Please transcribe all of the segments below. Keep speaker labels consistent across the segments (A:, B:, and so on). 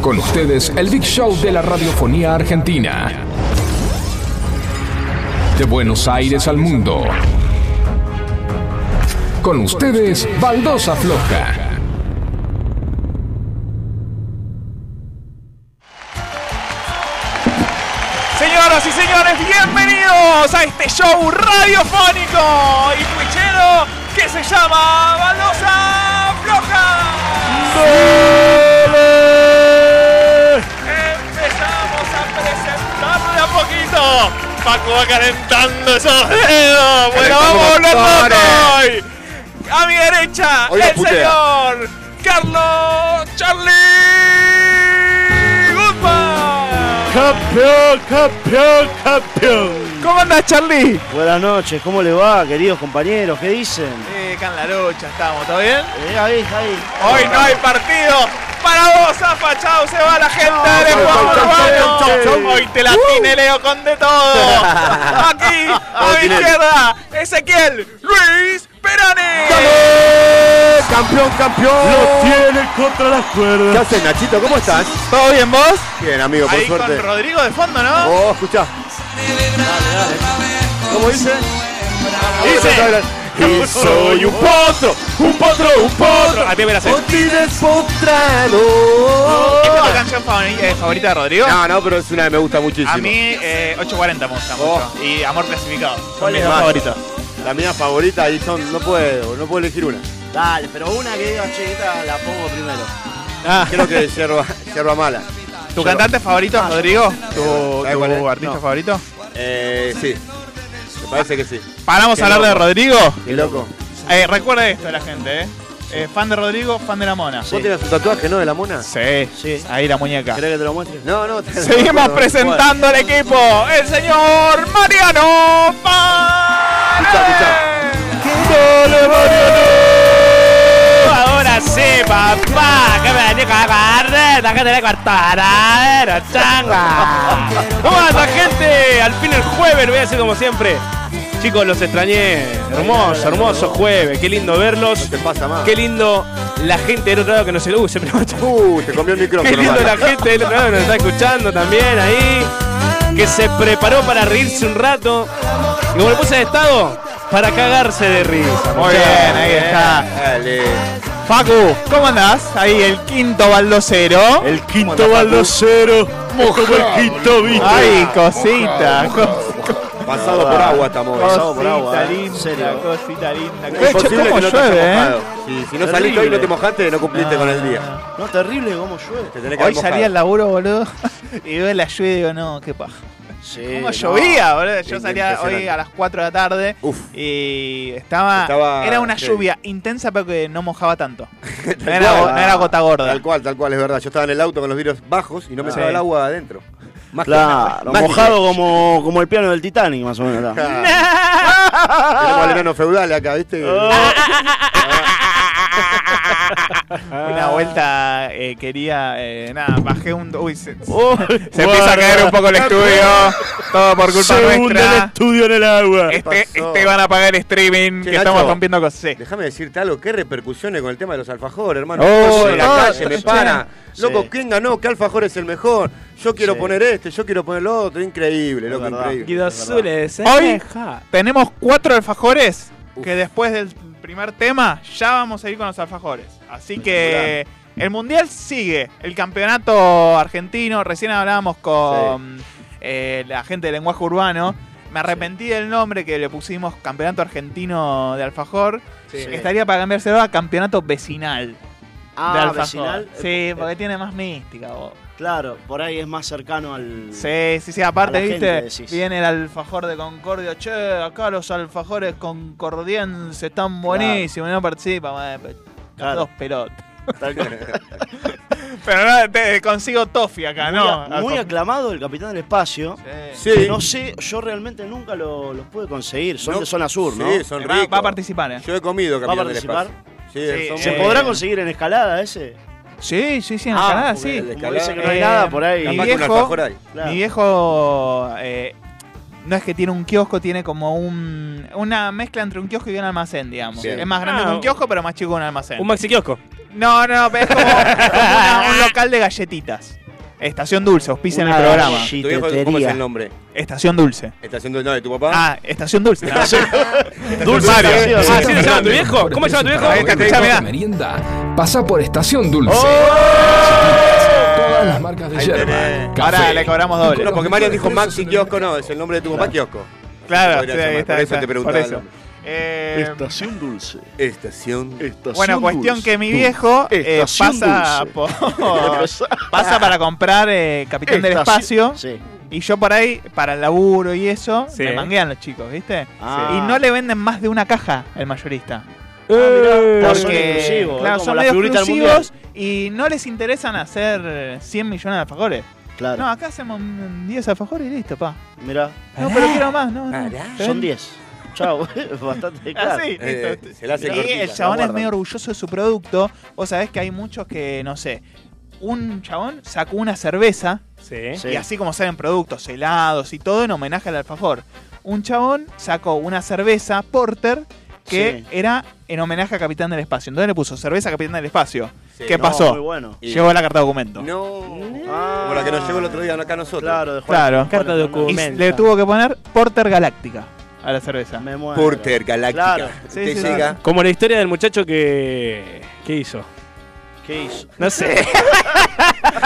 A: Con ustedes, el Big Show de la radiofonía argentina. De Buenos Aires al mundo. Con ustedes, Baldosa Floja.
B: Señoras y señores, bienvenidos a este show radiofónico y twitchero que se llama Baldosa Floja. Empezamos a presentarlo de a poquito. Paco va calentando esos dedos. Bueno,
C: Calentando
B: vamos a hablar
C: motores.
B: más hoy. A mi derecha,
C: Hoy la
B: el
C: putea.
B: señor Carlos Charlie Goodman.
D: Campeón, campeón, campeón.
B: ¿Cómo andas, Charlie?
D: Buenas noches, ¿cómo le va, queridos compañeros? ¿Qué dicen?
B: Eh, Canlarocha, estamos, ¿todo bien?
D: Eh, ahí, ahí.
B: Hoy no hay partido. Para vos, Zafa, chau, se va la gente del
D: chau,
B: Juan
D: chau,
B: Urbano.
D: chau, chau, chau.
B: Hoy te la
C: Uh.
B: tineleo con de todo. Aquí, a mi izquierda, Ezequiel Luis Perani.
C: ¡Campeón,
D: Lo
C: campeón!
D: tiene contra las
C: ¿Qué
D: cuerdas.
C: haces, Nachito? ¿Cómo estás?
B: ¿Todo bien vos?
C: Bien, amigo, por
B: Ahí
C: suerte.
B: con Rodrigo de fondo, ¿no?
C: Oh, escuchá. ¿Cómo dice?
B: Dice.
C: Y soy un potro, un potro, un potro.
B: A ti me la sé.
C: Potri despotrado.
B: ¿Esta es tu canción favori- eh, favorita de Rodrigo?
C: Ah, No, no, pero es una que me gusta muchísimo.
B: A mí, eh, 840 me gusta
C: Oh.
B: mucho. Y Amor Clasificado. Son
C: ¿Cuál
B: mis
C: es
B: dos
C: más?
B: favoritas.
C: La mía favorita y son, no puedo, no puedo elegir una.
D: Dale, pero una que diga chiquita la pongo primero.
B: Ah.
C: Creo que es yerba, yerba mala.
B: ¿Tu cantante favorito, Rodrigo? ¿Tu,
C: ¿Sabes
B: tu
C: cuál es?
B: artista
C: No.
B: favorito?
C: Eh, sí. Me parece que sí.
B: ¿Paramos a hablar de Rodrigo?
C: Qué loco.
B: Eh, recuerda esto la gente, ¿eh? Eh, Fan de Rodrigo, fan de la mona.
C: ¿Vos tenés un tatuaje, no, de la mona?
B: Sí,
D: Sí.
B: ahí la muñeca.
D: ¿Querés que te lo muestre?
C: No, no.
B: Seguimos presentando al equipo, el señor Mariano Paredes. Ahora sí, papá, que me dijo la barreta, que tenés cuartadero, changa.
E: ¿Cómo anda, gente? Al fin el jueves, lo voy a hacer como siempre. Chicos, los extrañé. Hermoso, hermoso jueves. Qué lindo verlos.
C: Te pasa más.
E: Qué lindo la gente del otro lado que nos... Uh, se me va a chapar.
C: Uh, te comió el micrófono.
E: Qué lindo
C: mano.
E: la gente del otro lado que nos está escuchando también ahí. Que se preparó para reírse un rato. Y como lo puse en estado, para cagarse de risa.
B: Muy bien, ahí está.
C: Eh, Dale.
B: Facu, ¿cómo andás? Ahí el quinto baldocero.
D: El quinto baldocero. Como el quinto viste.
B: Ay, cosita, cosita,
C: Pasado por
B: Ah.
C: Ah, agua
B: Oh,
C: estamos.
D: Pasado por agua, eh. En
B: linda,
D: serio.
B: cosita linda.
C: Es imposible
B: ¿Cómo
C: que no te hayas
B: llueve, eh?
C: mojado. Si, si no saliste hoy y no te mojaste, no cumpliste con el día.
D: No, terrible cómo llueve.
C: Te tenés que
B: Hoy
C: haber
B: salí al
C: mojado.
B: laburo, boludo, y veo la lluvia y digo, no, qué paja.
D: Sí.
B: Como
D: no.
B: llovía, boludo. Yo
C: Es
B: salía hoy
C: impresionante.
B: a las 4 de la tarde
C: Uf.
B: y estaba,
C: Estaba-
B: Era una
C: sí.
B: lluvia intensa, pero que no mojaba tanto. No
C: Tal
B: era,
C: cual.
B: go- no era gota gorda.
C: Tal cual, tal cual, es verdad. Yo estaba en el auto con los vidrios bajos y no me
B: Sí.
C: entraba el agua adentro. Más que-
D: Claro,
C: más que-
D: mojado como, como el piano del Titanic, más o menos. está.
C: Claro. Tenemos al enano feudal acá, ¿viste?
D: Ah, Ah.
B: Una vuelta eh, quería. eh, nada, bajé un. Uy, se,
D: Oh,
B: se empieza a caer un poco el estudio. Todo por culpa
D: Se hunde el
B: nuestra.
D: estudio en el agua.
B: Este,
C: pasó?
B: este van a pagar streaming.
C: Che,
B: que estamos
C: Nacho.
B: rompiendo cosas. Sí.
C: Déjame decirte algo, qué repercusiones con el tema de los alfajores, hermano.
D: Oh,
C: Yo en la
D: no,
C: calle me
D: sí.
C: para.
D: Sí.
C: Loco, ¿quién ganó? ¿Qué alfajor es el mejor? Yo quiero
D: Sí.
C: poner este, yo quiero poner lo otro. Increíble, loco,
D: verdad.
C: increíble.
E: Guido Azules, ¿eh?
B: Hoy tenemos cuatro alfajores
C: Uf.
B: que después del primer tema ya vamos a ir con los alfajores. Así que el mundial sigue. El campeonato argentino. Recién hablábamos con eh, la gente de lenguaje urbano. Me arrepentí del nombre que le pusimos Campeonato Argentino de Alfajor. Estaría para cambiárselo a Campeonato Vecinal de
D: Ah,
B: Alfajor.
D: vecinal. Eh,
B: Sí, porque tiene más mística. vos.
D: Claro, por ahí es más cercano al.
B: Sí, sí, sí,
D: A
B: aparte,
D: la
B: viste,
D: gente decís.
B: viene el alfajor de Concordia, che, acá los alfajores concordienses están buenísimos, y no participa, madre, eh, pe-
D: Claro.
B: dos pelotas.
D: Tal cual.
B: Pero no, te consigo toffee acá,
D: muy,
B: Ah, ¿no?
D: a- muy aclamado el Capitán del Espacio.
B: Sí.
C: Sí.
D: que No sé, yo realmente nunca lo- los pude conseguir. Son
C: No,
D: de zona sur, ¿no?
C: Sí, son
B: Va- va,
C: ricos.
B: a participar, ¿eh?
C: Yo he comido
D: ¿Va a
C: Capitán del
D: participar?
C: Espacio.
B: Sí,
C: son
D: ¿Se
C: muy-
B: Eh,
D: podrá conseguir en escalada ese?
B: Sí, sí, sí, en
D: Ah,
B: Canadá,
D: porque
B: sí.
C: el-
D: Como dice que no hay
B: Eh,
D: nada por ahí.
B: capaz
C: Capaz que un
B: viejo-
C: alfajor hay.
D: Claro.
B: Mi viejo eh, no es que tiene un kiosco, tiene como un, una mezcla entre un kiosco y un almacén, digamos.
C: Bien.
B: Es más grande
E: Ah,
B: que un kiosco, pero más chico que un almacén.
E: Un maxi kiosco.
B: No, no, pero es como, como una- un local de galletitas. Estación Dulce, auspicia en el
D: Una
B: programa.
D: galleta.
C: ¿Tu viejo cómo es el nombre?
B: Estación Dulce.
C: ¿Está haciendo el nombre de tu papá?
B: Ah, Estación Dulce.
E: Dulce
C: Mario.
E: Mario.
C: Sí,
E: Ah, ¿sí se llama tu viejo? ¿Cómo se llama tu viejo? ¿eh?
B: Ahí está, escuchame, da.
A: merienda, pasa por Estación Dulce.
E: Oh.
A: Todas las marcas de
C: Ahí tenés.
A: yerba.
B: Ahora le cobramos doble.
C: No, porque Mario dijo Maxi Kiosco, no, es el nombre de tu papá Kiosco.
B: Claro,
C: Podría
B: sí,
C: llamar,
B: ahí está.
C: por
B: ahí
C: eso
B: está,
C: te
B: por
C: preguntaba el
B: eso.
C: nombre.
B: Eh,
F: Estación Dulce.
C: Estación.
F: Estación
B: bueno, cuestión
F: Dulce.
B: que mi viejo eh,
F: Estación
B: pasa,
F: Dulce.
B: por, pasa para comprar eh, Capitán del
F: Estación-
B: Espacio.
F: Sí.
B: Y yo por ahí, para el laburo y eso,
E: Sí.
B: me manguean los chicos, ¿viste?
D: Ah.
B: Y no le venden más de una caja al mayorista.
E: Eh,
F: Claro, Ah, son
B: Porque
F: exclusivos,
B: claro,
F: es como
B: son
F: la
B: medio
F: figurita del
B: exclusivos y no les interesan hacer 100 millones de alfajores.
D: Claro.
B: No, acá hacemos mm, 10 alfajores y listo, pa.
D: Mira,
B: No, pero quiero más, no. no.
C: Pará.
D: son 10. Chao, bastante claro.
B: Así,
C: Eh,
B: listo.
C: se la hace
B: Y
C: cortita.
B: el chabón
D: la
B: es
D: guardan.
B: medio orgulloso de su producto. Vos sabés que hay muchos que, no sé, un chabón sacó una cerveza
C: ¿Eh?
E: Sí.
D: Sí.
B: y así como salen productos helados y todo en homenaje al alfajor. Un chabón sacó una cerveza Porter que
D: Sí.
B: era en homenaje a Capitán del Espacio. Entonces le puso cerveza Capitán del Espacio.
C: Sí,
B: ¿Qué
C: no,
B: pasó?
D: Muy bueno.
C: Y-
B: Llegó la carta de documento.
C: No.
D: Ah.
C: Como la que nos llegó el otro día acá a nosotros.
D: Claro, de Juan.
B: Claro.
D: Juan
E: Carta de
D: Hernández.
E: documento.
B: Y
E: Documento.
B: le tuvo que poner Porter Galáctica a la cerveza.
D: Me muero.
C: Porter Galáctica.
D: Claro.
B: Sí,
C: Te
B: sí,
C: llega.
E: Como la historia del muchacho que. ¿Qué hizo?
D: ¿Qué hizo?
E: No sé.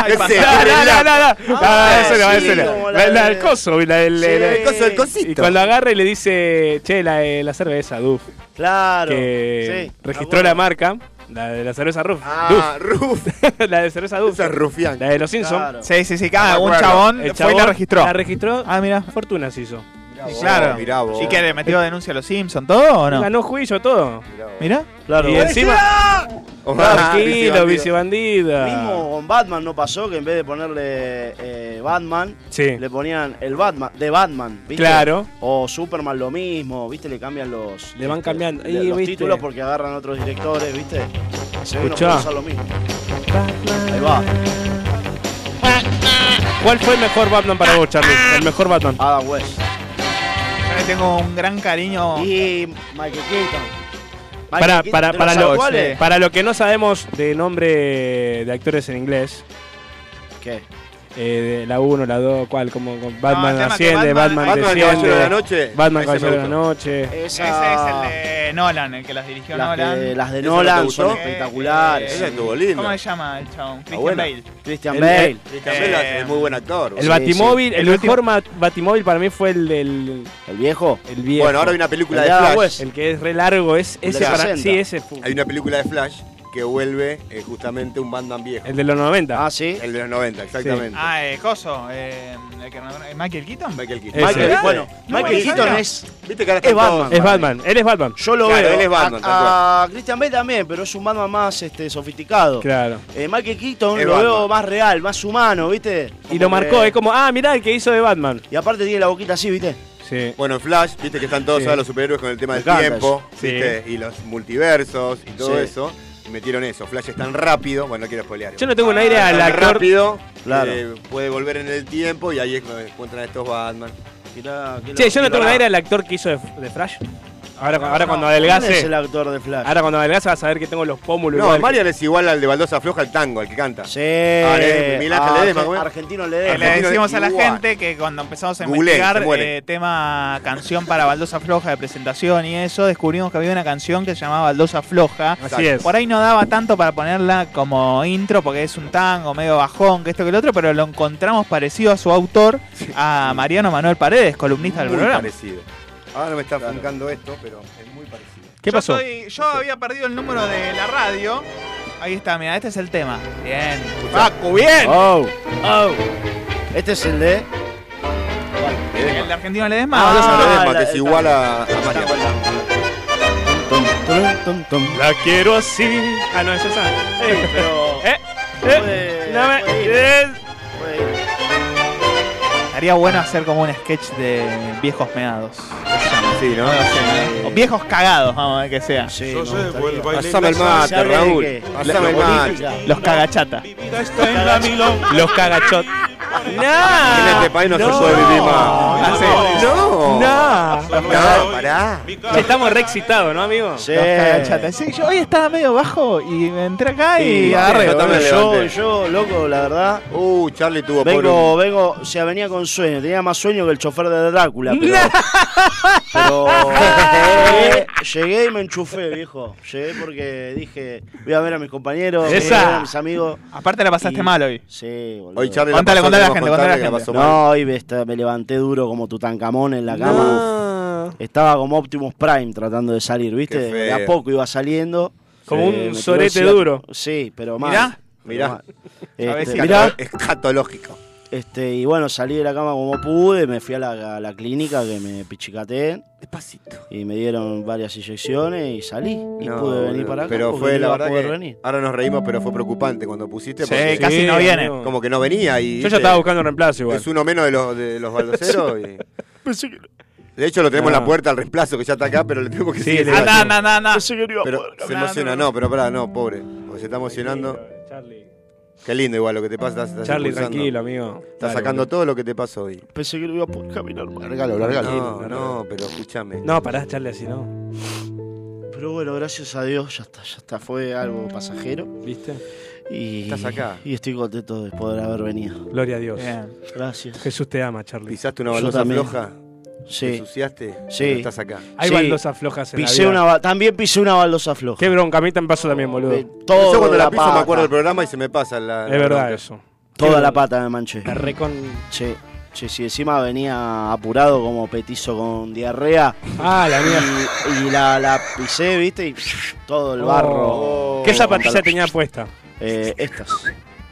C: ¿Qué sé?
E: No, no, no, no, no.
D: Ah,
E: No, eso no,
D: sí,
E: eso no.
D: como
E: La
D: la
E: la
D: de-
E: del coso, la del.
D: Sí.
E: la-
C: El coso, el cosito.
E: Y cuando agarra y le dice, che, la, de la cerveza, Duff,
D: Claro.
E: que
D: Sí,
E: registró
D: me
E: la
D: acuerdo.
E: marca, la de la cerveza Duff,
C: Ah, Ruf.
E: la de cerveza Duff,
C: Esa rufián.
E: la de los Simpsons.
D: Claro.
B: Sí, sí, sí. cada
C: No me
B: un
C: acuerdo.
B: chabón, fue y la registró.
E: La registró,
B: ah, mira.
E: fortunas hizo.
C: Mirá vos,
B: Claro.
C: Ah, Mirá vos.
B: ¿Y qué le metió denuncia a los Simpsons todo o no?
E: Ganó juicio, todo.
C: Mirá vos.
B: Mira.
D: Claro.
E: Y encima,
C: Ojalá,
E: tranquilo,
C: Vicio
E: vicebandida.
D: Mismo con Batman no pasó que en vez de ponerle eh, Batman,
E: Sí.
D: le ponían el Batman, de Batman, ¿viste?
E: Claro.
D: O Superman lo mismo, ¿viste? Le cambian los.
E: Le van
D: este,
E: cambiando.
D: le-
E: Y,
D: los
E: ¿viste?
D: títulos porque agarran otros directores, ¿viste? Se uno
E: Escuchá.
D: puede usar lo mismo. Ahí va,
E: ¿Cuál fue el mejor Batman para vos, Charlie? El mejor Batman.
D: Adam West.
B: Yo le tengo un gran cariño.
D: Y Michael Keaton.
E: Para,
D: Keaton,
E: para,
D: ¿de
E: para,
D: los
E: lo,
D: actuales?
E: para eh, lo que no sabemos de nombre de actores en inglés,
D: ¿Qué?
E: eh, de la 1, la 2, ¿cuál? Como con
B: el
E: Batman
B: tema que
E: asciende, Batman,
B: Batman-
C: Batman el
E: desciende,
C: Caballero de la Noche.
E: Batman
C: Ese me
E: Caballero de
C: gustó.
E: la Noese
D: Esa,
B: Ese es el de Nolan, el que las dirigió
D: las,
B: Nolan.
D: que- las de
C: ¿Ese no te
D: Nolan
C: gustó?
D: son
C: Eh,
D: espectaculares.
C: Esa eh, estuvo linda.
B: ¿Cómo se llama el chabón? Christian
C: buena.
B: Bale.
D: Christian
E: el-
D: Bale.
C: Christian
B: Eh,
C: Bale es muy buen actor.
E: El
D: Sí,
E: Batimóvil, el,
B: El último-
E: mejor ma- Batimóvil para mí fue el del
D: ¿El viejo?
E: el viejo.
C: bueno, ahora hay una película
D: El
C: de
D: de Adam
C: Flash.
D: West.
E: el que es re largo, es
D: El
E: ese
D: de la
E: para
D: senda.
E: sí, ese fue.
C: Hay una película de Flash que vuelve eh, justamente un Batman viejo.
E: El de los 90.
D: Ah, sí.
C: El de los 90, exactamente.
B: Ah, eh, Coso. Eh, el que nombró- eh, Michael Keaton.
C: Michael Keaton.
E: Ese.
D: Michael,
E: Ese.
D: bueno,
B: No
D: Michael
B: me lo
D: Keaton
B: sabía.
D: es.
C: Viste que ahora
D: Es
C: están todos-
D: Batman.
E: es Batman, él es Batman.
D: Yo lo
C: Claro,
D: veo.
C: él es Batman, tal
D: a, a Christian Bale también, pero es un Batman más este, sofisticado.
E: Claro.
D: Eh, Michael Keaton
C: Es
D: lo
C: Batman.
D: veo más real, más humano, ¿viste?
E: Y
D: Como
E: lo marcó,
D: que-
E: es como, ah, mirá el que hizo de Batman.
D: Y aparte tiene la boquita así, ¿viste?
E: Sí.
C: Bueno, en Flash, viste que están todos
E: Sí.
C: ahora los superhéroes con el tema
D: Me
C: del
D: encanta
C: tiempo,
E: eso.
C: ¿viste? y los multiversos y todo
D: Sí.
C: eso. Y metieron eso. Flash es tan rápido, bueno, no quiero spoilear. Ah,
E: Yo no tengo un aire al
C: Tan
E: actor.
C: rápido,
D: Claro.
C: eh, puede volver en el tiempo y ahí es cuando encuentran a estos Batman.
D: Mirá, qué
E: Che,
D: loco.
E: yo no tengo un
D: Mirá.
E: aire al actor que hizo de, de Flash. Ahora, ahora
B: no.
E: cuando
D: ¿Quién es el
E: adelgase.
D: actor de Flash?
E: Ahora cuando adelgase vas a ver que tengo los pómulos.
C: No,
E: igual que-
C: Marian es igual al de Baldosa Floja, al tango, al que canta. eh,
D: Sí.
C: le- Miguel Ángel
D: Ah,
C: Ledesma,
D: Arge-
C: ¿cómo es?
D: Argentino
B: Eh,
D: Ledesma.
B: le decimos a la
C: Igual.
B: gente que cuando empezamos a
C: Google, se
B: investigar
C: muere.
B: eh, tema canción para baldosa floja de presentación y eso, descubrimos que había una canción que se llamaba baldosa floja.
E: Así es.
B: Por ahí no daba tanto para ponerla como intro porque es un tango medio bajón, que esto que el otro, pero lo encontramos parecido a su autor, a Mariano Manuel Paredes, columnista del
C: muy
B: programa.
C: parecido. Ahora no me está funcando esto, pero es muy parecido.
E: ¿Qué
B: Yo
E: pasó?
B: estoy- yo había perdido el número de la radio. Ahí está, mira, este es el tema. Bien.
E: Facu, bien.
D: Oh. Oh. Este es el de.
B: Este El de Argentino Ledesma.
D: Ah,
B: Baldosa
C: Baldosa Ledesma,
B: Floja.
D: la-
C: que es
D: el
C: igual a, a Marian.
D: Tum, tum, tum, tum.
E: La quiero así. Ah, no, es esa.
D: Ey, pero.
E: Eh,
D: Puede-
E: eh, dame-
D: puede ir.
E: eh.
D: Puede ir.
B: Estaría bueno hacer como un sketch de viejos meados.
C: Sí, ¿no?
B: O viejos cagados, vamos a ver que sea.
D: Sí, me gustaría.
C: Pasame el
D: Se
C: mate,
D: habla de
C: Raúl.
D: que-
C: Pasame el
D: de
C: mate.
D: política.
B: Los cagachata.
E: Los cagachot.
C: En este país no, se puede vivir más.
B: Ah, sí.
C: No.
E: No.
C: No, pará.
E: Che, Estamos re excitados, ¿no, amigo?
D: Sí.
B: Está chata. Sí, yo hoy estaba medio bajo y me entré acá y
D: Sí,
B: agarré.
C: yo también le-
D: Yo,
C: levanté.
D: yo, loco, la verdad.
C: Uh, Charlie tuvo
D: Vengo,
C: pobre.
D: vengo, o sea, venía con sueño, tenía más sueño que el chofer de Drácula, pero. pero llegué, llegué y me enchufé, viejo. Llegué porque dije, voy a ver a mis compañeros, voy
E: Esa.
D: a ver a mis amigos.
B: Aparte la pasaste
D: y-
B: mal hoy.
D: Sí, boludo.
C: Hoy Charlie la
B: Contale,
C: pasó,
B: contale a
C: tenemos
B: la gente,
C: que
B: contale a la
C: contarle que
B: gente.
C: pasó mal.
D: No, hoy me, esta- me levanté duro como Tutankamón en la cama. Estaba como Optimus Prime tratando de salir, ¿viste?
C: Qué feo.
D: De a poco iba saliendo.
E: Como un
D: me tiró el
E: sorete
D: cigarro-
E: duro.
D: Sí, pero mal.
B: Mirá.
D: Pero
C: Mirá.
D: mal.
B: Sabés
D: Este,
B: que-
D: mirá,
C: Es catológico.
D: Este, y bueno, salí de la cama como pude, me fui a la, a la clínica que me pichicaté
C: Despacito.
D: y me dieron varias inyecciones y salí. Y pude venir para acá.
C: Pero
D: porque
C: fue
D: no
C: la
D: iba a
C: verdad
D: poder
C: que
D: venir.
C: ahora nos reímos, pero fue preocupante cuando pusiste.
B: Sí,
C: porque
B: casi no viene.
E: amigo.
C: Como que no venía y.
E: Yo ya estaba buscando reemplazo igual.
C: Es uno menos de los, de los baldoseros. y- De hecho, lo tenemos en
E: No.
C: la puerta al reemplazo que ya está acá, pero le tengo que seguir
E: Ah,
C: debatiendo.
B: Anda, anda, anda, anda.
C: Pero se
B: No,
C: emociona,
B: no,
C: no, pero pará, no, pobre. Porque se está emocionando. Qué lindo igual lo que te pasa. Estás, estás
E: Charlie,
C: impulsando.
E: tranquilo, amigo.
C: Estás sacando todo lo que te pasó hoy.
D: Pensé que no iba a poder caminar más.
C: Largalo,
E: largalo.
C: No, no, pero escúchame.
E: No, pará, Charlie, así no.
D: Pero bueno, gracias a Dios, ya está, ya está. Fue algo pasajero.
E: ¿Viste?
D: Y,
C: Estás acá.
D: Y estoy contento de poder haber venido.
E: Gloria a Dios.
B: Bien.
D: Gracias.
E: Jesús te ama, Charlie.
C: Pisaste una
D: Yo
C: baldosa
D: también.
C: floja, te
D: Sí.
C: ensuciaste,
D: Sí.
C: pero estás acá.
E: Hay
D: Sí.
E: baldosas flojas en
D: Pisé
E: la
D: una,
E: vida.
D: ba- también pisé una baldosa floja.
E: Qué bronca, a mí también pasó también,
D: De
E: boludo.
D: todo
C: Yo cuando la piso me
D: pata.
C: acuerdo del programa y se me pasa la.
E: Es
C: la
E: verdad
C: bronca.
E: eso.
D: Toda
E: Qué
D: la
E: bronca.
D: pata me manché.
E: La recon...
D: Sí, sí, sí, encima venía apurado como petizo con diarrea
E: Ah, la mía.
D: y, y la, la pisé, viste, y todo el
E: Oh.
D: barro.
E: ¿Qué zapatilla tenía puesta?
D: Eh, estas.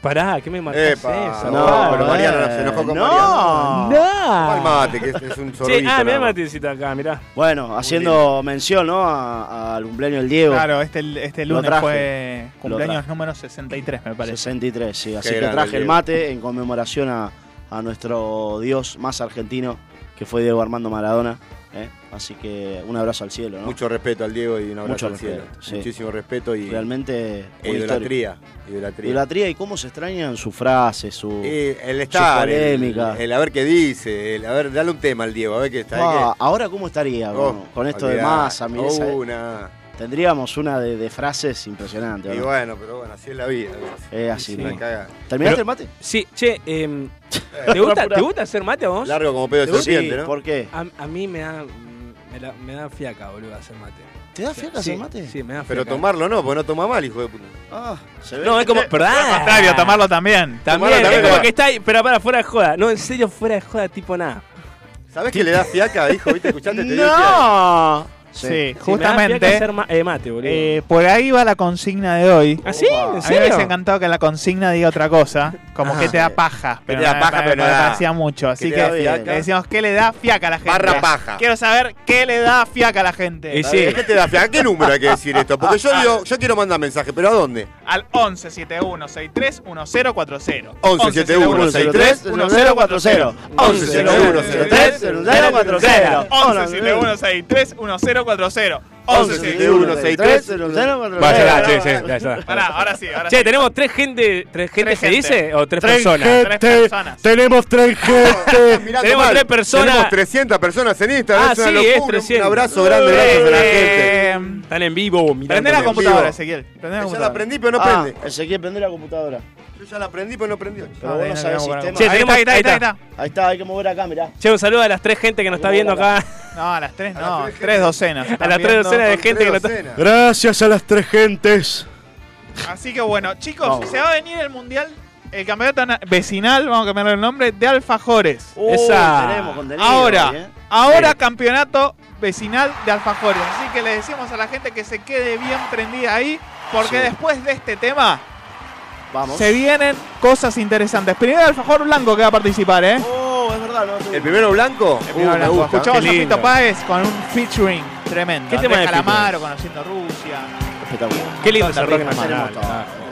E: Pará, ¿qué me marcás
C: Epa,
E: esa?
C: no,
E: pará?
C: pero Mariano no se enojó con Mariano. Mal
E: No.
C: mate, que es un
E: Sí,
C: sorbito.
E: ah,
C: nada
E: mirá
C: más.
E: Matecita acá, mirá.
D: Bueno, haciendo mención, ¿no? A- Al cumpleaños del Diego.
B: Claro, este, este
D: Lo
B: lunes
D: traje.
B: fue
D: Lo
B: cumpleaños
D: traje.
B: número 63, me parece.
D: 63, sí. Así
C: Qué
D: que
C: grande,
D: traje el
C: Diego.
D: mate en conmemoración a, a nuestro dios más argentino, que fue Diego Armando Maradona. ¿eh? Así que un abrazo al cielo, ¿no?
C: Mucho respeto al Diego y un abrazo
D: Mucho
C: al cielo.
D: respeto, sí.
C: Muchísimo respeto y
D: Realmente.
C: e
D: una historia.
C: idolatría. Idolatría.
D: Idolatría y cómo se extrañan sus frases, su.
C: Eh, el estar, el,
D: polémica.
C: el a ver qué dice, el a ver, dale un tema al Diego, a ver qué está.
D: Ah,
C: qué-
D: ahora cómo estaría
C: Oh,
D: con, con esto de
C: olvidá,
D: masa, mirá, esa-
C: Una.
D: tendríamos una de, de frases impresionante.
C: Y
D: ¿no?
C: bueno, pero bueno, así es la vida. ¿ves?
D: Es así,
E: Sí.
D: ¿no?
C: La caga.
D: ¿Terminaste
E: Pero-
D: el mate?
E: Sí, che, em, ¿te, gusta, ¿te gusta hacer mate a vos?
C: Largo como pedo de serpiente,
D: Sí,
C: ¿no?
D: ¿Por qué?
E: A, a mí me da, me, la- me da fiaca, boludo, hacer mate.
D: ¿Te da fiaca
E: Sí,
D: hacer mate?
E: Sí, me da
C: Pero
E: fiaca.
C: tomarlo no, porque no toma mal, hijo de puta.
D: Ah, se ve.
E: No, es como.
B: Al
E: ¿Verdad?
B: contrario, tomarlo también.
E: También,
C: Tomarlo
E: es
C: también,
E: como
C: tomá.
E: que está ahí, pero para, fuera de joda. No, en serio, fuera de joda, tipo nada.
C: ¿Sabés que le das fiaca, hijo? ¿Viste? Escuchate, te dio fiaca.
B: ¡No!
D: Sí.
E: Sí,
B: Sí,
E: me da fiaca
B: justamente.
E: hacer ma- eh, mate, boludo.
B: eh, por ahí va la consigna de hoy.
E: ¿Ah, sí? ¿En
B: A mí me hubiese
E: serio?
B: encantado que la consigna diga otra cosa, como
C: Ah.
B: que te da paja. Pero
C: te da
B: no,
C: paja,
B: me-
C: pero
B: me
C: no da.
B: parecía mucho. Así
C: te
B: que
C: da
B: le
C: fiaca.
B: decíamos, ¿qué le da fiaca a la gente?
C: Barra paja.
B: Quiero saber qué le da fiaca a la gente.
E: Y sí.
C: ¿Qué te da fiaca? ¿Qué número hay que decir esto? Porque yo digo, yo quiero mandar mensaje, pero ¿a dónde?
B: Al 11 71 63 1040.
C: 11 71 63
D: 1040.
C: 11
D: 1040.
B: 11 71 63 1040. 11 71
E: Vaya, ya,
D: Vaya,
E: sí, sí, ya está.
B: Pará, ahora sí, ahora sí.
E: Che, tenemos tres gente. ¿Tres gente
B: Tres
E: se
B: gente.
E: dice? ¿O tres,
G: Tres
E: personas?
G: gente.
B: Tres personas.
G: Tenemos tres gente.
C: Mirá,
E: Tenemos
C: Tomás,
E: tres personas.
C: Tenemos 300 personas en Instagram.
E: Ah,
C: es una
E: sí,
C: locura.
E: es
C: Un-
E: 300.
C: Un abrazo grande, gracias a la gente.
B: Eh,
E: Están en vivo, mirando.
B: Prende la
C: en
B: computadora,
C: vivo.
B: Ezequiel. Prende la
C: Yo ya la
B: computadora.
C: aprendí, pero no
D: Ah,
C: prende.
D: Ezequiel, prende la computadora.
C: Yo ya la aprendí, pero no prendió.
D: Pero
B: Ah,
D: vos
B: bien,
D: no
B: no
D: sabés
B: tengo
D: el
B: problema.
E: Che,
D: sistema.
B: Ahí está, ahí está, ahí está, ahí está.
D: Ahí está, hay que mover acá, mirá.
E: Che, un saludo a las tres gente que nos está viendo acá.
B: No, a las tres
C: A
B: no,
C: las tres,
B: tres docenas.
E: A las tres
B: Están
E: docenas de
C: Son
E: gente que
C: tres
E: no está.
C: docenas.
G: Gracias a las tres gentes.
B: viendo. Así que bueno, chicos,
D: Vamos.
B: se va a venir el mundial, el campeonato na- vecinal, vamos a cambiarle el nombre, de alfajores.
D: Uy, Uh,
E: Esa.
D: tenemos contenido
B: Ahora,
D: hoy, ¿eh?
B: ahora campeonato vecinal de alfajores. Así que le decimos a la gente que se quede bien prendida ahí, porque
D: Sí.
B: después de este tema
D: Vamos.
B: se vienen cosas interesantes. Primero el alfajor blanco que va a participar, ¿eh?
D: Oh, es verdad, no
C: ¿El primero blanco?
B: El primero
C: Uh, me
B: blanco.
C: gusta.
B: Escuchamos
E: Qué
B: a
E: lindo.
B: Fito Páez con un featuring tremendo.
E: ¿Qué
B: Andrés
E: tema de
B: Calamaro conociendo Rusia.
D: Espectacular.
E: Qué lindo ese
B: Todo
E: rock
B: terrible,
E: nacional.
D: tenemos todo.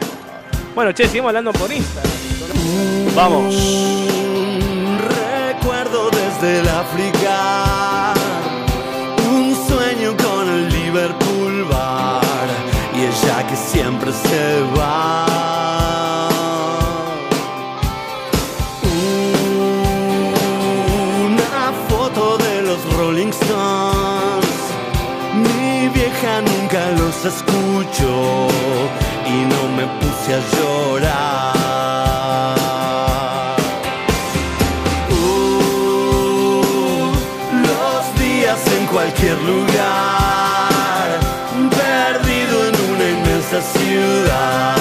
E: Bueno, che, seguimos hablando por Instagram.
D: Vamos.
H: Un recuerdo desde el África, un sueño con el Liverpool Bar y ella que siempre se va. Una
F: los escucho y no me puse a llorar. Uh, los días en cualquier lugar, perdido en una inmensa ciudad,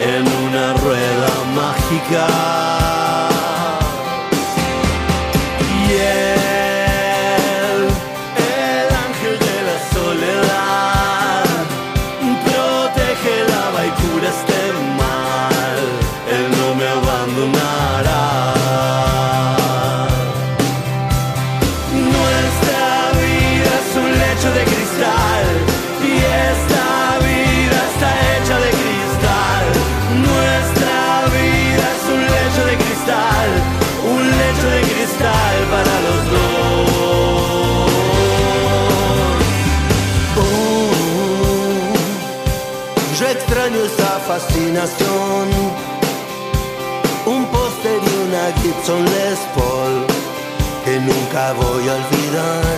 F: en una rueda mágica. Y él, el ángel de la soledad, protege la va y cura este mal, él no me abandonará. Nuestra vida es un lecho de cristal y esta vida está hecha de cristal. Nuestra vida es un lecho de cristal, un lecho de cristal para los dos. Uh, Oh, yo extraño esa fascinación, un póster y una Gibson Les Paul que nunca voy a olvidar.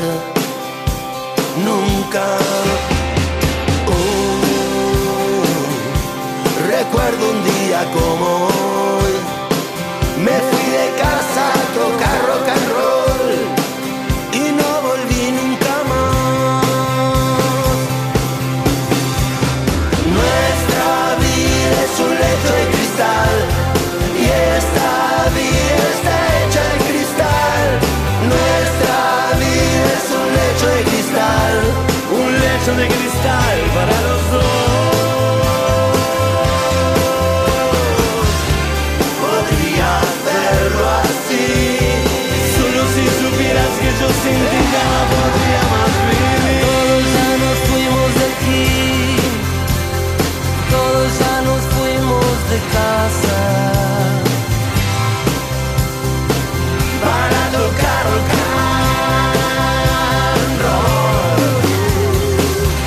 F: Nunca. Oh, recuerdo un día como hoy. Me fui de casa a tocar rock and roll y no volví nunca más. Nuestra vida es un lecho de cristal y esta vida está hecha de cristal. Nuestra vida es un lecho de cristal, un lecho de cristal para los dos. Podría hacerlo así, solo si supieras que yo sin ti ya no podría más vivir. Todos ya nos fuimos de aquí. Todos ya nos fuimos de casa Para tocar rock and roll.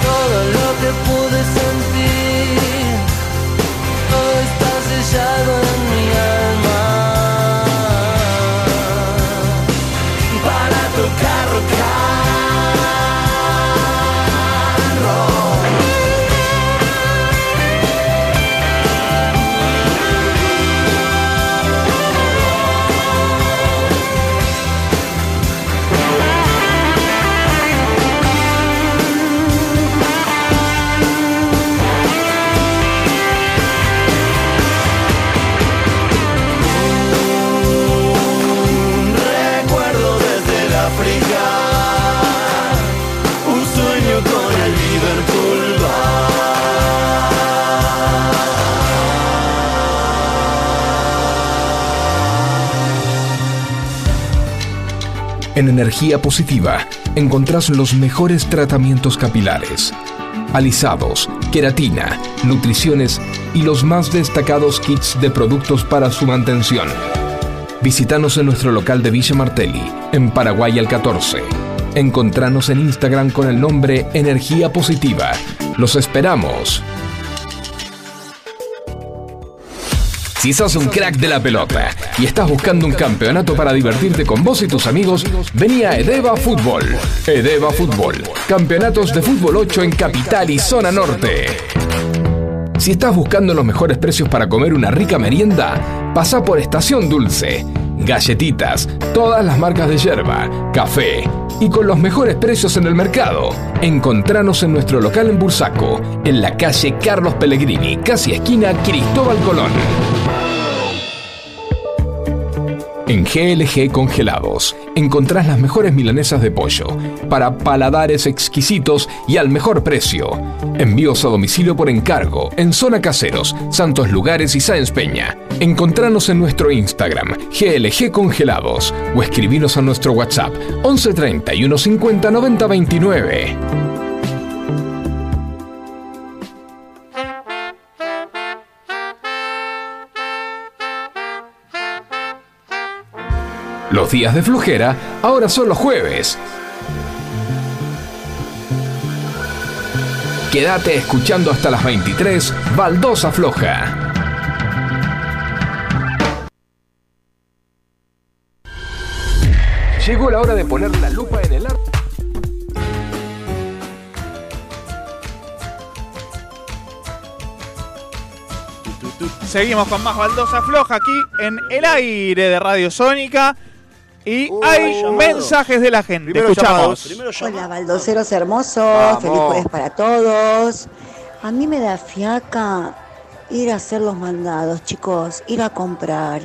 F: Todo lo que pude sentir Todo está sellado en mi alma Para tocar rock and roll. recuerdo desde el África, un sueño con el Liverpool
A: En Energía Positiva encontrás los mejores tratamientos capilares, alisados, queratina, nutriciones y los más destacados kits de productos para su mantención. Visítanos en nuestro local de Villa Martelli, en Paraguay al 14. Encontranos en Instagram con el nombre Energía Positiva. Los esperamos. Si sos un crack de la pelota y estás buscando un campeonato para divertirte con vos y tus amigos, vení a Edeva Fútbol. Edeva Fútbol. Campeonatos de fútbol 8 en Capital y Zona Norte. Si estás buscando los mejores precios para comer una rica merienda, pasa por Estación Dulce. Galletitas, todas las marcas de yerba, café y con los mejores precios en el mercado. Encontranos en nuestro local en Bursaco, en la calle Carlos Pellegrini, casi esquina Cristóbal Colón. En GLG Congelados encontrás las mejores milanesas de pollo para paladares exquisitos y al mejor precio. Envíos a domicilio por encargo en Zona Caseros, Santos Lugares y Sáenz Peña. Encontranos en nuestro Instagram GLG Congelados o escribinos a nuestro WhatsApp 11 31 50 90 29. Los días de flojera ahora son los jueves. Quédate escuchando hasta las 23, Baldosa Floja. Llegó la hora de poner la lupa en el arte.
D: tu, tu.
B: Seguimos con más baldosa floja aquí en el aire de Radio Sónica. Y
C: Uh,
B: hay
C: llamado.
B: mensajes de la gente.
C: Primero
B: Escuchamos.
C: llamados.
D: Primero llama.
I: Hola, baldoseros hermosos.
C: Vamos.
I: Feliz jueves para todos. A mí me da fiaca ir a hacer los mandados, chicos. Ir a comprar.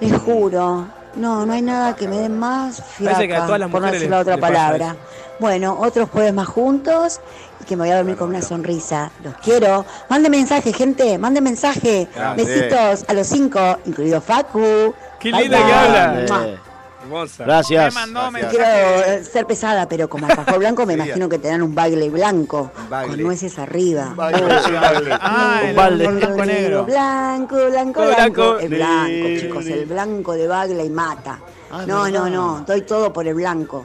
I: Les juro. No, no hay nada que me dé más fiaca,
E: Mm. Parece que a todas las
I: por no
E: mujeres
I: decir la
E: les-
I: otra
E: les pasa
I: palabra. Bueno, otros jueves más juntos y que me voy a dormir con una sonrisa. Los quiero. Mande mensaje, gente. Mande mensaje.
C: Grande.
I: Besitos a los cinco, incluido Facu.
E: Qué
I: Bye,
E: linda
I: bye.
E: que habla.
I: Mua.
D: Eh,
E: Hermosa.
B: Me
D: Gracias.
B: mandó
C: Gracias.
I: Quiero
B: mensaje.
I: eh, ser pesada, pero como alfajor blanco me
C: Sería.
I: imagino que te dan un baile blanco
C: Un baile.
I: con nueces arriba.
B: Ah,
D: Un
B: el
D: balde.
B: blanco negro.
I: Blanco, blanco,
E: Blanco,
I: blanco. El blanco, chicos, el blanco de baile y mata. No, no, no, doy todo por el blanco.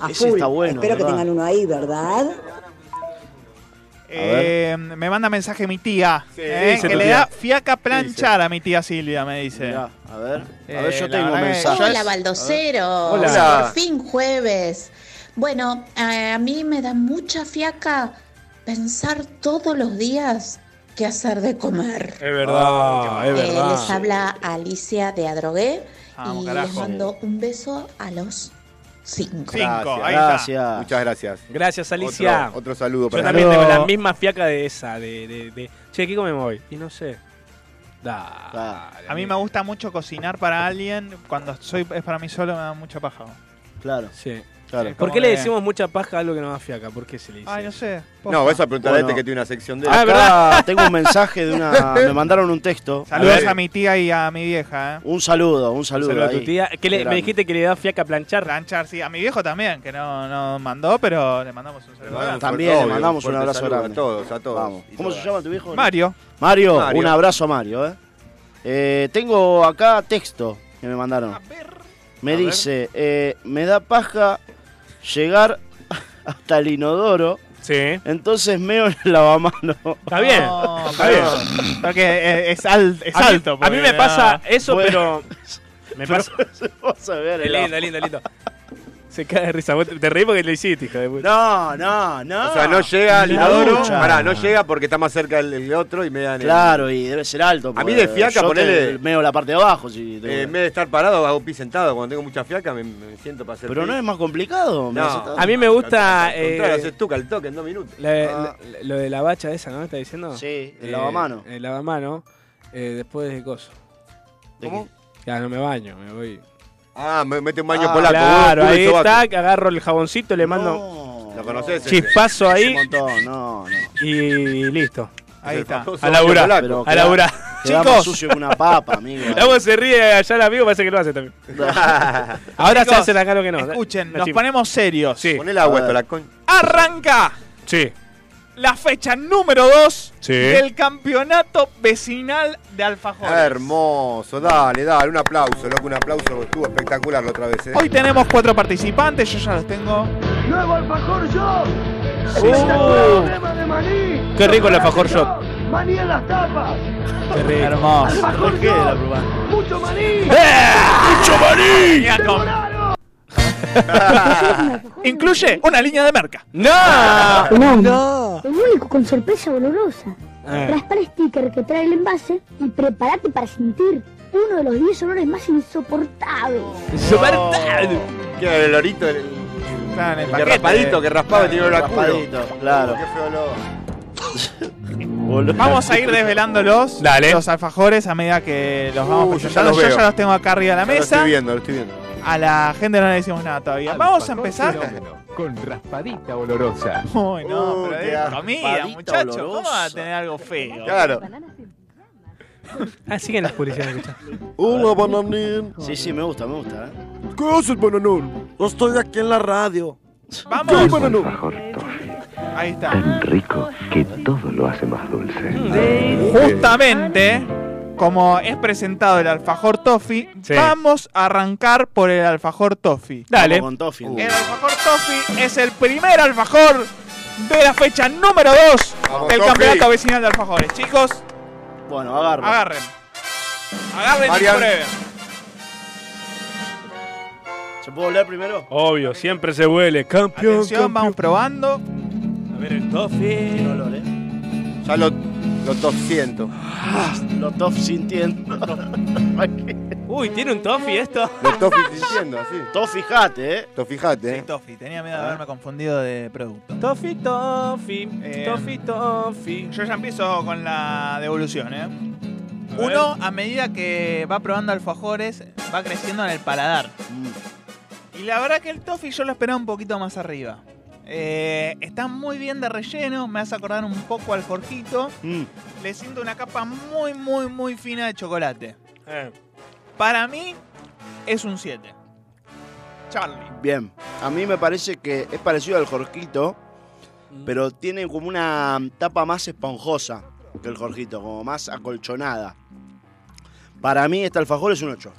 I: A
D: Ah, Ese
I: full.
D: está bueno,
I: Espero que
D: ¿verdad?
I: tengan uno ahí, ¿verdad?
B: Eh, me manda mensaje mi tía. eh,
C: dice
B: que
C: tu
B: le
C: tía.
B: da fiaca planchar a mi tía Silvia, me dice.
D: Mirá, a ver, a
B: Eh,
D: ver, yo
B: la
D: tengo
B: verdad que-
D: mensajes.
J: Hola, baldoseros.
C: Hola.
J: Por fin jueves. Bueno, eh, a mí me da mucha fiaca pensar todos los días qué hacer de comer.
E: Es verdad, Ah, es
J: Eh,
E: verdad.
J: les habla Alicia de Adrogué
B: Vamos,
J: y les
B: carajo.
J: mando un beso a los cinco.
B: Sí. Cinco, ahí
D: Gracias.
C: Muchas gracias.
E: Gracias, Alicia.
C: Otro, otro saludo
E: Yo
C: para
E: también
D: Pero-
E: tengo la misma fiaca de esa, de, de, de- Che, ¿qué comemos hoy? Y no sé. Da.
D: Dale,
B: Ah, A mí me gusta mucho cocinar para alguien. Cuando soy es para mí solo me da mucha paja.
D: Claro,
E: Sí.
D: claro.
E: ¿Por
B: Como
E: qué le
B: que-
E: decimos mucha paja a algo que no da fiaca? ¿Por qué se le dice?
B: Ay, no sé. posta.
C: No, vas a preguntarle a este
D: Bueno.
C: que tiene una sección de.
E: Ah, es verdad.
D: Acá tengo un mensaje de una. Me mandaron un texto.
B: Saludos
E: ver.
B: a, mi tía y a mi vieja. ¿eh?
D: Un saludo, un
E: Un
D: saludo.
E: saludo a
D: ahí.
E: tu tía. ¿Qué le- me
D: Grande.
E: dijiste que le da fiaca a planchar.
B: Planchar, sí. A mi viejo también, que no, no mandó, pero le mandamos un saludo. grande.
D: También le mandamos un
C: fuerte
D: abrazo
C: saludo
D: grande.
C: A todos, a todos.
D: Vamos.
C: y
D: ¿Cómo se
C: todas.
D: llama tu viejo?
B: Mario.
D: Mario,
C: Mario.
D: un abrazo a Mario. ¿eh? Eh, tengo acá texto que me mandaron. Me
C: A ver.
D: dice, eh, me da paja llegar hasta el inodoro,
E: Sí.
D: entonces meo en el lavamano.
E: Está bien.
B: No,
E: Está bien.
B: perdón. Porque eh, es, al- es
E: A mí-
B: alto.
E: A mí me
B: porque,
E: pasa
B: no.
E: eso,
D: Bueno.
E: pero. Me pasa.
D: Vas a ver el
E: lindo, lindo, lindo. Se cae de risa. Vos Te te reí porque lo hiciste, hijo de puta.
D: No, no, no.
C: O sea, no llega al
D: La
C: inodoro.
D: ducha.
C: Pará, no llega porque está más cerca el, el otro y me dan. el-
D: Claro, y debe ser alto.
C: A mí de
D: porque
C: fiaca,
D: yo te-
C: ponele-
D: Meo la parte de abajo. Si te-
C: Eh, en vez de estar parado, hago pis sentado. Cuando tengo mucha fiaca, me, me siento para hacer.
D: Pero
C: pis.
D: no es más complicado. me
C: No.
D: hace tanto.
E: A mí me gusta.
C: Al contrario,
E: eh,
C: haces tuca al toque en dos minutos.
E: la- la-
D: Ah.
E: lo de la bacha esa, ¿no? ¿Estás diciendo?
D: Sí, el
E: Eh,
D: lavamano.
E: El lavamano. eh, después de coso.
D: ¿De
C: ¿Cómo?
E: Ya no me baño, me voy.
C: Ah, me mete un baño
E: Ah,
C: polaco.
E: Claro,
C: vos, culo y
E: ahí
C: sobaco.
E: está, agarro el jaboncito, le mando
D: No,
C: ¿Lo conoces?
E: chispazo
D: no,
E: ahí
D: Un montón, no, no.
E: y listo.
B: Ahí está.
E: A laburar.
D: Pero
E: A laburar.
D: Queda más sucio que una papa, amigo.
E: La voz se ríe allá el amigo, parece que lo hace también. Ahora se
B: Chicos,
E: hacen acá lo que no.
B: Escuchen,
E: La
B: nos
E: chiva.
B: ponemos serios.
E: Sí,
C: Poné el agua
D: A ver.
C: esto, la coña.
B: Arranca
E: sí.
B: la fecha número 2
E: Sí.
B: del campeonato vecinal de Alfajores.
C: Hermoso, dale, dale, un aplauso, loco, un aplauso, estuvo espectacular la otra vez. ¿eh?
B: Hoy tenemos cuatro participantes, yo ya los tengo.
H: Nuevo alfajor yo.
E: Uh,
H: Crema de maní.
E: Qué rico el alfajor shot.
H: Maní en las tapas.
E: qué rico.
B: Hermoso.
H: Alfajor
D: Ah, ¿Qué la ¡Eh!
H: yo.
D: probá?
H: Mucho maní.
B: Incluye una línea de merca. Ah.
E: ¡No!
I: No.
J: Lo único con sorpresa olorosa.
E: Eh,
J: Raspar sticker que trae el envase y prepárate para sentir uno de los 10 olores más insoportables.
E: insoportable.
C: ¿Qué era el lorito? El, el
B: Está en el
C: que
B: paquete.
C: raspadito, que raspaba y tenía olor a culo.
D: Raspadito, claro.
C: Qué feo olor.
D: Boludo.
B: Vamos a ir desvelándolos
E: Dale.
B: los alfajores a medida que los
C: Uh,
B: vamos
C: yo ya
B: presentando.
C: los
B: Yo
C: veo.
B: ya los tengo acá arriba de la
C: Ya Lo estoy
B: mesa.
C: viendo, lo estoy viendo.
B: A la gente no le decimos nada todavía. Vamos a empezar.
A: Con raspadita olorosa.
B: Uy, no,
C: Uh,
B: pero
C: qué
B: es comida,
D: raspadita
B: muchachos. ¿Cómo va a
D: olorosa.
B: tener algo feo?
C: Claro.
E: Ah, siguen las publicidades. escuchá.
C: Hola, bananín.
D: Sí, sí, me gusta, me gusta. ¿eh?
C: ¿Qué haces, bananín? Yo estoy aquí en la radio.
B: Vamos.
C: bananín?
B: Ahí está.
H: rico que todo lo hace más dulce.
B: Justamente, como es presentado el alfajor toffee,
E: Sí.
B: vamos a arrancar por el alfajor toffee.
E: Dale.
D: Vamos Con Toffee.
C: Uh.
B: El alfajor toffee es el primer alfajor de la fecha número 2
C: Vamos,
B: del
C: Toffee.
B: campeonato vecinal de alfajores. Chicos,
D: Bueno, agarro.
B: agarren. Agarren
C: Marian.
B: y prueben.
D: ¿Se puede oler primero?
E: Obvio, siempre se huele. Campeón,
B: Atención, vamos probando.
E: campeón. A ver el toffee.
D: Olor, ¿eh?
C: Ya lo Lo top siento.
D: Lo top sintiendo.
E: Uy, tiene un toffee esto.
C: Lo top sintiendo, así.
D: Todo fijate, ¿eh?
C: Lo fijate, ¿eh?
B: Toffee, tenía miedo de haberme confundido de producto.
E: Toffee, toffee,
B: Eh,
E: toffee, toffee.
B: Yo ya empiezo con la devolución, ¿eh? Uno, a medida que va probando alfajores, va creciendo en el paladar. Y la verdad que el toffee yo lo esperaba un poquito más arriba. Eh, está muy bien de relleno, me hace acordar un poco al Jorgito.
D: Mm.
B: Le siento una capa muy, muy, muy fina de chocolate. Para mí, es un 7. Charlie.
D: Bien. A mí me parece que es parecido al Jorquito,
E: Mm.
D: pero tiene como una tapa más esponjosa que el Jorgito, como más acolchonada. Para mí, este alfajor es un 8.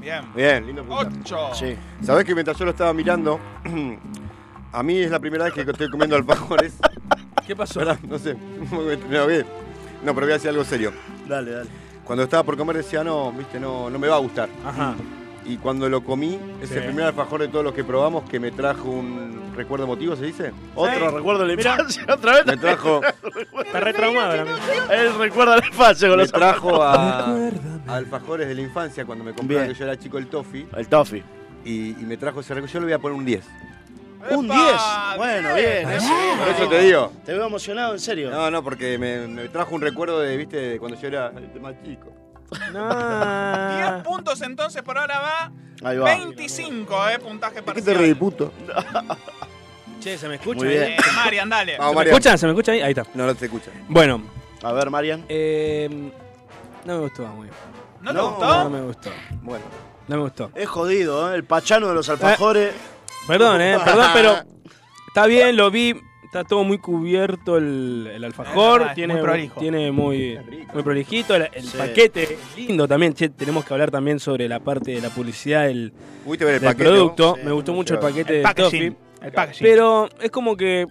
B: Bien.
C: Bien, lindo puntaje.
B: 8.
D: Sí.
C: Sabés que mientras yo lo estaba mirando, a mí es la primera vez que estoy comiendo alfajores.
E: ¿Qué pasó?
C: ¿Verdad? No sé. No, bien. No, pero voy a decir algo serio.
D: Dale, dale.
C: Cuando estaba por comer decía, no, viste, no, no me va a gustar.
E: Ajá.
C: Y cuando lo comí, es el primer alfajor de todos los que probamos que me trajo un recuerdo emotivo, ¿se dice?
D: Otro recuerdo de la infancia, otra
C: Me
D: vez.
C: trajo,
E: Está retraumado la
D: Él recuerda la infancia con
C: me
D: los
C: trajo a, a alfajores de la infancia cuando me compré
D: Bien.
C: cuando yo era chico el toffee
D: El toffee.
C: y, y me trajo ese recuerdo. Yo le voy a poner un 10.
D: Un 10. Bueno, bien. eso bien.
C: Por eso te digo.
D: Te veo emocionado, en serio.
C: No, no, porque me, me trajo un recuerdo de, viste, de cuando yo era más chico.
E: Ah.
B: 10 puntos entonces, por ahora va
D: Ahí va. Este
B: 25, ¿eh? Puntaje parcial.
C: puto?
E: Che, ¿se me escucha?
D: Muy bien.
B: Eh, Marian, dale.
C: Vamos,
E: ¿Se me
C: María.
E: escucha? ¿Se me escucha ahí? Ahí está.
C: No, no te escucha.
E: Bueno,
D: A ver, Marian.
E: eh, no me gustó muy bien.
B: ¿No te
D: No.
E: No
B: gustó?
E: me gustó.
C: Bueno.
E: No me gustó.
D: Es jodido, ¿eh? El pachano de los alfajores.
E: Perdón, eh, perdón, pero está bien, lo vi. Está todo muy cubierto el, el alfajor.
B: Es verdad, es
E: tiene
B: muy prolijo.
E: Tiene muy, muy prolijito. El, el
D: Sí.
E: paquete es lindo también. Che, tenemos que hablar también sobre la parte de la publicidad del,
C: Pudiste ver el
E: del
C: paquete.
E: producto.
D: Sí,
E: Me gustó mucho el
C: claro.
E: paquete
B: El
E: de
B: packaging.
E: Toffee.
B: El packaging.
E: Pero es como que.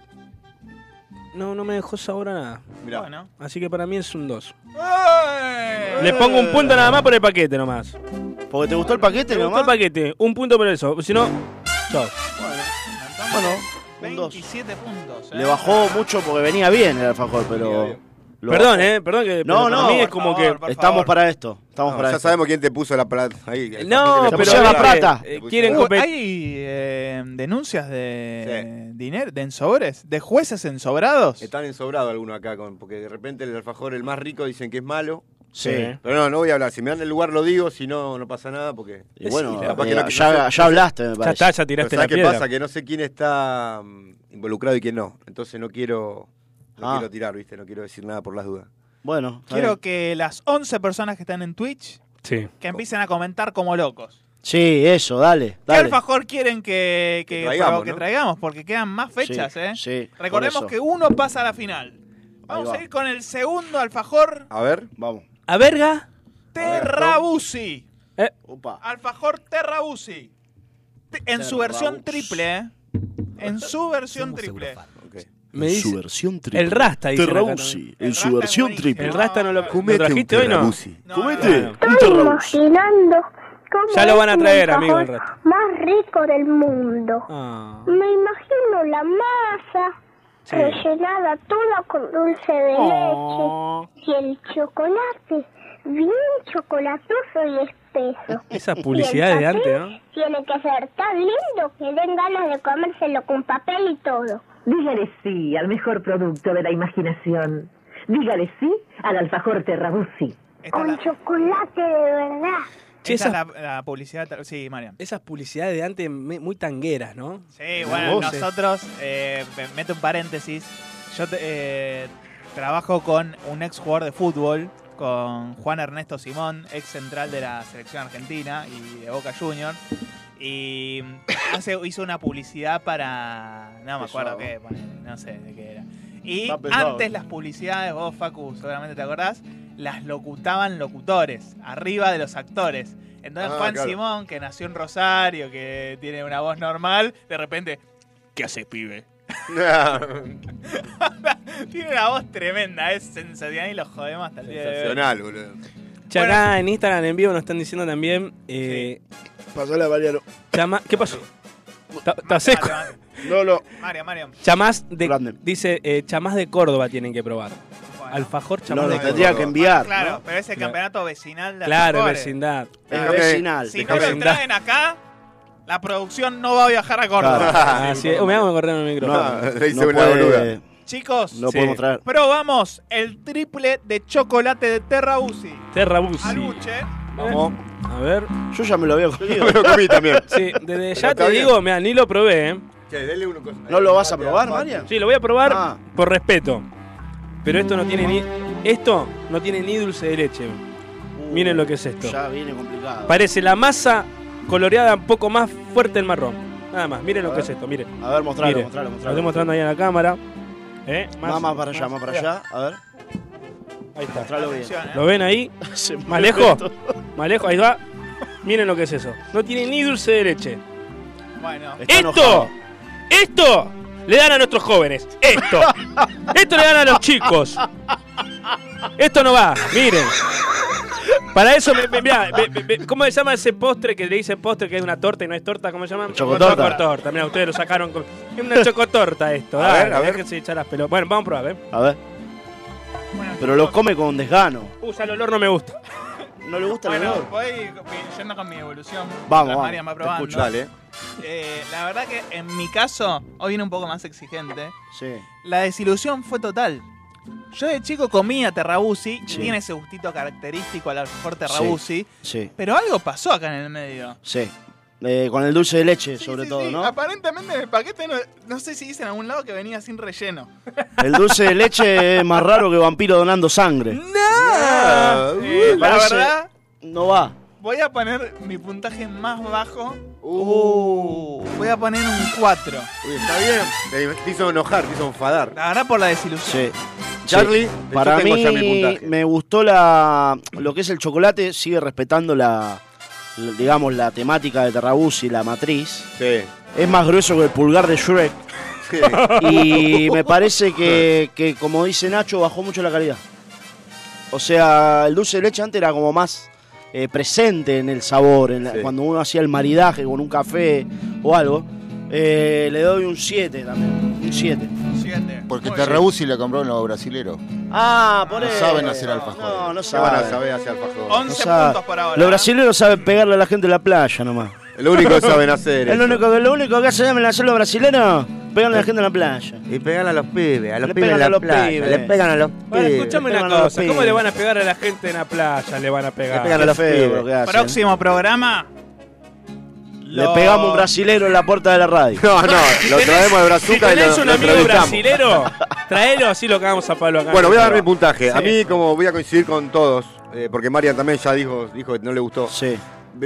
E: No, no me dejó sabor a nada.
C: ¿no? Mirá.
B: Bueno.
E: Así que para mí es un 2.
B: ¡Ey!
E: Le pongo un punto nada más por el paquete nomás.
D: Porque te gustó el paquete,
E: Me
D: nomás.
E: gustó el paquete. Un punto por eso. Si no, dos.
D: Bueno, un 2.
B: 27 puntos. ¿eh?
D: Le bajó mucho porque venía bien el alfajor, pero. lo
E: Perdón,
D: bajó.
E: eh. Perdón que.
D: No,
E: pero
D: no,
E: Para mí
D: por
E: es como
B: favor,
E: que.
B: por
D: Estamos
B: favor.
D: para esto. Estamos
C: No,
D: para
C: ya
D: esto.
C: sabemos quién te puso la plata. Ahí, el
E: No,
C: paquete
E: pero.
C: le-
D: pusieron la
E: eh,
D: plata.
E: eh,
C: Le
E: quieren
B: Uh,
E: competir.
B: hay eh, denuncias de dinero, de ensobres, de jueces ensobrados.
C: Están ensobrados algunos acá, con, porque de repente el alfajor, el más rico, dicen que es malo.
D: Sí.
C: Pero no, no voy a hablar. Si me dan el lugar, lo digo. Si no, no pasa nada. Porque.
D: Y bueno,
C: capaz que
D: eh,
C: no-
D: ya, ya hablaste, me
E: Ya
D: parece.
E: está, ya
C: Pero
E: tiraste la
C: ¿Sabes qué
E: piedra.
C: pasa? Que no sé quién está mm, involucrado y quién no. Entonces no quiero. No
D: Ah.
C: quiero tirar, ¿viste? No quiero decir nada por las dudas.
D: Bueno, está
B: Quiero
D: bien.
B: que las 11 personas que están en Twitch
E: Sí.
B: que empiecen a comentar como locos.
D: Sí, eso, dale.
B: ¿Qué
D: dale.
B: alfajor quieren que, que,
C: Que traigamos,
B: pro- que
C: ¿no?
B: traigamos? Porque quedan más fechas,
D: Sí,
B: ¿eh?
D: sí, por
B: Recordemos
D: eso.
B: que uno pasa a la final. Vamos
D: va.
B: a ir con el segundo alfajor
C: A ver.
D: Vamos.
E: A verga.
B: Terrabusi.
D: Upa.
B: Alfajor Terrabusi. T- En su versión triple, ¿eh? En su versión triple.
C: ok.
E: Me dice.
D: versión
E: El Rasta dice.
D: Terrausi, en su
B: Rasta
D: versión
B: es buenísimo.
D: triple.
E: El Rasta no lo, lo
C: Comete un
E: trajiste hoy, ¿no?
C: terrabusi.
B: No,
D: Comete
E: no,
D: un Terrausi.
K: imaginando cómo
E: Ya lo
K: es
E: van a
K: el
E: traer,
K: alfajor
E: amigo, el rato.
K: más rico del mundo.
E: Ah.
K: Me imagino la masa
E: Sí.
K: rellenada toda con dulce de
E: Oh.
K: leche y el chocolate bien chocolatoso y espeso.
E: Esas
K: Y el
E: publicidades E-, de
K: papel
E: antes, ¿no?
K: Tiene que ser tan lindo que den ganas de comérselo con papel y todo.
F: Dígale sí al mejor producto de la imaginación. Dígale sí al alfajor Terrabusi.
B: Esta es
K: Con
B: la,
K: chocolate de verdad.
E: Che,
B: esta es
E: esas-
B: la- la publicidad. de Terra- Sí, Marian.
E: Esas publicidades de antes me- muy tangueras, ¿no?
B: Sí, Eh, bueno,
E: voces.
B: nosotros, eh, me- meto un paréntesis, yo te- eh, trabajo con un ex jugador de fútbol, con Juan Ernesto Simón, ex central de la selección argentina y de Boca Junior, y mm, hace, hizo una publicidad para, no me acuerdo qué, ponele, no sé de qué era. Y
D: Está pesado.
B: antes las publicidades, vos Facu, seguramente te acordás, las locutaban locutores, arriba de los actores. Entonces
C: Ah,
B: Juan
C: claro.
B: Simón, que nació en Rosario, que tiene una voz normal, de repente, ¿qué haces, pibe? tiene una voz tremenda, es sensacional y lo jodemos hasta el día de hoy.
C: Sensacional, boludo.
E: Che, acá en Instagram en vivo nos están diciendo también. Eh,
D: Pasale a Mariano.
E: llama- ¿Qué pasó? Está- Está seco.
D: No, no.
B: Mario, Mario.
E: Chamás de.
D: Grande.
E: Dice, eh, chamás de Córdoba tienen que probar. Alfajor
D: No,
E: chamán.
D: lo
E: de
D: tendría que
E: Córdoba.
D: enviar.
B: Ah, Claro,
D: ¿no?
B: pero es el campeonato vecinal de
E: Claro,
B: Alfajores.
E: vecindad.
D: Es vecinal.
B: Si no lo traen acá, la producción no va a viajar a Córdoba.
E: Ah, sí, me hago correr el micrófono.
D: No, le hice no una puede- boluda.
B: Chicos,
D: No podemos traer.
B: probamos el triple de chocolate de Terra Uzi.
E: Terra Uzi.
B: Aluche.
D: Vamos.
E: A ver.
D: Yo ya me lo había comido.
E: me lo comí también. Sí,
D: Pero
E: desde ya
D: está
E: te
D: bien.
E: digo, mira, ni lo probé, ¿eh?
D: ¿No lo vas a probar, Ah, María?
E: Sí, lo voy a probar por respeto. Pero esto no tiene ni. Esto no tiene ni dulce de leche. Miren lo que es esto.
D: Uh, Ya viene complicado.
E: Parece la masa coloreada un poco más fuerte en marrón. Nada más, miren lo
D: A
E: que
D: ver.
E: es esto, miren.
D: A ver, mostralo,
E: Miren.
D: mostralo, mostralo.
E: Lo estoy mostrando ahí en la cámara. ¿Eh?
D: Más, más para allá, más para allá. A ver.
E: Ahí está.
D: Mostralo bien.
E: ¿Lo ven ahí?
D: Se
E: ¿Más
D: mueve
E: lejos?
D: todo.
E: ¿Más lejos? Ahí va. Miren lo que es eso. No tiene ni dulce de leche.
B: Bueno.
E: ¡Esto! ¡Esto! Le dan a nuestros jóvenes. ¡Esto! ¡Esto le dan a los chicos! Esto no va, miren. Para eso, me, me- mirá, me- me- me- ¿cómo se llama ese postre que le dicen postre que es una torta y no es torta? ¿Cómo se llama?
D: Chocotorta.
E: Chocotorta, mirá, ustedes lo sacaron con. Es una chocotorta esto,
D: A
E: dale,
D: ver, a ver.
E: déjense echar las pelotas. Bueno, vamos a probar, ¿eh?
D: A ver. Pero lo come con desgano.
E: Uh, ya el olor no me gusta.
D: No le gusta el
B: Bueno,
D: olor.
B: voy yendo con mi evolución.
D: Vamos,
B: La
D: vamos,
B: María me va
D: te
B: probando.
D: escucho. Dale.
B: Eh, la verdad que en mi caso, hoy viene un poco más exigente.
D: Sí.
B: La desilusión fue total. Yo de chico comía terrabusi,
D: Sí.
B: tiene ese gustito característico al alfajor
D: Sí.
B: terrabusi,
D: Sí.
B: pero algo pasó acá en el medio.
D: Sí. Eh, con el dulce de leche, sobre todo,
B: Sí,
D: ¿no?
B: Aparentemente en el paquete no, no sé si dice en algún lado que venía sin relleno.
D: El dulce de leche es más raro que vampiro donando sangre.
C: Ah,
B: ¡No!
C: uh,
D: Me
B: la
D: parece-
B: verdad,
D: No va.
B: voy a poner mi puntaje más bajo.
D: Uh.
B: Voy a poner un 4.
C: Uy, está bien. Te, te hizo enojar, te hizo enfadar.
B: La verdad por la desilusión.
C: Charlie,
D: Sí.
C: yo
D: para
C: tengo
D: mí
C: ya mi puntaje.
D: me gustó la lo que es el chocolate, sigue respetando la la- digamos la temática de Terrabús y la matriz. Es más grueso que el pulgar de Shrek.
C: Sí.
D: Y me parece que, que, como dice Nacho, bajó mucho la calidad. O sea, el dulce de leche antes era como más eh, presente en el sabor, en la- cuando uno hacía el maridaje con un café o algo. Eh, le doy un 7 también, un 7.
L: Porque
D: Muy bien.
L: te Terrabuzzi lo compró en los brasileros.
D: Ah, por
L: No
D: eso.
L: saben hacer alfajor.
D: No, no
L: Ya van a
D: saben.
L: saber hacer alfajor.
D: No saben.
E: ¿eh?
D: Los brasileños saben pegarle a la gente en la playa nomás.
C: Lo único que saben hacer
D: Es
C: eso.
D: lo único, que- lo único que saben hacer los brasileños, pegarle a la gente en la playa.
C: Y pegan a los pibes, a los
D: Le
C: pibes
D: pegan
C: en la
D: a los
C: playa,
D: pibes.
C: le pegan a los
E: Bueno,
C: pibes.
E: escuchame
D: pegan
E: una
D: a los
E: cosa. ¿Cómo
D: pibes.
E: le van a pegar a la gente en la playa? Le van a pegar.
D: Le pegan a los
E: Qué
D: pibes, que hacen.
B: Próximo programa.
D: Le pegamos un brasilero en la puerta de la radio.
C: No, no,
E: Si tenés- Si tenés un amigo brasilero, traelo así lo cagamos a palo acá.
C: Bueno, voy a dar mi puntaje.
E: Sí.
C: A mí, como voy a coincidir con todos, eh, porque Marian también ya dijo, dijo que no le gustó.
D: Sí.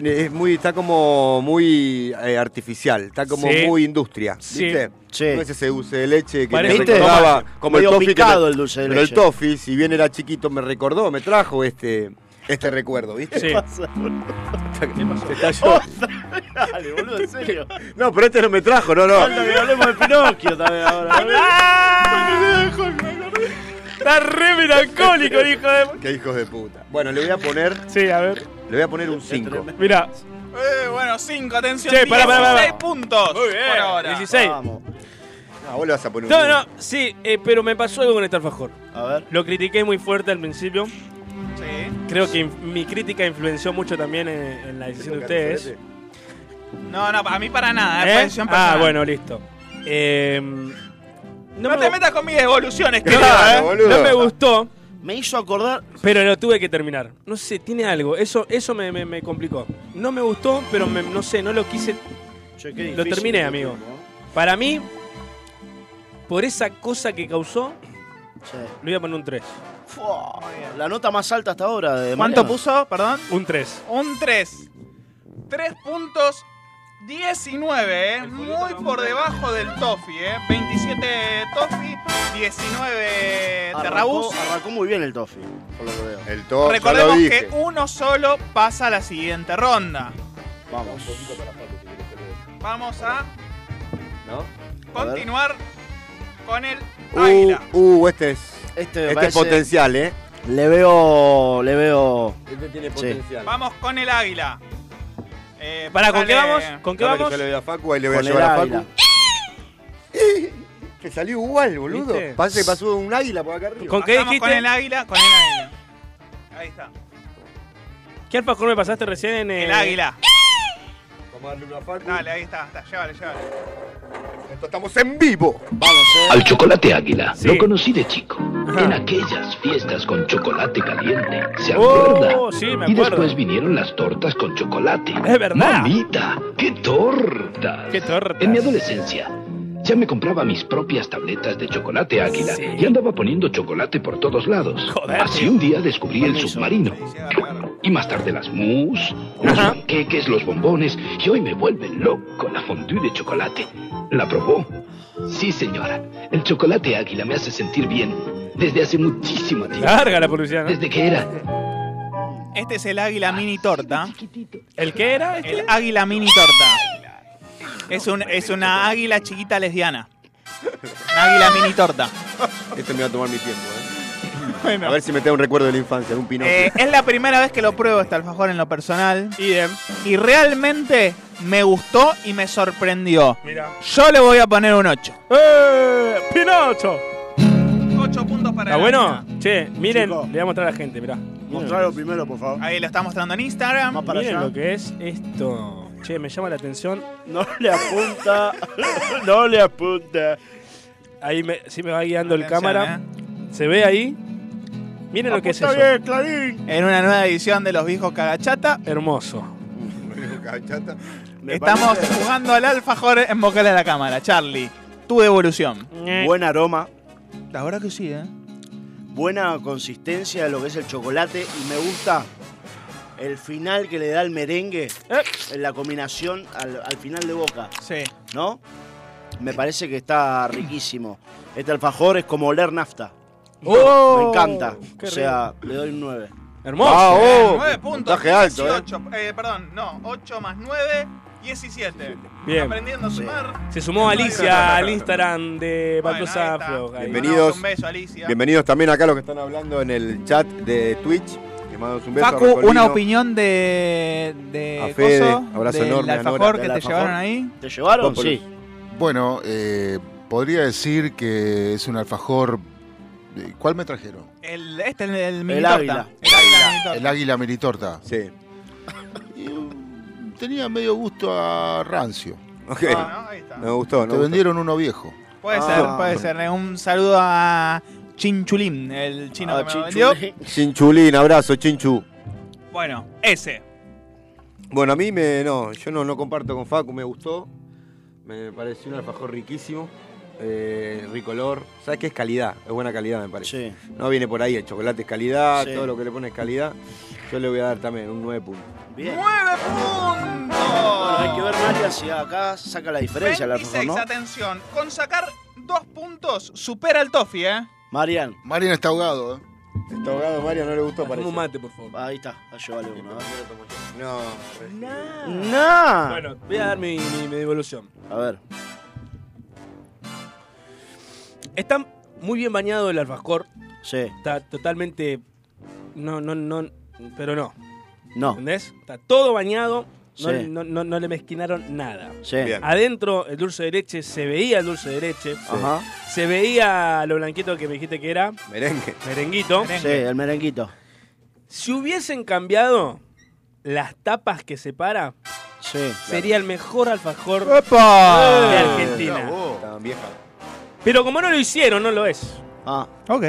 C: Es muy, está como muy eh, artificial, está como
D: Sí.
C: muy industria.
D: Sí.
C: ¿Viste?
D: Sí.
C: No es ese dulce de leche que
D: Parece
C: me
D: ¿Viste?
C: recordaba
D: Tomate.
C: como el
D: Medio
C: toffee. que
D: picado
C: me-
D: el dulce de
C: Pero el
D: leche.
C: toffee, si bien era chiquito, me recordó, me trajo este, este recuerdo, ¿viste?
D: ¿Qué pasa, boludo?
C: Se cayó.
D: Dale, boludo, en serio.
C: No, pero este no me trajo, no, no.
D: Falta que hablemos de Pinocchio también ahora.
E: Está re melancólico, el hijo de.
C: Qué hijos de puta. Bueno, le voy a poner.
E: Sí, a ver.
C: Le voy a poner un 5.
E: Mira,
B: Eh, bueno, 5, atención.
E: Che, pará, pará, pará.
B: 16 puntos. Muy bien. Por ahora.
E: 16.
C: No, Ah, vos le vas a poner un
E: No,
C: uno.
E: no, sí, eh, pero me pasó algo con este alfajor.
D: A ver.
E: Lo critiqué muy fuerte al principio. Creo que inf- mi crítica influenció mucho también en, en la decisión de ustedes.
B: No, no, a mí para nada.
E: ¿Eh?
B: Es posición
E: Ah,
B: personal.
E: bueno, listo. Eh,
B: No, te metas con mis evoluciones, querido. eh.
E: no me gustó,
D: Me hizo acordar.
E: pero lo tuve que terminar. No sé, tiene algo. Eso, eso me, me- me complicó. No me gustó, pero me- no sé, no lo quise. lo terminé, amigo. Para mí, por esa cosa que causó, le voy a poner un 3.
D: ¿eh? La nota más alta hasta ahora. De
B: ¿Cuánto
D: Mariano.
B: puso? Perdón.
E: Un 3.
B: Un 3. 3 puntos 19, eh. Muy por debajo del Toffee, eh. 27 Toffee, 19
D: Arrancó,
B: Terrabuzzi.
D: arrancó muy bien el toffee.
C: El toffee.
B: Recordemos que uno solo pasa a la siguiente ronda.
D: Vamos.
B: Vamos a
C: ¿No?
B: continuar con el
C: Uh, uh, este es.
D: Este,
C: este es
D: parece-
C: potencial, ¿eh?
D: Le veo. Le veo.
C: Este tiene
D: Sí.
C: potencial.
B: Vamos con el águila. Eh,
E: Pará, ¿con qué
B: sale-
E: vamos? ¿Con qué
C: Ahora que
E: vamos?
C: Yo le doy a Facu, ahí le voy
D: Con
C: a
D: el
C: llevar a
D: águila.
C: Facu. salió igual, boludo.
E: ¿Viste?
C: Parece que pasó un águila por acá arriba.
E: ¿Con qué
B: Estamos
E: dijiste?
B: con el águila, con el águila. Ahí está.
E: ¿Qué alfajor me pasaste recién en eh,
B: El águila.
C: Vamos a darle una facu.
B: Dale, ahí está, está, llévale, llévale.
C: Estamos en vivo.
D: Vamos, eh.
M: Al chocolate águila
E: Sí.
M: lo conocí de chico. En aquellas fiestas con chocolate caliente, ¿se acuerda?
E: Oh, sí, me
M: Y
E: acuerdo.
M: después vinieron las tortas con chocolate.
E: Es verdad.
M: Mamita, qué tortas.
E: Qué tortas.
M: En mi adolescencia ya me compraba mis propias tabletas de chocolate águila
E: Sí.
M: y andaba poniendo chocolate por todos lados.
E: Joder.
M: Así un día descubrí el submarino. Y más tarde las mousse, los panqueques, los bombones. Y hoy me vuelve loco la fondue de chocolate. ¿La probó? Sí, señora. El chocolate águila me hace sentir bien desde hace muchísimo tiempo.
E: Larga la publicidad, ¿no?
M: Desde que era
B: Este es el águila mini torta.
E: ¿El qué era? este?
B: El águila mini torta. Es, un, es una águila chiquita lesbiana. Una águila mini torta.
C: Este me va a tomar mi tiempo, eh. A ver si me trae un recuerdo de la infancia, de un pinocchio.
B: Eh, es la primera vez que lo pruebo este alfajor en lo personal. Y realmente me gustó y me sorprendió.
E: Mira.
B: Yo le voy a poner un 8.
E: ¡Eh! ¡Pinocho!
B: 8 puntos para
E: ¿Está
B: la
E: bueno?
B: mina.
E: Che, miren, le voy a mostrar a la gente, mirá.
D: Mostralo primero, por favor.
B: Ahí lo está mostrando en Instagram.
D: Más para
E: miren
D: allá.
E: lo que es esto. Che, me llama la atención.
D: No le apunta. no le apunta.
E: Ahí me, sí me va guiando el
B: Atención, eh.
E: cámara. Se ve ahí. Miren lo que es eso.
D: Clarín.
B: En una nueva edición de Los Viejos Cagachata.
E: Hermoso.
C: Cachata.
B: Estamos jugando al alfajor en boca de la cámara. Charlie, tu devolución.
D: Buen aroma,
B: La verdad que sí, ¿eh?
D: buena consistencia de lo que es el chocolate y me gusta el final que le da el merengue en la combinación al, al final de boca,
B: Eh. Sí.
D: ¿no? Me parece que está riquísimo. Este alfajor es como oler nafta.
B: Oh,
D: me encanta.
E: qué
D: O sea, le doy un 9.
E: Hermoso.
C: oh,
B: 9 puntos.
C: puntaje alto, eh.
B: 18, eh, Perdón, no. 8 más 9, 17.
E: Bien.
B: Aprendiendo a sumar.
E: Se sumó Alicia al Instagram de
B: Bueno, ahí
E: Baldosa
B: está.
E: Afro. Ahí.
C: Bienvenidos.
B: Un beso, Alicia.
C: Bienvenidos también acá a los que están hablando en el chat de Twitch. Que mandamos un beso. a
B: Facu,
C: Racolino.
B: una opinión de. de
C: A Fede,
B: coso,
C: abrazo
B: del
C: enorme a Nora.
B: alfajor que
C: Del
B: te
C: alfajor.
B: llevaron ahí.
D: ¿Te llevaron?
C: Popolus.
D: Sí.
L: Bueno, eh, podría decir que es un alfajor. eh, ¿Cuál me trajeron?
B: El, este, el, el mini torta.
D: águila.
B: El águila mini torta.
L: El águila militorta.
C: Sí.
L: Tenía medio gusto a rancio.
C: Ok.
B: Ah, no, ahí está.
C: Me gustó,
L: Te
C: ¿no?
L: vendieron uno viejo.
B: Puede
D: Ah.
B: ser, puede ser. Eh, Un saludo a Chinchulín, el chino
D: Ah,
B: que me lo
D: chinchulín.
B: vendió.
C: Chinchulín, abrazo, chinchu.
B: Bueno, ese.
C: Bueno, a mí me. No, yo no, no comparto con Facu, me gustó. Me pareció un alfajor riquísimo. Eh, ricolor. ¿Sabes qué es calidad? Es buena calidad, me parece.
D: Sí.
C: No viene por ahí, el chocolate es calidad,
D: Sí.
C: todo lo que le pones es calidad. Yo le voy a dar también un 9 puntos.
D: Bien.
B: ¡Nueve
D: Bueno, hay que
B: puntos!
D: ver, María, si acá saca la diferencia el alfajor,
B: 26,
D: ¿no?
B: atención. Con sacar dos puntos, supera el Toffee, ¿eh?
D: Marian,
L: Marian está ahogado, ¿eh?
C: Está ahogado, Mario, no le gustó
E: Toma
C: parece.
E: un mate, por favor.
D: ahí está, a llevarle uno.
C: No.
D: ¡No!
E: Bueno, voy a dar mi, mi- mi devolución.
D: A ver,
E: Está muy bien bañado el alfajor.
D: sí,
E: Está totalmente. No, no, no. Pero no.
D: no,
E: ¿Entendés? Está todo bañado. No,
D: Sí.
E: no- no- no le mezquinaron nada.
D: sí.
C: Bien.
E: Adentro el dulce de leche, se veía el dulce de leche.
D: Ajá,
E: Se veía lo blanquito que me dijiste que era,
C: Merengue.
E: merenguito.
D: sí, el merenguito.
E: Si hubiesen cambiado las tapas que separa,
D: Sí.
E: sería el mejor alfajor
D: Eh,
C: Eh.
E: de
B: ¡Epa!
E: Argentina.
C: Tan vieja.
E: Pero como no lo hicieron, no lo es.
D: Ah,
B: Ok.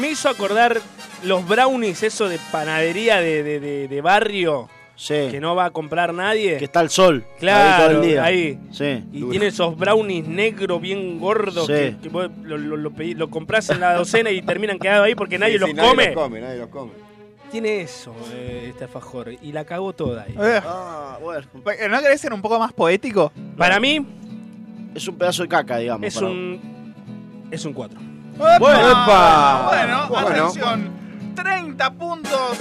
E: Me hizo acordar los brownies, eso de panadería de, de- de- de barrio,
D: sí.
E: que no va a comprar nadie.
D: Que está el sol.
E: Claro,
D: Ahí todo el día.
E: ahí.
D: Sí.
E: Y
C: Duro.
E: tiene esos brownies negros bien gordos
D: Sí.
E: que, que vos lo, lo- lo pedí- lo compras en la docena y terminan quedando ahí porque nadie
C: Sí,
E: los
C: sí,
E: come.
C: Nadie los come, nadie los come.
E: Tiene eso, eh, este alfajor, y la cagó toda ahí.
B: Eh,
D: Ah, bueno.
B: ¿No querés ser un poco más poético?
E: Para mí,
D: Es un pedazo de caca, digamos.
E: es
D: para-
E: un. Es un 4.
B: Bueno,
C: ¡Epa!
B: bueno,
C: Bueno.
B: atención. 30 puntos.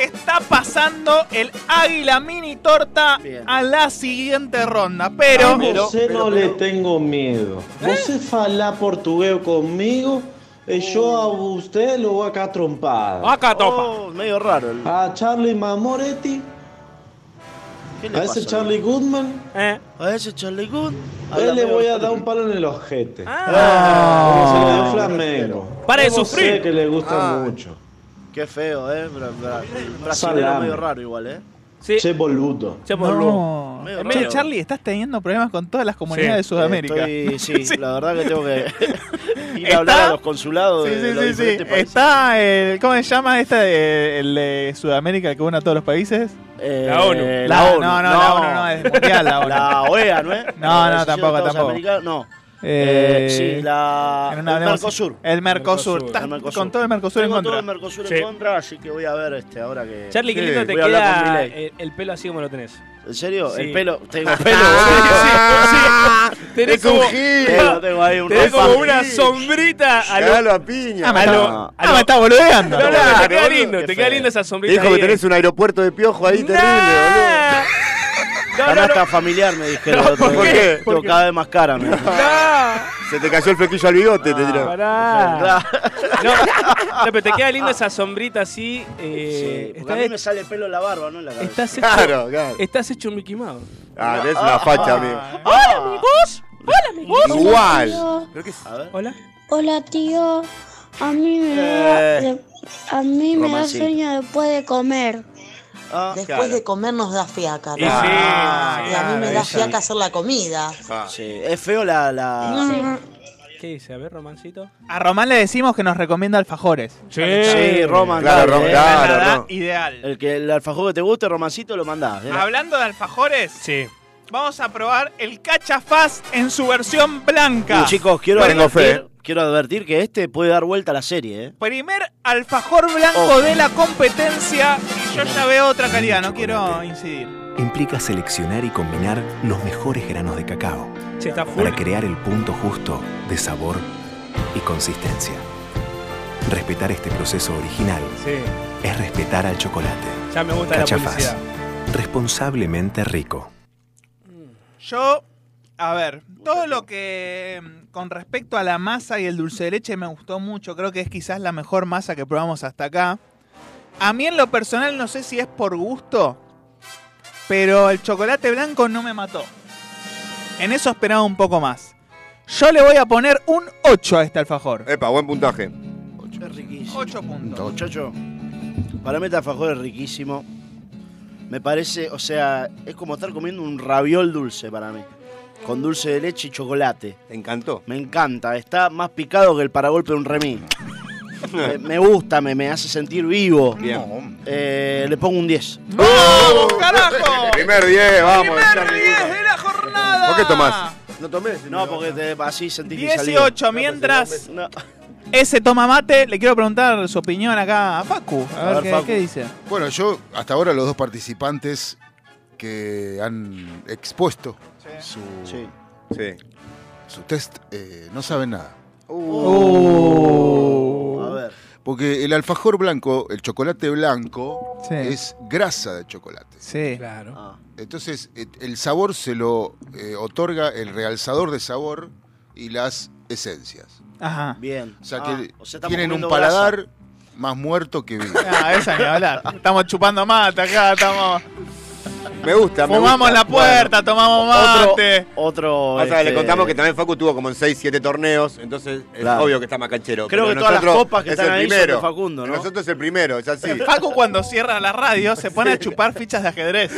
B: Está pasando el Águila Mini Torta
D: Bien.
B: a la siguiente ronda. Pero,
C: Pero-
N: Você
C: pero-
N: não le
C: pero-
N: tengo medo. Você falar português comigo, e eu a Ah, você lo vou cá trompar.
E: Acá topa.
D: Oh, medio raro. el-
N: A Charlie Mamoretti,
D: ¿Qué le
N: A ese
D: pasa?
N: Charlie Goodman,
E: Eh.
D: A ese Charlie Good.
N: a él le voy a dar un palo en el ojete.
D: Ah.
N: Como se lo dio Flamengo.
D: Para de
N: Yo
D: sufrir.
N: Sé que le gusta
D: Ah.
N: mucho.
D: Qué feo, eh. Bra bra brasilero
N: Salame.
D: medio raro igual, eh.
N: Che boludo.
D: Che
B: No.
D: Medio
B: Che,
D: raro.
B: Charlie, estás teniendo problemas con todas las comunidades de Sudamérica.
D: Estoy- sí, la verdad que tengo que ir a hablar a los consulados.
B: Sí,
D: de
B: sí,
D: los
B: sí, sí.
D: diferentes países.
B: Está el. ¿Cómo se llama esta de, el de Sudamérica el que une a todos los países?
D: Eh,
B: La ONU.
D: la
B: La-
D: ONU.
B: No, no,
D: No.
B: la ONU no, es mundial la ONU.
D: La OEA, ¿no es?
B: No, no,
D: Asociación de
B: tampoco,
D: Estados
B: tampoco.
D: Americanos, No.
B: Eh,
D: Eh, sí, la.
B: en
D: El
B: una- hablemos-
D: Mercosur.
B: El Mercosur. Estás
D: El Mercosur.
B: Con todo el Mercosur
D: Tengo
B: en contra.
D: todo el Mercosur en
B: Sí.
D: contra, así que voy a ver este ahora que.
E: Charlie, qué lindo
D: Sí,
E: te
D: voy a hablar con
E: queda
D: Milei.
E: el, el pelo así como lo tenés.
D: ¿En serio?
E: Sí.
D: El pelo. Tengo pelo,
E: Ah,
D: boludo.
E: Tenés
D: Es un
E: como-
D: gil. Tengo- tengo ahí un
E: Tenés como
D: raspado.
E: una sombrita a lo-
C: Cagalo a piña.
E: a lo-
C: No.
E: a lo-
B: Ah, me estás boludeando.
E: No, no, te
C: Claro,
E: queda
C: boludo,
E: lindo,
C: qué
E: te queda
C: feo.
E: lindo esa sombrita.
C: Dijo que
E: ahí.
C: tenés un aeropuerto de piojo ahí terrible, boludo.
D: Canasta familiar me dijeron.
C: No,
D: el otro
C: ¿por
D: día.
C: qué?
D: Tengo cada vez más cara, me dijeron.
C: Se te cayó el flequillo al bigote, te tiró.
E: Pará. No, no, pero te queda lindo esa sombrita así. eh,
D: Porque a mí
E: estás,
D: me sale pelo en la barba, no en la cabeza.
E: estás hecho,
C: Claro, claro.
E: estás hecho un Mickey Mouse.
C: Ah, tenés una facha, amigo.
E: ¡Hola, amigos! ¡Hola, amigos!
C: Igual.
E: Hola.
O: Hola tío, a mí me
D: da,
O: de- a mí me da
D: Eh. Romancito.
O: sueño después de comer.
D: Después claro. de
O: comer nos da fiaca.
D: Y sí, Ah, sí,
O: a mí me
D: claro,
O: da
D: ella-
O: fiaca hacer la comida.
D: Sí, es feo la.
N: Mm.
D: la...
E: ¿Qué dice? A ver, romancito.
B: A Román le decimos que nos recomienda alfajores.
D: Sí, Roman.
B: Claro,
D: dale,
B: Rom-
D: eh.
B: claro, La verdad, Rom. ideal.
D: El, que, el alfajor que te guste, Romancito, lo mandás. eh.
B: Hablando de alfajores, vamos a probar el cachafaz en su versión blanca.
D: Y, chicos, quiero
B: Bueno,
D: advertir, quiero advertir que este puede dar vuelta a la serie. eh.
B: Primer alfajor blanco
P: Oh.
D: Ojo.
B: de la competencia. Y yo ya veo otra calidad, no quiero incidir.
P: implica seleccionar y combinar los mejores granos de cacao
E: Che, está full.
P: para crear el punto justo de sabor y consistencia. Respetar este proceso original
E: Sí,
P: es respetar al chocolate.
E: ya me gusta la
P: Cachafaz,
E: publicidad.
P: responsablemente rico.
B: Yo, a ver, todo lo que mm, con respecto a la masa y el dulce de leche me gustó mucho. Creo que es quizás la mejor masa que probamos hasta acá. A mí en lo personal no sé si es por gusto, pero el chocolate blanco no me mató. En eso esperaba un poco más. Yo le voy a poner un 8 a este alfajor.
C: Epa, buen puntaje.
D: Es riquísimo.
B: 8 puntos.
D: Muchacho, para mí este alfajor es riquísimo. Me parece, o sea, es como estar comiendo un raviol dulce para mí. Con dulce de leche y chocolate.
C: Te encantó.
D: Me encanta. Está más picado que el paragolpe de un remis. Eh, me gusta, me, me hace sentir vivo.
C: Bien. ¡Oh!
D: Eh, le pongo un 10.
B: ¡Vamos, carajo!
C: Primer 10, vamos.
B: ¡Primer 10 de la jornada!
C: ¿Por qué tomás? No tomé.
D: No, porque te- así sentí que salí.
B: 18, mientras
D: No.
B: ese toma mate, le quiero preguntar su opinión acá a Facu. Uh, A, ver, qué,
L: Facu.
B: qué dice.
L: Bueno, yo hasta ahora los dos participantes que han expuesto su,
C: Sí.
L: su test eh, no saben nada.
D: A ver.
L: Porque el alfajor blanco, el chocolate blanco,
B: Sí.
L: es grasa de chocolate.
B: Sí.
E: Claro.
C: Ah.
L: Entonces, eh, el sabor se lo eh, otorga el realzador de sabor y las esencias.
B: Ajá.
D: Bien.
L: O sea que
D: Ah, o sea, estamos
L: tienen un
D: comiendo
L: paladar más muerto que vivo.
B: Ah, esa ni hablar. Estamos chupando mate acá, estamos.
C: Me gusta, me
B: Fumamos
C: gusta.
B: la puerta, tomamos mate.
D: Otro.
C: O sea, le
D: este,
C: contamos que también Facu tuvo como en 6, 7 torneos, entonces es
D: Claro.
C: obvio que está más canchero.
D: Creo
C: pero
D: que todas las
C: nosotros
D: copas que
C: es
D: están
C: el
D: ahí son de
C: primero.
D: Facundo, ¿no?
C: Nosotros es el primero, es así.
B: Facu cuando cierra la radio se pone a chupar fichas de ajedrez.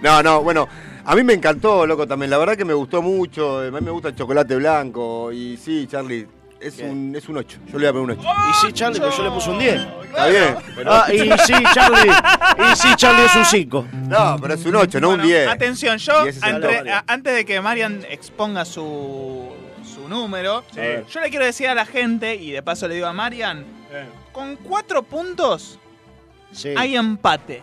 C: No, no, bueno, a mí me encantó, loco, también. La verdad que me gustó mucho. eh, A mí me gusta el chocolate blanco. Y sí, Charlie, es, un, es un 8. Yo le voy a poner un 8.
D: Y sí, Charlie, pero yo le puse un 10.
C: Está bien. pero-
D: Ah, y sí, Charlie. Y sí, Charlie es un 5.
C: No, pero es un 8, no un 10.
B: Atención, yo
C: Y ese es el
B: entre-
C: valor.
B: a- antes de que Marian exponga su, su número,
C: Sí. A ver.
B: yo le quiero decir a la gente, y de paso le digo a Marian, con cuatro puntos
D: Sí.
B: hay empate.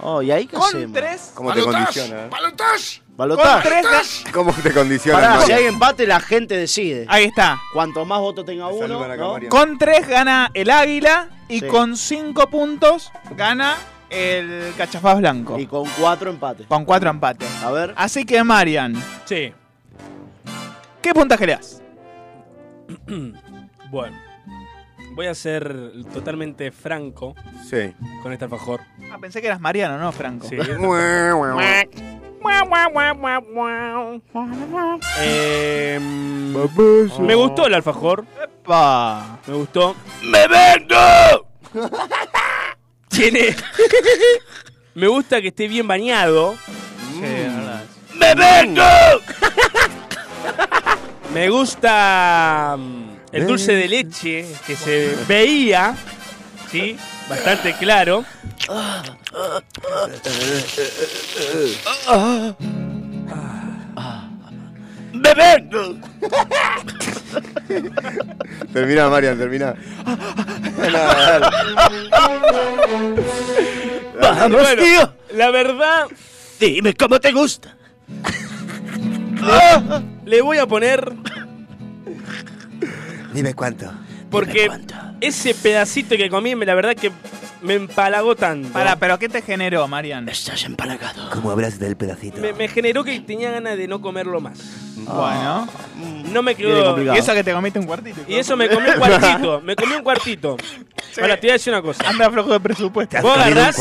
D: Oh, ¿y ahí qué
B: Con
D: hacemos?
B: tres.
C: ¿Cómo te condiciona? eh?
B: Con
D: Balotaje.
B: tres ga-
C: ¿Cómo te condiciona?
D: Pará,
C: hermano?
D: si hay empate, la gente decide.
B: Ahí está.
D: Cuanto más votos tenga uno,
C: acá,
D: ¿no?
C: Mariano.
B: Con tres gana el águila y
D: Sí.
B: con cinco puntos gana el cachafaz blanco.
D: y con cuatro empates.
B: Con cuatro empates.
D: A ver.
B: Así que Marian,
E: Sí.
B: ¿qué puntaje le das?
E: Bueno. voy a ser totalmente franco
C: Sí.
E: con este alfajor.
B: Ah, pensé que eras Mariano, ¿no, Franco?
E: Sí. Eh,
C: Em,
E: me gustó el alfajor. Me gustó. ¡Me vendo! Tiene. me gusta que esté bien bañado. ¡Me vendo! me gusta mm, el dulce de leche que se veía. ¿Sí? Bastante claro.
H: ¡Me vendo!
C: Termina, Marian, termina. Ah,
H: Vamos,
E: Bueno,
H: tío.
E: La verdad.
H: Dime cómo te gusta.
E: Le voy a poner.
C: Dime cuánto.
E: Porque ese pedacito que comí, la verdad que me empalagó tanto.
B: Pará, ¿pero qué te generó, Marian? Estás
E: empalagado.
Q: Como hablas del pedacito.
E: Me, me generó que tenía ganas de no comerlo más.
B: Ah. Bueno.
E: No me
B: Viene
E: quedó.
B: complicado. Y eso que te comiste un cuartito.
E: Y eso me comí un cuartito. Me comí un cuartito. Ahora te voy a decir una cosa.
B: Anda flojo de presupuesto.
E: Vos agarrás.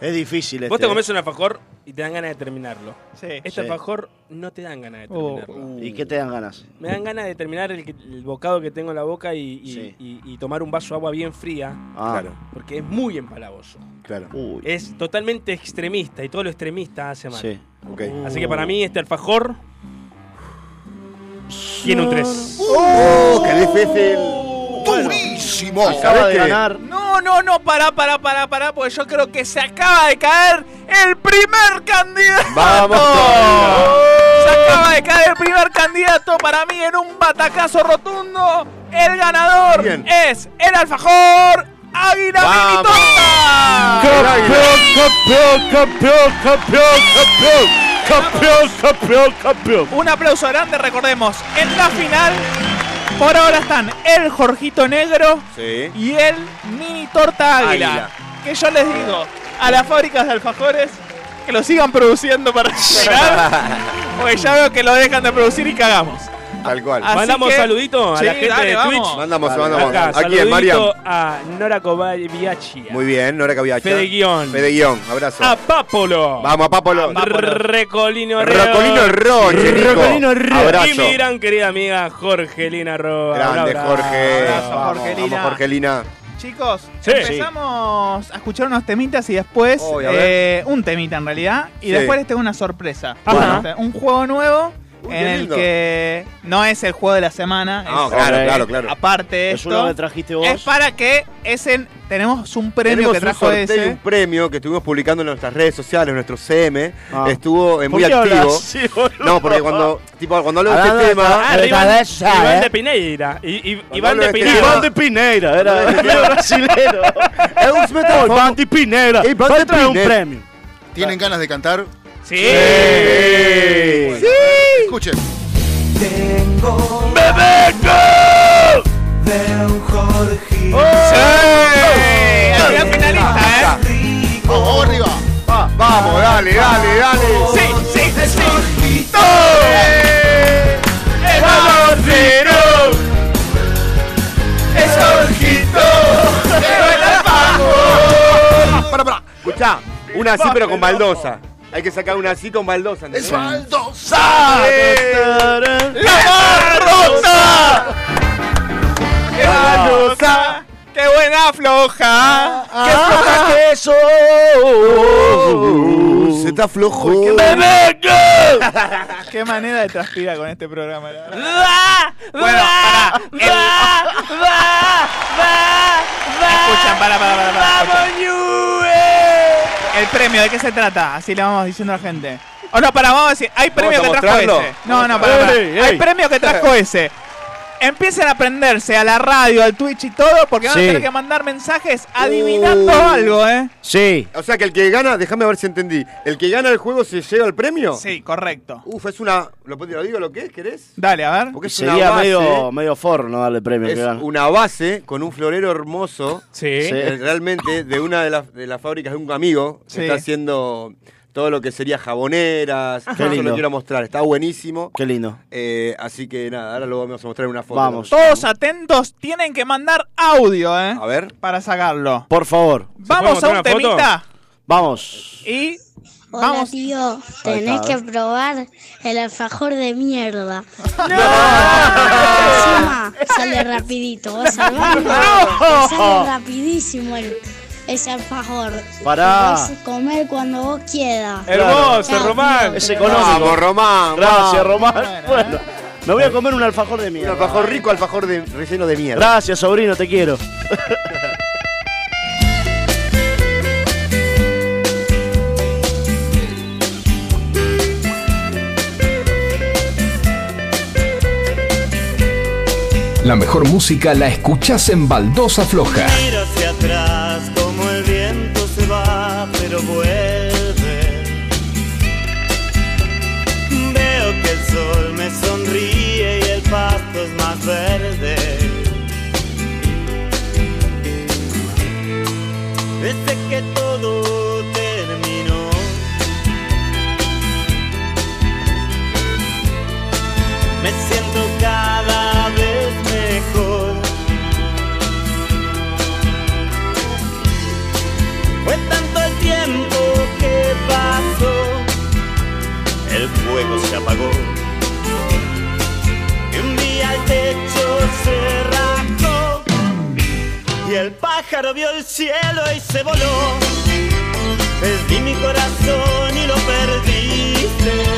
D: Es difícil
E: Vos
D: este.
E: te comés un alfajor y te dan ganas de terminarlo. Este
D: Sí.
E: alfajor no te dan ganas de terminarlo.
D: Oh, ¿Y qué te dan ganas?
B: Oh.
E: Me dan ganas de terminar el, que- el bocado que tengo en la boca y, y-
D: Sí.
E: y- y tomar un vaso de agua bien fría.
D: Ah. Claro.
E: Porque es muy empalagoso.
C: Claro.
E: Es totalmente extremista y todo lo extremista hace mal.
D: Sí.
C: Ok.
E: Así que para mí este alfajor tiene un 3.
B: Uh.
C: ¡Oh! ¡Qué difícil!
L: ¡Durísimo!
E: Acaba de ganar.
B: No, no, no, pará, pará, pará, pará, porque yo creo que se acaba de caer el primer candidato.
H: Vamos
B: Se acaba de caer el primer candidato para mí en un batacazo rotundo. El ganador
H: Bien.
B: es el alfajor Águila Mini Torta.
G: Campeón, campeón, campeón, campeón, campeón, campeón, campeón, campeón.
B: Un aplauso grande, recordemos, en la final por ahora están el Jorgito Negro
C: Sí.
B: y el Mini Torta Águila.
C: Águila.
B: Que yo les digo a las fábricas de alfajores que lo sigan produciendo para llegar, porque ya veo que lo dejan de producir y cagamos.
C: Tal cual.
B: Así
E: Mandamos
B: que-
E: saluditos a la
B: Sí,
E: gente
B: dale,
E: de
B: vamos.
E: Twitch.
C: Mandamos,
E: Acá,
C: mandamos. ¿A quién,
E: saludito
C: Marian?
E: a Nora Kobayashi.
C: Muy bien, Nora Cabiacha.
E: Fede Guión.
C: Fede Guión, abrazo.
E: A Papolo.
C: Vamos, a Papolo.
E: Recolino Ro.
C: Rocolino Roche, Nico.
E: Recolino Ro. Y
C: Abrazo.
E: mi gran querida amiga Jorgelina Ro.
C: Grande,
E: Abrazo.
C: Jorge.
E: Abrazo,
C: Vamos,
B: Jorgelina.
C: Eh, Vamos, Jorgelina.
B: Chicos,
E: Sí.
B: empezamos a escuchar unos temitas y después
C: Uy, a ver.
B: eh, un temita en realidad. Y
C: Sí.
B: después les tengo una sorpresa. este,
C: Ajá.
B: Un juego nuevo en
C: qué
B: el
C: lindo.
B: que no es el juego de la semana.
C: Ah,
B: es-
C: claro, claro, claro.
B: Aparte de
D: Es
B: esto,
D: uno que trajiste vos.
B: es para que ese, tenemos un premio
C: Tenemos
B: que
C: un
B: trajo
C: sorteo y
B: ese.
C: un premio que estuvimos publicando en nuestras redes sociales, en nuestro CM.
D: Ah.
C: Estuvo eh,
D: ¿Por
C: muy
D: qué hablas
C: activo.
D: así, boludo?
C: no, porque cuando, tipo, cuando hablo de ¿eh?
D: Hablando
C: este
D: de
C: tema.
E: Ah, Iván, Iván de Pineira. Y, y- Iván
C: hablo
E: de
C: de este
E: Pineira.
C: Iván de
E: Pineira,
L: brasileño.
C: Es un
L: metáforo.
C: Banti Pinera.
L: Va a traer un
C: premio.
L: ¿Tienen ganas de cantar?
E: Sí.
L: Sí. Escuchen.
H: Tengo de un Jorgito.
B: Gran finalista,
H: ¿eh? Vamos arriba.
C: vamos, dale, dale, dale.
H: Sí, sí, sí. Jorgito.
C: El
H: balonero. Es Jorgito. Pero el alfajor.
C: Para, para. Escuchá, una así pero con baldosa. Hay que sacar una así con baldosa.
H: Es baldosa. La barrosa.
B: ¡Qué floja! ¡Qué buena floja!
H: ¡Qué floja que eso!
L: Oh.
Q: Uh,
C: Se está flojo.
B: ¡Qué manera de transpirar con este programa! la verdad. bueno, pará. El- Escuchan, pará, pará, pará, pará, escuchan. El premio, ¿de qué se trata? Así le vamos diciendo a la gente. O no, para, vamos a decir, hay premio
C: a
B: que trajo
C: mostrarlo?
B: ese. No, no, para, para.
C: Ey, ey.
B: Hay premio que trajo ese. Empiecen a aprenderse a la radio, al Twitch y todo, porque van a
C: Sí. Uh.
B: tener que mandar mensajes adivinando algo, ¿eh?
C: Sí. O sea que el que gana, déjame ver si entendí. ¿El que gana el juego se lleva el premio?
B: Sí, correcto.
C: Uf, es una. ¿Lo, lo digo lo que es? ¿Querés?
B: Dale, a ver.
C: Porque es una
D: Sería
C: base. eh.
D: medio, medio forro no darle premio.
C: Es
D: que gana.
C: una base con un florero hermoso.
E: Sí.
C: eh, Realmente de una de las, de las fábricas de un amigo. que
D: Sí.
C: Está haciendo todo lo que sería jaboneras.
D: Qué
C: Yo se
D: lindo.
C: lo quiero mostrar, está buenísimo.
D: Qué lindo.
C: Eh, así que nada, ahora lo vamos a mostrar en una foto.
B: Todos atentos, tienen que mandar audio, ¿eh?
C: A ver.
B: Para sacarlo.
D: Por favor.
B: Vamos a un temita
D: Vamos.
B: y
O: Hola,
B: vamos.
O: tío.
D: Ahí está,
O: Tenés
D: a
O: que
D: ver.
O: probar el alfajor de mierda. Encima sale rapidito. Vas al baño,
D: No.
O: te sale rapidísimo el, ese alfajor.
D: Pará.
O: Lo Vas a comer cuando vos quieras. Chao, tío.
D: Es económico.
C: Vamos, Román,
D: Gracias,
C: vamos.
D: Román. Bueno, me voy a comer un alfajor de mierda.
C: Un alfajor rico, alfajor de, relleno de mierda.
D: Gracias, sobrino, te quiero.
A: La mejor música la escuchás en Baldosa Floja.
H: Mira hacia atrás como el viento se va, pero vuelve. Veo que el sol me sonríe y el pasto es más verde. Desde que todo terminó. Me siento cada vez mejor. Fue tanto el tiempo que pasó, el fuego se apagó. Y un día el techo se rasgó. Y el pájaro vio el cielo y se voló. Perdí mi corazón y lo perdiste.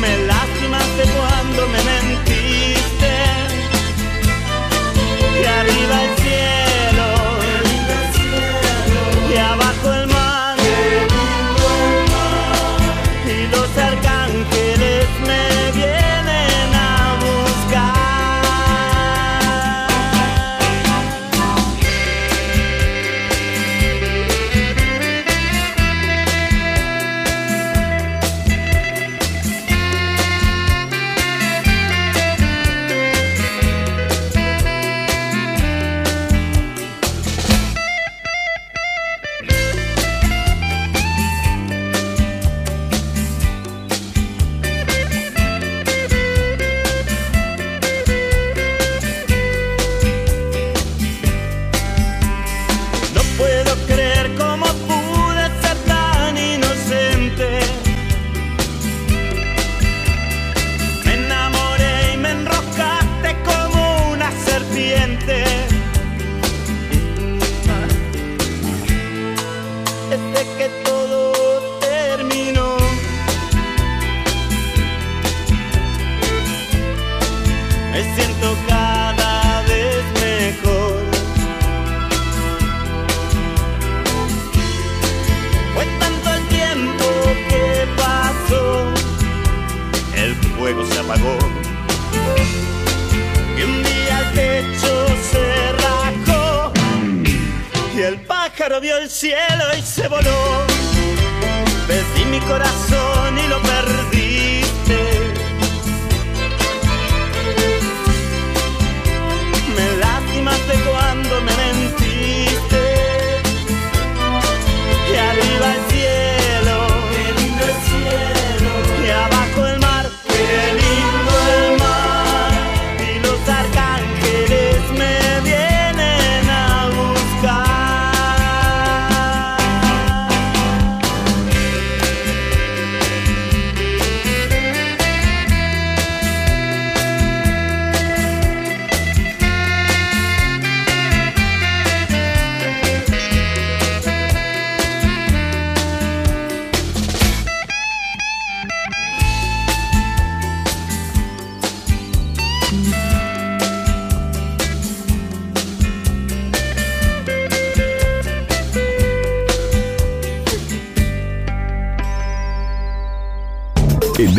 H: Me lastimaste cuando me mentiste y arriba el cielo y abajo el mar y los arcángeles me vienen a buscar No puedo creer cómo pude ser tan inocente. Me enamoré y me enroscaste como una serpiente. Desde que todo terminó, me siento cada vez mejor. Fue tanto el tiempo que pasó, el fuego se apagó. Y un día el techo se rajó, y el pájaro vio el cielo y se voló. Perdí mi corazón y lo perdiste. Me lastimaste cuando me mentiste. Y arriba el cielo, qué lindo el cielo. Y abajo el mar, qué lindo el mar. Y los arcángeles me vienen a buscar.
A: En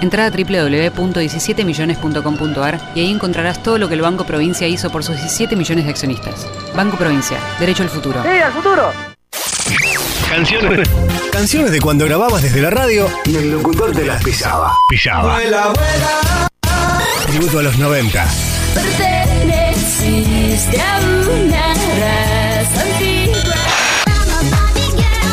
R: Entra a www.17millones.com.ar y ahí encontrarás todo lo que el Banco Provincia hizo por sus 17 millones de accionistas. Banco Provincia, derecho al futuro.
H: al futuro!
S: Canciones. Canciones de cuando grababas desde la radio y el locutor te las pisaba. Pisaba. Tributo a los 90.
H: Perteneciste a una raza antigua.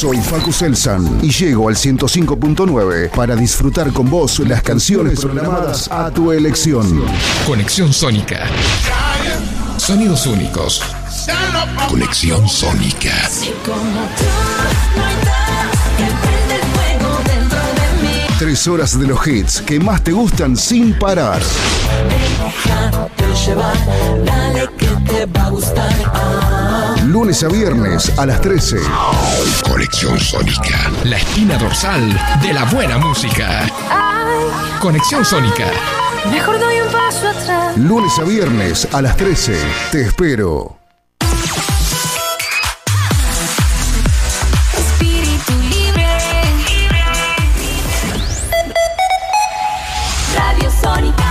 Q: Soy Facu Selsan y llego al 105.9 para disfrutar con vos las canciones programadas a tu elección.
A: Conexión Sónica. Sonidos únicos. Conexión Sónica.
Q: Tres horas de los hits que más te gustan sin parar.
H: Déjate llevar, dale que te va a gustar. Ah,
Q: Lunes a viernes a las 13.
A: Conexión Sónica. La espina dorsal de la buena música. Conexión Sónica.
H: mejor doy un paso atrás.
Q: Lunes a viernes a las 13. Te espero.
H: Espíritu libre. Radio Sónica.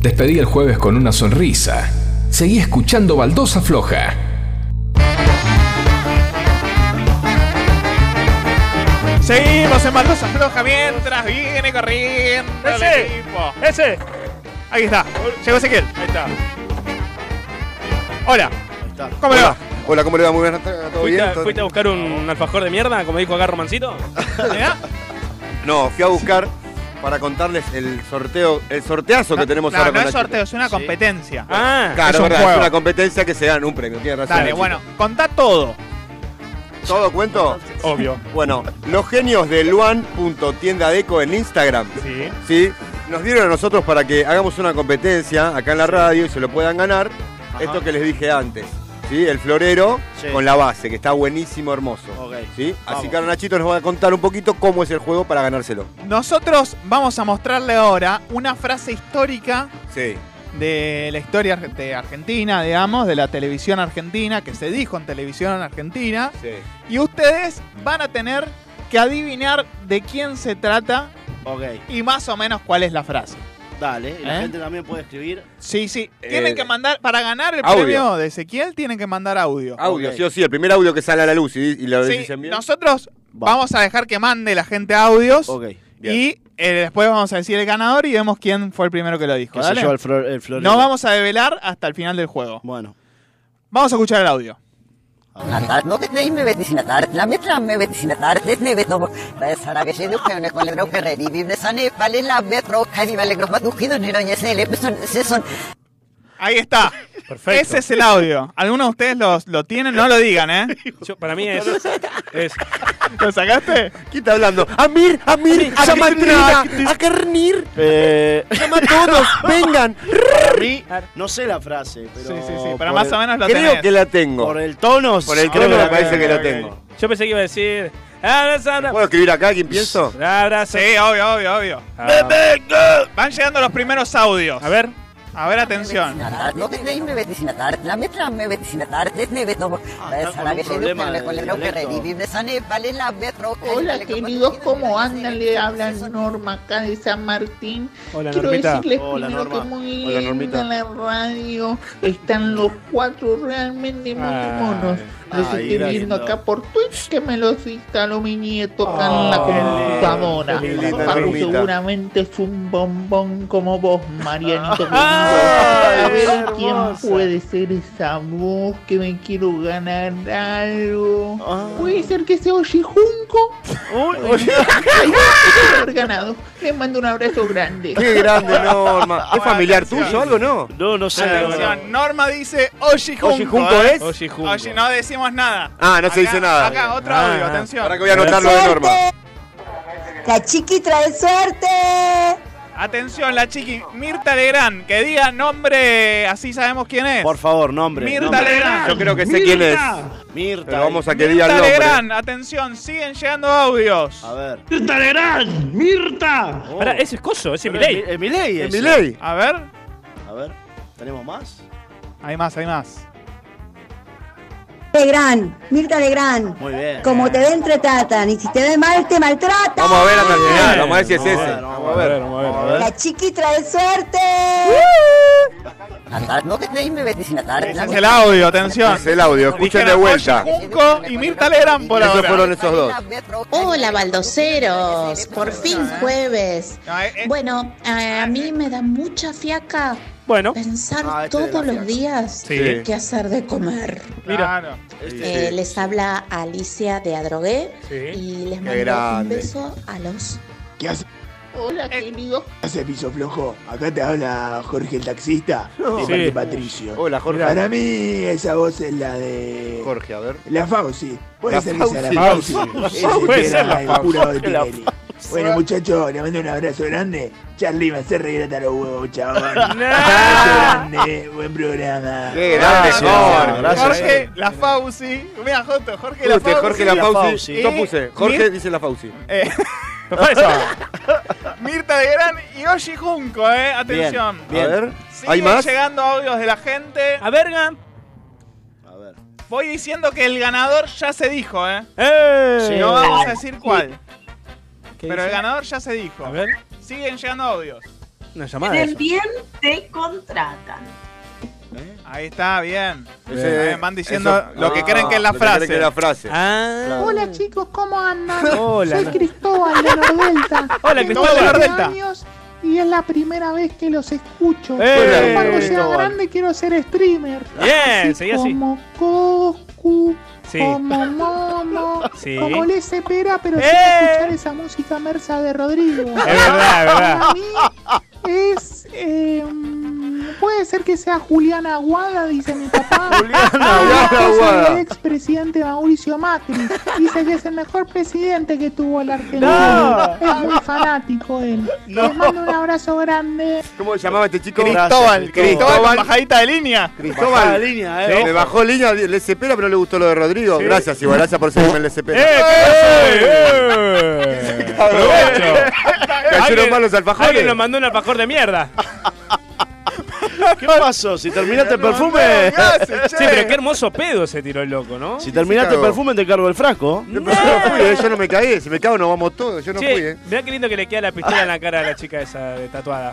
A: Despedí el jueves con una sonrisa. Seguí escuchando Baldosa Floja.
B: Seguimos en Baldosa Floja mientras viene corriendo
E: Ese,
B: el equipo. ¡Ese! Ahí está. Llegó Ezequiel. Ahí está. Hola. ¿Cómo le va?
C: Hola, ¿cómo le va? Muy buenas tardes, ¿todo
E: ¿Fuiste,
C: bien?
E: a-
C: ¿Todo-
E: fuiste a buscar un alfajor de mierda, como dijo acá Romancito?
C: No, fui a buscar para contarles el sorteo, el sorteazo que tenemos
B: No,
C: ahora
B: no
C: con
B: es
C: Nachito.
B: sorteo, es una competencia. Ah,
C: Claro,
B: es un
C: verdad,
B: juego.
C: es una competencia que se dan un premio, tiene razón.
B: Dale,
C: Nachito.
B: bueno, contá todo.
C: ¿Todo cuento?
E: Obvio.
C: Bueno, los genios de luan.tiendadeco en Instagram.
E: Sí.
C: Sí. Nos dieron a nosotros para que hagamos una competencia acá en la radio y se lo puedan ganar. Esto que les dije antes. ¿Sí? El florero
D: Sí.
C: con la base, que está buenísimo, hermoso.
D: Ok.
C: ¿Sí? Así
D: Vamos.
C: que ahora Nachito nos va a contar un poquito cómo es el juego para ganárselo.
B: Nosotros vamos a mostrarle ahora una frase histórica
C: Sí.
B: de la historia arge- de Argentina, digamos, de la televisión argentina, que se dijo en televisión argentina.
C: Sí.
B: Y ustedes van a tener que adivinar de quién se trata
D: Ok,
B: y más o menos cuál es la frase.
D: dale. Y la
B: ¿Eh?
D: gente también puede escribir.
B: Sí, sí. Tienen
D: Eh,
B: que mandar, para ganar el
C: audio.
B: premio de Ezequiel, tienen que mandar audio.
C: Audio,
B: Ok.
C: sí o sí, el primer audio que sale a la luz y, y lo
B: Sí,
C: dicen bien.
B: nosotros vamos a dejar que mande la gente audios
D: Ok.
B: y eh, después vamos a decir el ganador y vemos quién fue el primero que lo dijo.
D: Que se
B: ¿dale?
D: lleva el, flor, el florero.
B: No vamos a develar hasta el final del juego.
D: Bueno.
B: Vamos a escuchar el audio.
T: No te me vete sin atar, la metra me vete sin atar, desne veto, rezara Pues que se duque una con la broca revivirme sane, vale la metro, casi vale que más dujido, ni no ya se le pesan, se son.
B: Ahí está.
E: Perfecto.
B: Ese es el audio. ¿Alguno de ustedes los- lo tienen? No lo digan, ¿eh?
E: para mí es.
B: ¿Lo sacaste?
C: ¿Quién está hablando? ¡Amir! ¡Amir!
B: a
C: ¡Llama a
B: Katrina,
C: Trina! ¡A Kernir!
D: Eh,
C: ¡Llama a todos! ¡Vengan!
D: Para mí, no sé la frase, pero.
B: Sí, sí, sí, pero más o menos la
D: Creo
B: tenés.
D: que
C: la tengo.
D: Por el tono.
C: Por el tono me parece que lo tengo.
E: Yo pensé que iba a decir.
B: Ah,
E: Abrazando.
C: ¿Puedo escribir acá quién pienso?
E: Abrazo. Ah.
B: Sí, obvio, obvio, obvio. Van llegando los primeros audios. A
E: ver.
B: A ver, atención.
T: No tenéis me vetís a tarde, la metra me vetís a tarde, ne vetno,
B: Ah, está
T: a
B: con
T: la Pues
B: un
T: que se
B: problema
T: educa,
B: de
T: me con el que
B: dialecto.
T: revive, sane, vale la metro.
U: Hola queridos, ¿cómo andan? Le hablan Norma acá de San Martín.
T: Hola,
U: Quiero
T: Normita.
U: decirles
T: Hola,
U: primero
T: Norma.
U: que muy
T: Hola,
U: linda
T: Normita.
U: la radio. Están los cuatro realmente muy
T: Ay.
U: monos. Los
T: Ay,
U: estoy
T: gracias.
U: viendo acá por Twitch que me los instaló mi nieto acá en la computadora.
T: qué linda
U: Paco
T: Normita.
U: seguramente es un bombón como vos, Marianito. querido.
T: Ay,
U: A ver
T: qué
U: quién
T: hermosa.
U: puede ser esa voz que me quiero ganar algo.
T: Ah.
U: Puede ser que sea Oye Junco. Ay, no, haber ganado. Les mando un abrazo grande.
C: ¡Qué grande, Norma! ¿Es familiar tuyo o algo, no?
D: No, no
B: Atención, Norma dice Oshi Junco.
C: Oshi Junco
B: ¿eh?
C: es? Oshi Junco.
B: Oshi, no decimos nada.
C: Ah, no se dice nada.
B: Acá, otro
C: Ah,
B: audio,
C: ah.
B: atención.
C: Ahora que voy a anotarlo de Norma.
B: La chiqui trae suerte. Atención, la chiqui. Mirta Legrand, que diga nombre, así sabemos quién es.
D: Por favor, nombre.
B: Mirta
D: nombre.
B: Legrand.
C: Yo creo que sé quién es.
D: Mirta.
C: Pero vamos a que diga
B: Mirta
C: el nombre.
B: Legrand, atención, siguen llegando audios. A
D: ver.
B: Mirta Legrand, Mirta.
C: Oh.
E: Pará, ese es coso, ese es
D: Pero
E: Milei.
D: es Mi- es Milei
E: Es
C: eh.
D: ese.
E: Milei.
B: A ver,
D: A ver, ¿tenemos más?
B: hay más, hay más.
I: Legrand, Mirta Legrand.
D: Muy bien.
I: Como te ven, tratan. Y si te ven mal, te maltratan.
C: Vamos a ver hasta el final, vamos a ver si es ese.
D: Vamos a ver, vamos a ver.
I: La chiqui trae suerte.
T: No tenéis me vetís a tarde.
B: Ese es el audio, atención.
C: Es el audio, escuchen de
B: Dijeron,
C: vuelta.
B: "Oye, Junco y Mirta Legrand por
C: Esos
B: ahora.
C: fueron esos dos.
J: Hola baldoseros, por fin jueves. Bueno, a mí me da mucha fiaca
E: bueno.
J: pensar
C: Ah,
U: este de la
J: todos los
U: fiaca.
J: días
U: Sí.
J: qué hacer de comer.
B: Mira.
V: Este,
J: Eh, Les habla Alicia de Adrogué y les mando un
V: grande.
J: beso a los
V: ¿Qué hace?
B: Eh,
U: Hola queridos.
V: ¿Qué hace piso flojo? Acá te habla Jorge el taxista de
C: Sí.
V: parte de Patricio.
C: Hola, Jorge.
V: Para mí esa voz es la de...
C: Jorge, a ver.
V: La Fauci. Puede
C: La
V: ser que sea la
C: Fauci.
V: Fauci.
C: Fauci.
V: Ese
C: Puede
V: que
C: ser
V: era
C: la
V: el
C: Fauci.
V: curado de
C: La
V: Tinelli. Bueno, muchachos, les mando un abrazo grande. Charlie, me hace regrata los huevos, chabón. Abrazo grande, buen programa.
C: Qué grande, Jorge.
B: Jorge La Fauci. Mira, Joto, Jorge La
C: Puse
B: Fauci.
C: Jorge la Fauci.
B: Y
C: Yo puse, Jorge
B: Mir-
C: dice la Fauci.
B: eh, Mirta de Gran y Oshi Junco, eh. Atención.
C: bien. A ver,
B: Siguen
C: ¿hay más?
B: llegando audios de la gente.
E: A verga.
D: A ver.
B: Voy diciendo que el ganador ya se dijo, eh.
E: ¡Eh!
B: No vamos a decir cuál. Pero
E: dice?
B: el ganador ya se dijo.
E: A ver.
B: Siguen llegando audios.
E: Una llamada. eso.
U: bien te contratan.
B: Ahí está, bien.
C: Ese-
B: Bien, Van diciendo
C: eso-
B: lo que
C: Ah,
B: creen que es la
C: lo que
B: frase.
C: creen que es la frase.
E: Ah.
U: Hola chicos, ¿cómo andan?
E: Hola,
U: Soy
E: no.
U: Cristóbal de
B: "Ah,
U: Nordelta.
E: Hola,
U: Tengo
E: Cristóbal de
U: 20
E: Nordelta.
U: años Y es la primera vez que los escucho.
E: ¡Eh!
U: Pero Cuando sea
E: Cristóbal.
U: grande quiero ser streamer.
E: Bien,
U: Así
E: seguí así.
U: Como Coscu,
E: Sí.
U: como Momo,
E: Sí.
U: como Les Cepera, pero sin
E: ¡Eh!
U: escuchar esa música mersa de Rodrigo.
E: Es verdad, es verdad.
U: Para mí es... eh, Puede ser que sea Juliana Aguada, dice mi papá. Ah,
C: Juliana Aguada, Aguada.
U: El expresidente Mauricio Macri dice que es el mejor presidente que tuvo la
C: No.
U: Argentina. Es muy fanático él.
C: No.
U: Les mando un abrazo grande.
C: ¿Cómo se llamaba este chico?
B: Cristóbal, Cristóbal, con bajadita de línea. eh,
C: Cristóbal, Sí, me bajó línea, le espera, pero no le gustó lo de Rodrigo. Gracias, igual, gracias por seguirme el SP. eh, Cayeron mal los alfajores.
E: Alguien nos mandó un alfajor de mierda.
D: ¿Qué pasó? Si terminaste el perfume.
E: Sí, pero qué hermoso pedo se tiró el loco, ¿no?
D: Si terminaste el perfume, te cargo el frasco.
C: Yo no fui, eh, yo no me caí. Si me cago, nos vamos todos. Yo no
E: Che,
C: fui, eh.
E: mirá qué lindo que le queda la pistola en la cara a la chica esa de tatuada.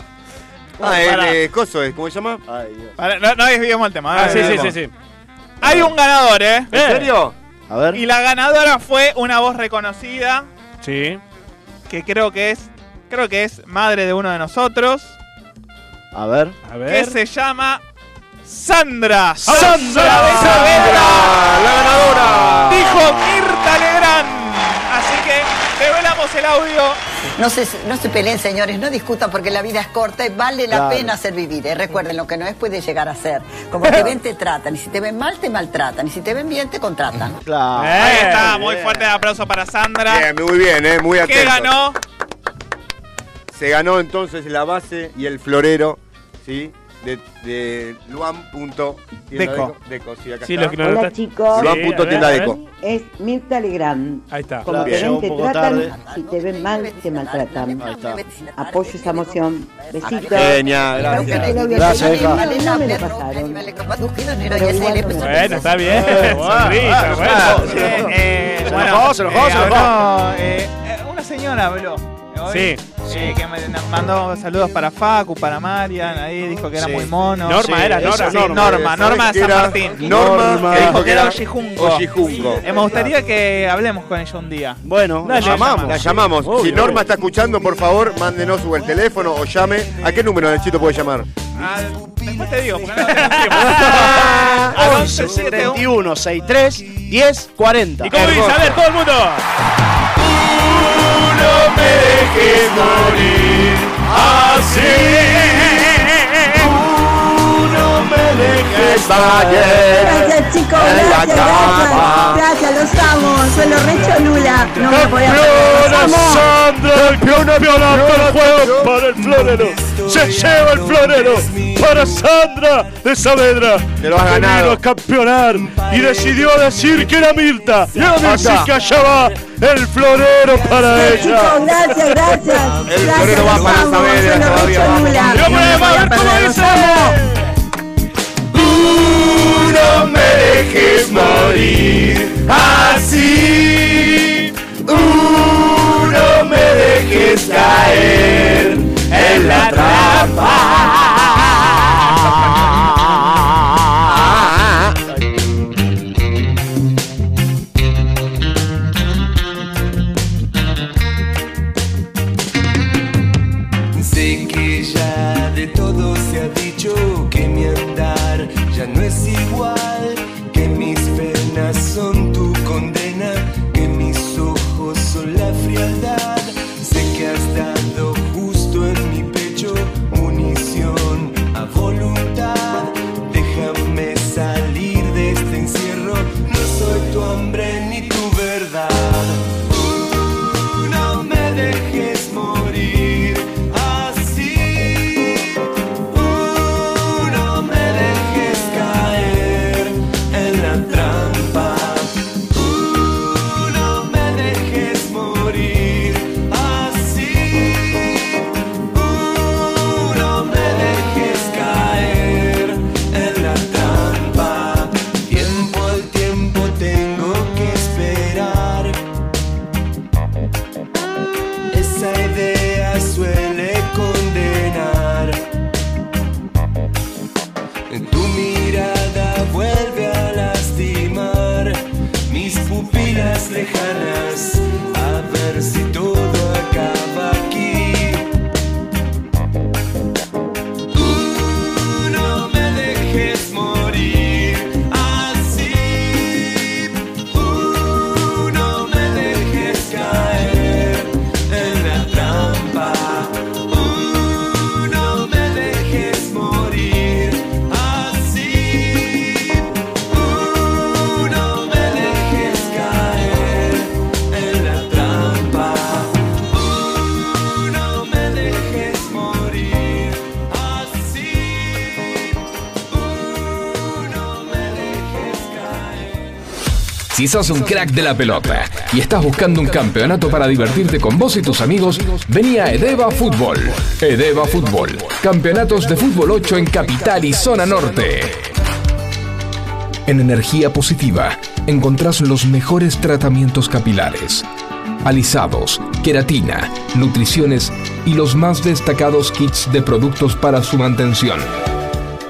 C: Ah, el
E: Pará.
C: eh, coso es, ¿cómo se llama? Ah,
B: Pará, no, no desviemos el tema. eh,
E: Ah,
B: no
E: sí, sí, sí,
B: desviemos.
E: sí.
B: Hay un ganador, ¿eh?
E: ¿En serio?
D: A ver.
B: Y la ganadora fue una voz reconocida
E: Sí.
B: que creo que es creo que es madre de uno de nosotros,
D: A ver.
E: A
B: que se llama Sandra.
D: ¡Sandra!
B: de Saavedra. La ganadora. Dijo Mirta Legrand. Así que revelamos el audio
T: No se, no se peleen, señores, no discutan porque la vida es corta y vale la Claro. pena ser vivida. Y recuerden, lo que no es puede llegar a ser. Como te ven, te tratan. Y si te ven mal, te maltratan. Y si te ven bien, te contratan.
E: Ah,
D: Claro.
B: Ahí está, muy fuerte el aplauso para Sandra.
C: Bien, muy bien, eh, muy atento.
B: ¿Qué ganó?
C: Se ganó entonces la base y el florero, ¿sí? De, de Luan. Punto. tienda
E: Deco.
C: Deco. Deco, sí, acá
E: Sí,
C: está.
E: lo que no- Hola,
K: chicos.
C: Luan.
K: Sí,
C: punto
K: a ver,
C: tienda
K: a ver.
C: Deco.
K: Es Mirta Legrand.
E: Ahí está.
K: Como
C: Bien.
K: te ven, te
C: Llegó un poco
K: tratan.
C: tarde.
K: Si te ven mal, te maltratan. Apoyo esa moción. Besitos.
C: Genia, gracias. Gracias, Eva.
K: No me lo pasaron. Pero igual
T: ¿eh?
K: no me lo
E: Bueno, está bien.
B: Ah,
E: Sonrisa,
B: ah,
E: bueno.
B: eh, eh,
E: Se
B: bueno,
E: enojó, se enojó,
B: eh,
E: se enojó.
B: habló, eh, eh, una señora habló. hoy, eh, que me nos mandó saludos para Facu, para Marian, ahí dijo que era
E: Sí.
B: muy mono.
E: Norma era,
B: Sí,
E: Norma.
B: sí,
E: Norma.
B: Norma, Norma de
E: ¿Sabes
B: San
E: qué
B: Martín.
E: era? Norma,
B: que dijo que era
E: Ollejunco.
B: Ollejunco.
C: Ollejunco.
B: Eh, me gustaría que hablemos con ella un día.
D: Bueno,
C: La llamamos. La llamamos. si
B: Obvio,
C: Norma
B: obvio.
C: está escuchando, por favor, mándenos o el teléfono o llame. ¿A qué número Nachito puede llamar?
B: Ah, después te digo, porque no tengo
D: Ah, 11
B: tiempo.
D: 71 63 10 40.
H: ¿Y cómo dice? A ver,
E: todo el mundo.
H: No me dejes morir así. Tú no me dejes valer.
I: Gracias chicos, gracias, gracias. Gracias, los amo. Soy los recho Lula. No me voy a
H: Campeona
I: los amo.
H: Sandra, el campeonato del juego para el florero. Se lleva el florero para Sandra de Saavedra. Te
C: lo has ganado.
H: a campeonar y decidió decir que era Mirta.
C: Y era Mirta.
H: Así que allá va el florero para
I: Gracias,
H: ella.
I: chicos, gracias, gracias.
H: El
I: Gracias,
H: florero va
I: los
H: para
I: amo.
H: Saavedra,
I: Soy los
H: todavía
I: recho
H: va.
I: Lula.
H: Mirá por ahí, va a ver cómo dice.
I: Tú
H: no me dejes morir así. Uh, no me dejes caer en la trampa.
F: Sé que ya de todo se ha dicho que mi andar ya no es igual, que mis penas son tu condena, que mis ojos son la frialdad. Sé que has dado justo en mi pecho munición a voluntad. Déjame salir de este encierro, no soy tu hambre ni tu verdad. Uh, no me dejes morir así. Uh, no me dejes caer en la trampa. Uh, no me dejes morir así. Uh, no me dejes caer en la trampa. Tiempo al tiempo tengo que esperar. Esa idea suele condenar. Tu mirada vuelve a lastimar mis pupilas lejanas. A ver si todo acaba aquí. Tú no me dejes morir así. Tú no me dejes caer en la trampa. Uh, no me dejes morir así. Uh, no me dejes caer en la trampa. Uh, no me dejes morir así. Uh, no me dejes caer.
A: Si sos un crack de la pelota y estás buscando un campeonato para divertirte con vos y tus amigos, vení a Edeva Fútbol. Edeva Fútbol. Campeonatos de fútbol 8 en Capital y Zona Norte. En Energía Positiva encontrás los mejores tratamientos capilares. Alisados, queratina, nutriciones y los más destacados kits de productos para su mantención.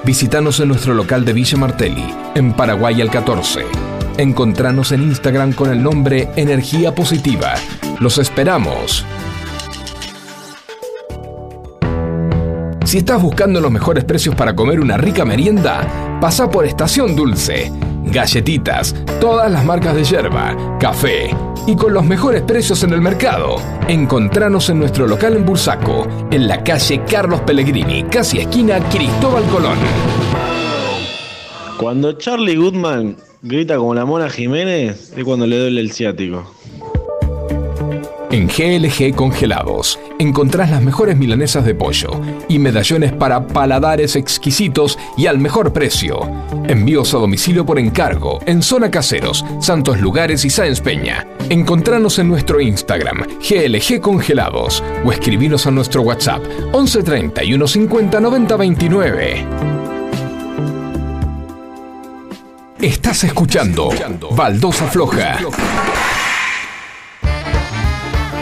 A: Visítanos en nuestro local de Villa Martelli, en Paraguay al 14. Encontranos en Instagram con el nombre Energía Positiva. Los esperamos. Si estás buscando los mejores precios para comer una rica merienda, pasa por Estación Dulce. galletitas, todas las marcas de yerba, café y con los mejores precios en el mercado. Encontranos en nuestro local en Bursaco, en la calle Carlos Pellegrini, casi esquina Cristóbal Colón.
M: Cuando Charlie Goodman grita como la Mona Jiménez es cuando le duele el ciático.
A: En GLG Congelados encontrás las mejores milanesas de pollo y medallones para paladares exquisitos y al mejor precio. Envíos a domicilio por encargo en Zona Caseros, Santos Lugares y Sáenz Peña. Encontranos en nuestro Instagram GLG Congelados o escribinos a nuestro WhatsApp 11 31 50 90 29. Estás escuchando Baldosa Floja.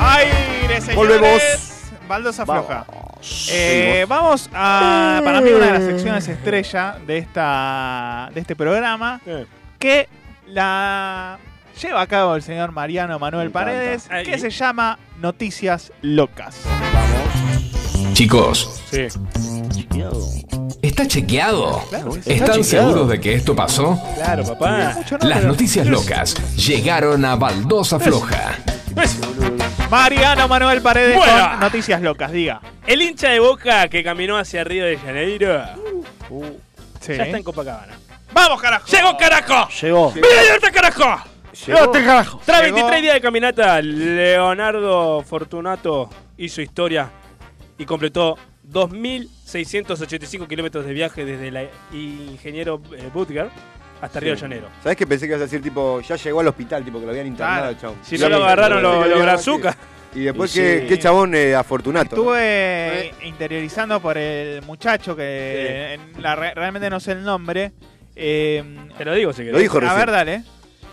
B: Aire, señores.
C: Volvemos.
B: Baldosa floja. Eh, vamos a, para mí, una de las
C: Eh.
B: secciones estrella de, esta, de este programa que la lleva a cabo el señor Mariano Manuel Paredes, que se llama Noticias Locas.
A: Chicos, ¿está chequeado?
B: Claro, está
A: ¿Están
B: chequeado.
A: seguros de que esto pasó?
E: Claro, papá.
A: Las noticias locas llegaron a Baldosa Floja.
B: Mariano Manuel Paredes
E: Bueno.
B: con Noticias Locas, diga.
E: El hincha de Boca que caminó hacia Río de Janeiro.
B: Sí.
E: Uh, Ya está en Copacabana.
B: ¡Vamos, carajo!
E: ¡Llegó, carajo!
D: Llegó.
E: ¡Mira libertad, carajo!
D: Llegó. Libertad,
E: carajo! Tras
D: Llegó.
E: 23 días de caminata, Leonardo Fortunato hizo historia y completó 2.685 kilómetros de viaje desde la Ingeniero eh, Butger hasta Río de Janeiro.
C: ¿Sabes que pensé que ibas a decir, tipo, ya llegó al hospital, tipo, que lo habían internado,
E: Claro.
C: chabón?
E: Si no lo agarraron los- los brazucas.
C: Y después,
E: Y
C: que
E: sí.
C: qué chabón eh, afortunato. ¿no?
B: Estuve interiorizando por el muchacho que en la re- realmente no sé el nombre. eh,
E: Te lo digo si querés.
C: Lo dijo
B: A
C: recién.
B: ver, dale.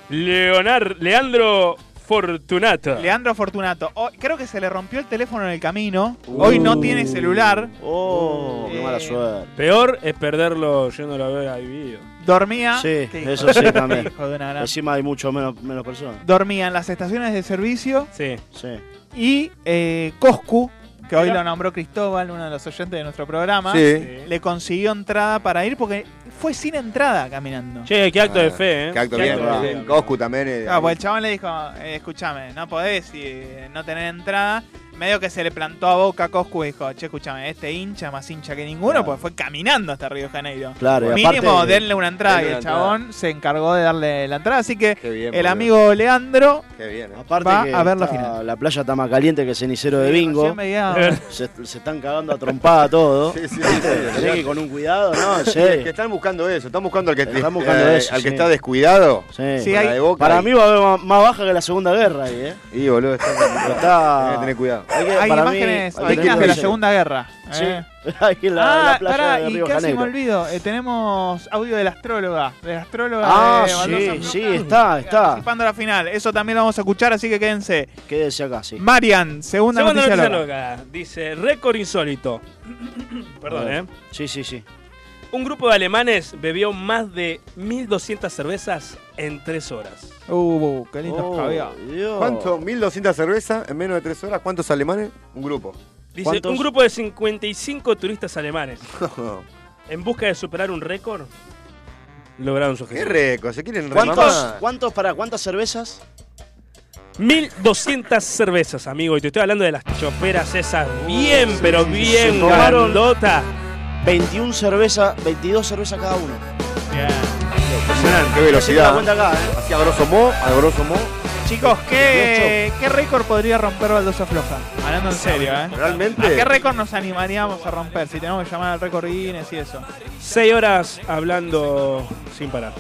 E: Leonar, Leandro Fortunato.
B: Leandro Fortunato. Hoy- creo que se le rompió el teléfono en el camino. Hoy
C: Uh.
B: no tiene celular.
D: Oh, qué mala suerte.
E: Peor es perderlo yéndolo a ver a vivido.
B: Dormía.
D: Sí,
B: Qué hijo
D: eso
B: de-
D: sí también.
B: hijo de una gran-
D: Encima hay mucho menos, menos personas.
B: Dormía en las estaciones de servicio.
E: Sí.
D: Sí.
B: Y eh, Coscu, que hoy lo nombró Cristóbal, uno de los oyentes de nuestro programa,
C: Sí.
B: le consiguió entrada para ir porque fue sin entrada caminando.
E: Che, qué acto de fe, ¿eh?
C: Ah, Qué acto
E: Qué
C: bien,
E: acto
C: ¿verdad?
E: de fe.
C: Coscu también. eh,
B: Ah, pues el chabón le dijo, eh, escúchame, no podés eh, no tener entrada. Medio que se le plantó a boca a Coscu y dijo, che, escúchame, este hincha más hincha que ninguno,
D: Claro.
B: pues fue caminando hasta Río de Janeiro.
D: Claro, y
B: Mínimo,
D: aparte-
B: denle una entrada. Y
D: denle
B: el
D: una entrada.
B: chabón se encargó de darle la entrada. Así que
C: bien,
B: el
C: boludo.
B: amigo Leandro
C: Qué bien. eh.
D: Aparte
B: Va
D: que
B: a ver la
D: está-
B: final.
D: la playa está más caliente que cenicero de bingo.
B: recién veía-
D: Se, se están cagando a trompada todo.
C: Sí, sí, sí, sí.
D: Tenés que con un cuidado, ¿no? En
C: Sí,
D: serio.
C: es que están buscando eso, están buscando al que,
D: Están buscando
C: eh,
D: eso,
C: al que
D: sí.
C: está descuidado.
D: Sí.
C: Para de Boca
D: Para
C: y-
D: mí va a haber más, más baja que la Segunda Guerra ahí, ¿eh?
C: Y boludo, está,
D: está-
C: Tenés que tener cuidado.
D: Hay, que-
B: Hay
D: para mí-
B: imágenes
D: hay que
B: dignas de la
D: cuidarse.
B: Segunda Guerra. ¿eh?
D: Sí. Ahí en la, en
B: ah,
D: la playa
B: pará,
D: de
B: y
D: Río
B: casi me
D: Janeiro.
B: olvido. eh, tenemos audio de la astróloga. De la astróloga
D: Ah,
B: de Baldosa
D: sí,
B: Floja,
D: sí, está, está.
B: Participando la final. Eso también lo vamos a escuchar, así que quédense.
D: Quédese acá, sí.
B: Marian, segunda,
E: Segunda
B: noticia,
E: noticia
B: loca.
E: loca. Dice, récord insólito. Perdón, ¿eh?
D: Sí, sí, sí.
E: Un grupo de alemanes bebió más de 1.200 cervezas en tres horas.
B: Uh, qué lindo
D: Oh,
B: caviar.
D: Dios.
C: ¿Cuánto? ¿1200 cervezas en menos de 3 horas? ¿Cuántos alemanes? Un grupo.
E: Dice,
C: ¿Cuántos?
E: un grupo de 55 turistas alemanes, en busca de superar un récord, lograron su
C: Qué
E: objetivo.
C: rico, se quieren
D: ¿Cuántos,
C: remamar.
D: cuántos, para, ¿Cuántas cervezas?
E: 1.200 cervezas, amigo. Y te estoy hablando de las choperas esas bien,
D: sí,
E: pero
D: sí,
E: bien
D: se tomaron-
E: grandota.
D: 21 cervezas, 22 cervezas cada uno.
C: Impresionante, qué
D: Se la cuenta
C: velocidad.
D: acá, ¿eh?
C: Así a grosso mo, a grosso mo.
B: Chicos, ¿qué, ¿qué récord podría romper Baldosa Floja? Hablando en serio, ¿eh?
C: Realmente.
B: ¿A qué récord nos animaríamos a romper? Si tenemos que llamar al récord Guinness y eso.
E: 6 horas hablando sin parar.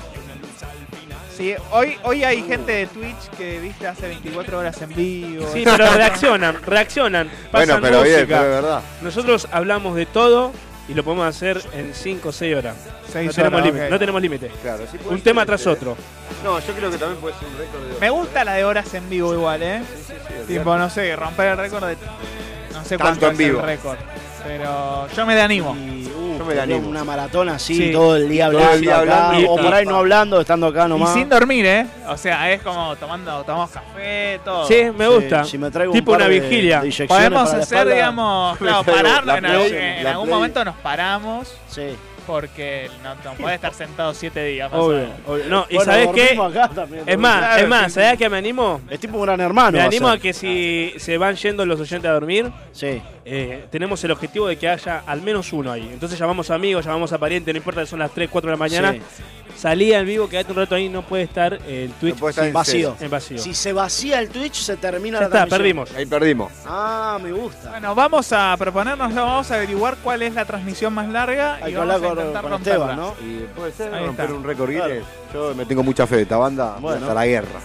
B: Sí, hoy, hoy hay gente de Twitch que viste hace 24 horas en vivo.
E: Sí, pero reaccionan, reaccionan.
C: Bueno,
E: Pasan
C: pero
E: música.
C: bien, pero de verdad.
E: Nosotros hablamos de todo y lo podemos hacer en 5 o 6 horas.
B: Seis
E: no, tenemos
B: horas,
E: límite,
B: ok.
E: no tenemos límite.
C: Claro, sí puede
E: Un
C: ser,
E: tema tras
C: sí.
E: otro.
C: No, yo creo que también puede ser un récord de.
B: Me gusta la de horas en vivo igual, ¿eh?
C: olvidate.
B: tipo, no sé, romper el récord de... No sé
C: Tanto
B: cuánto
C: en
B: es
C: vivo.
B: el récord. Pero yo me le animo.
D: Y, uh,
C: Yo me la animo.
D: Una maratona así,
B: Sí.
D: todo el día
C: Todo
D: hablando,
C: el día
D: acá,
C: hablando.
D: o
C: Y-
D: por ahí no hablando, estando acá
B: Y
D: nomás.
B: sin dormir, ¿eh? O sea, es como tomando tomamos café, todo.
E: Sí, me
D: Sí,
E: gusta.
D: si me traigo un
E: tipo
D: par
E: una
D: de-
E: vigilia.
D: de inyecciones
B: Podemos
D: para la
B: hacer,
D: espalda.
B: digamos, claro,
C: Me traigo
B: pararnos
C: la
B: en algún,
C: Play,
B: en
C: la
B: algún
C: Play.
B: momento nos paramos
D: Sí.
B: Porque no, no podés estar sentado siete días. más o
E: Obvio,
B: menos.
E: obvio. No, y sabes qué? Es más, es más, ¿sabés a qué me animo?
D: Es tipo un gran hermano.
E: Me
D: Ah, va a
E: animo
D: ser.
E: a que si se van yendo los oyentes a dormir, eh, tenemos el objetivo de que haya al menos uno ahí. Entonces llamamos a amigos, llamamos a parientes, no importa si son las 3, 4 de la mañana.
D: Sí.
E: Salí al vivo, quedate un rato ahí, no puede estar el Twitch
D: estar
E: sin-
D: en vacío.
E: En vacío.
D: Si se vacía el Twitch, se termina la
E: Ya está,
D: transmisión.
E: perdimos.
C: Ahí perdimos.
D: Ah, me gusta.
B: Bueno, vamos a proponérnoslo, vamos a averiguar cuál es la transmisión más larga
D: Hay
B: y
D: que
B: vamos a
D: hablar con-
B: intentar
D: con
B: romperla.
D: Esteban, ¿no?
C: Y puede ser
B: Ahí
C: romper
B: está.
C: un récord Guinness. Yo me tengo mucha fe de esta banda hasta la guerra.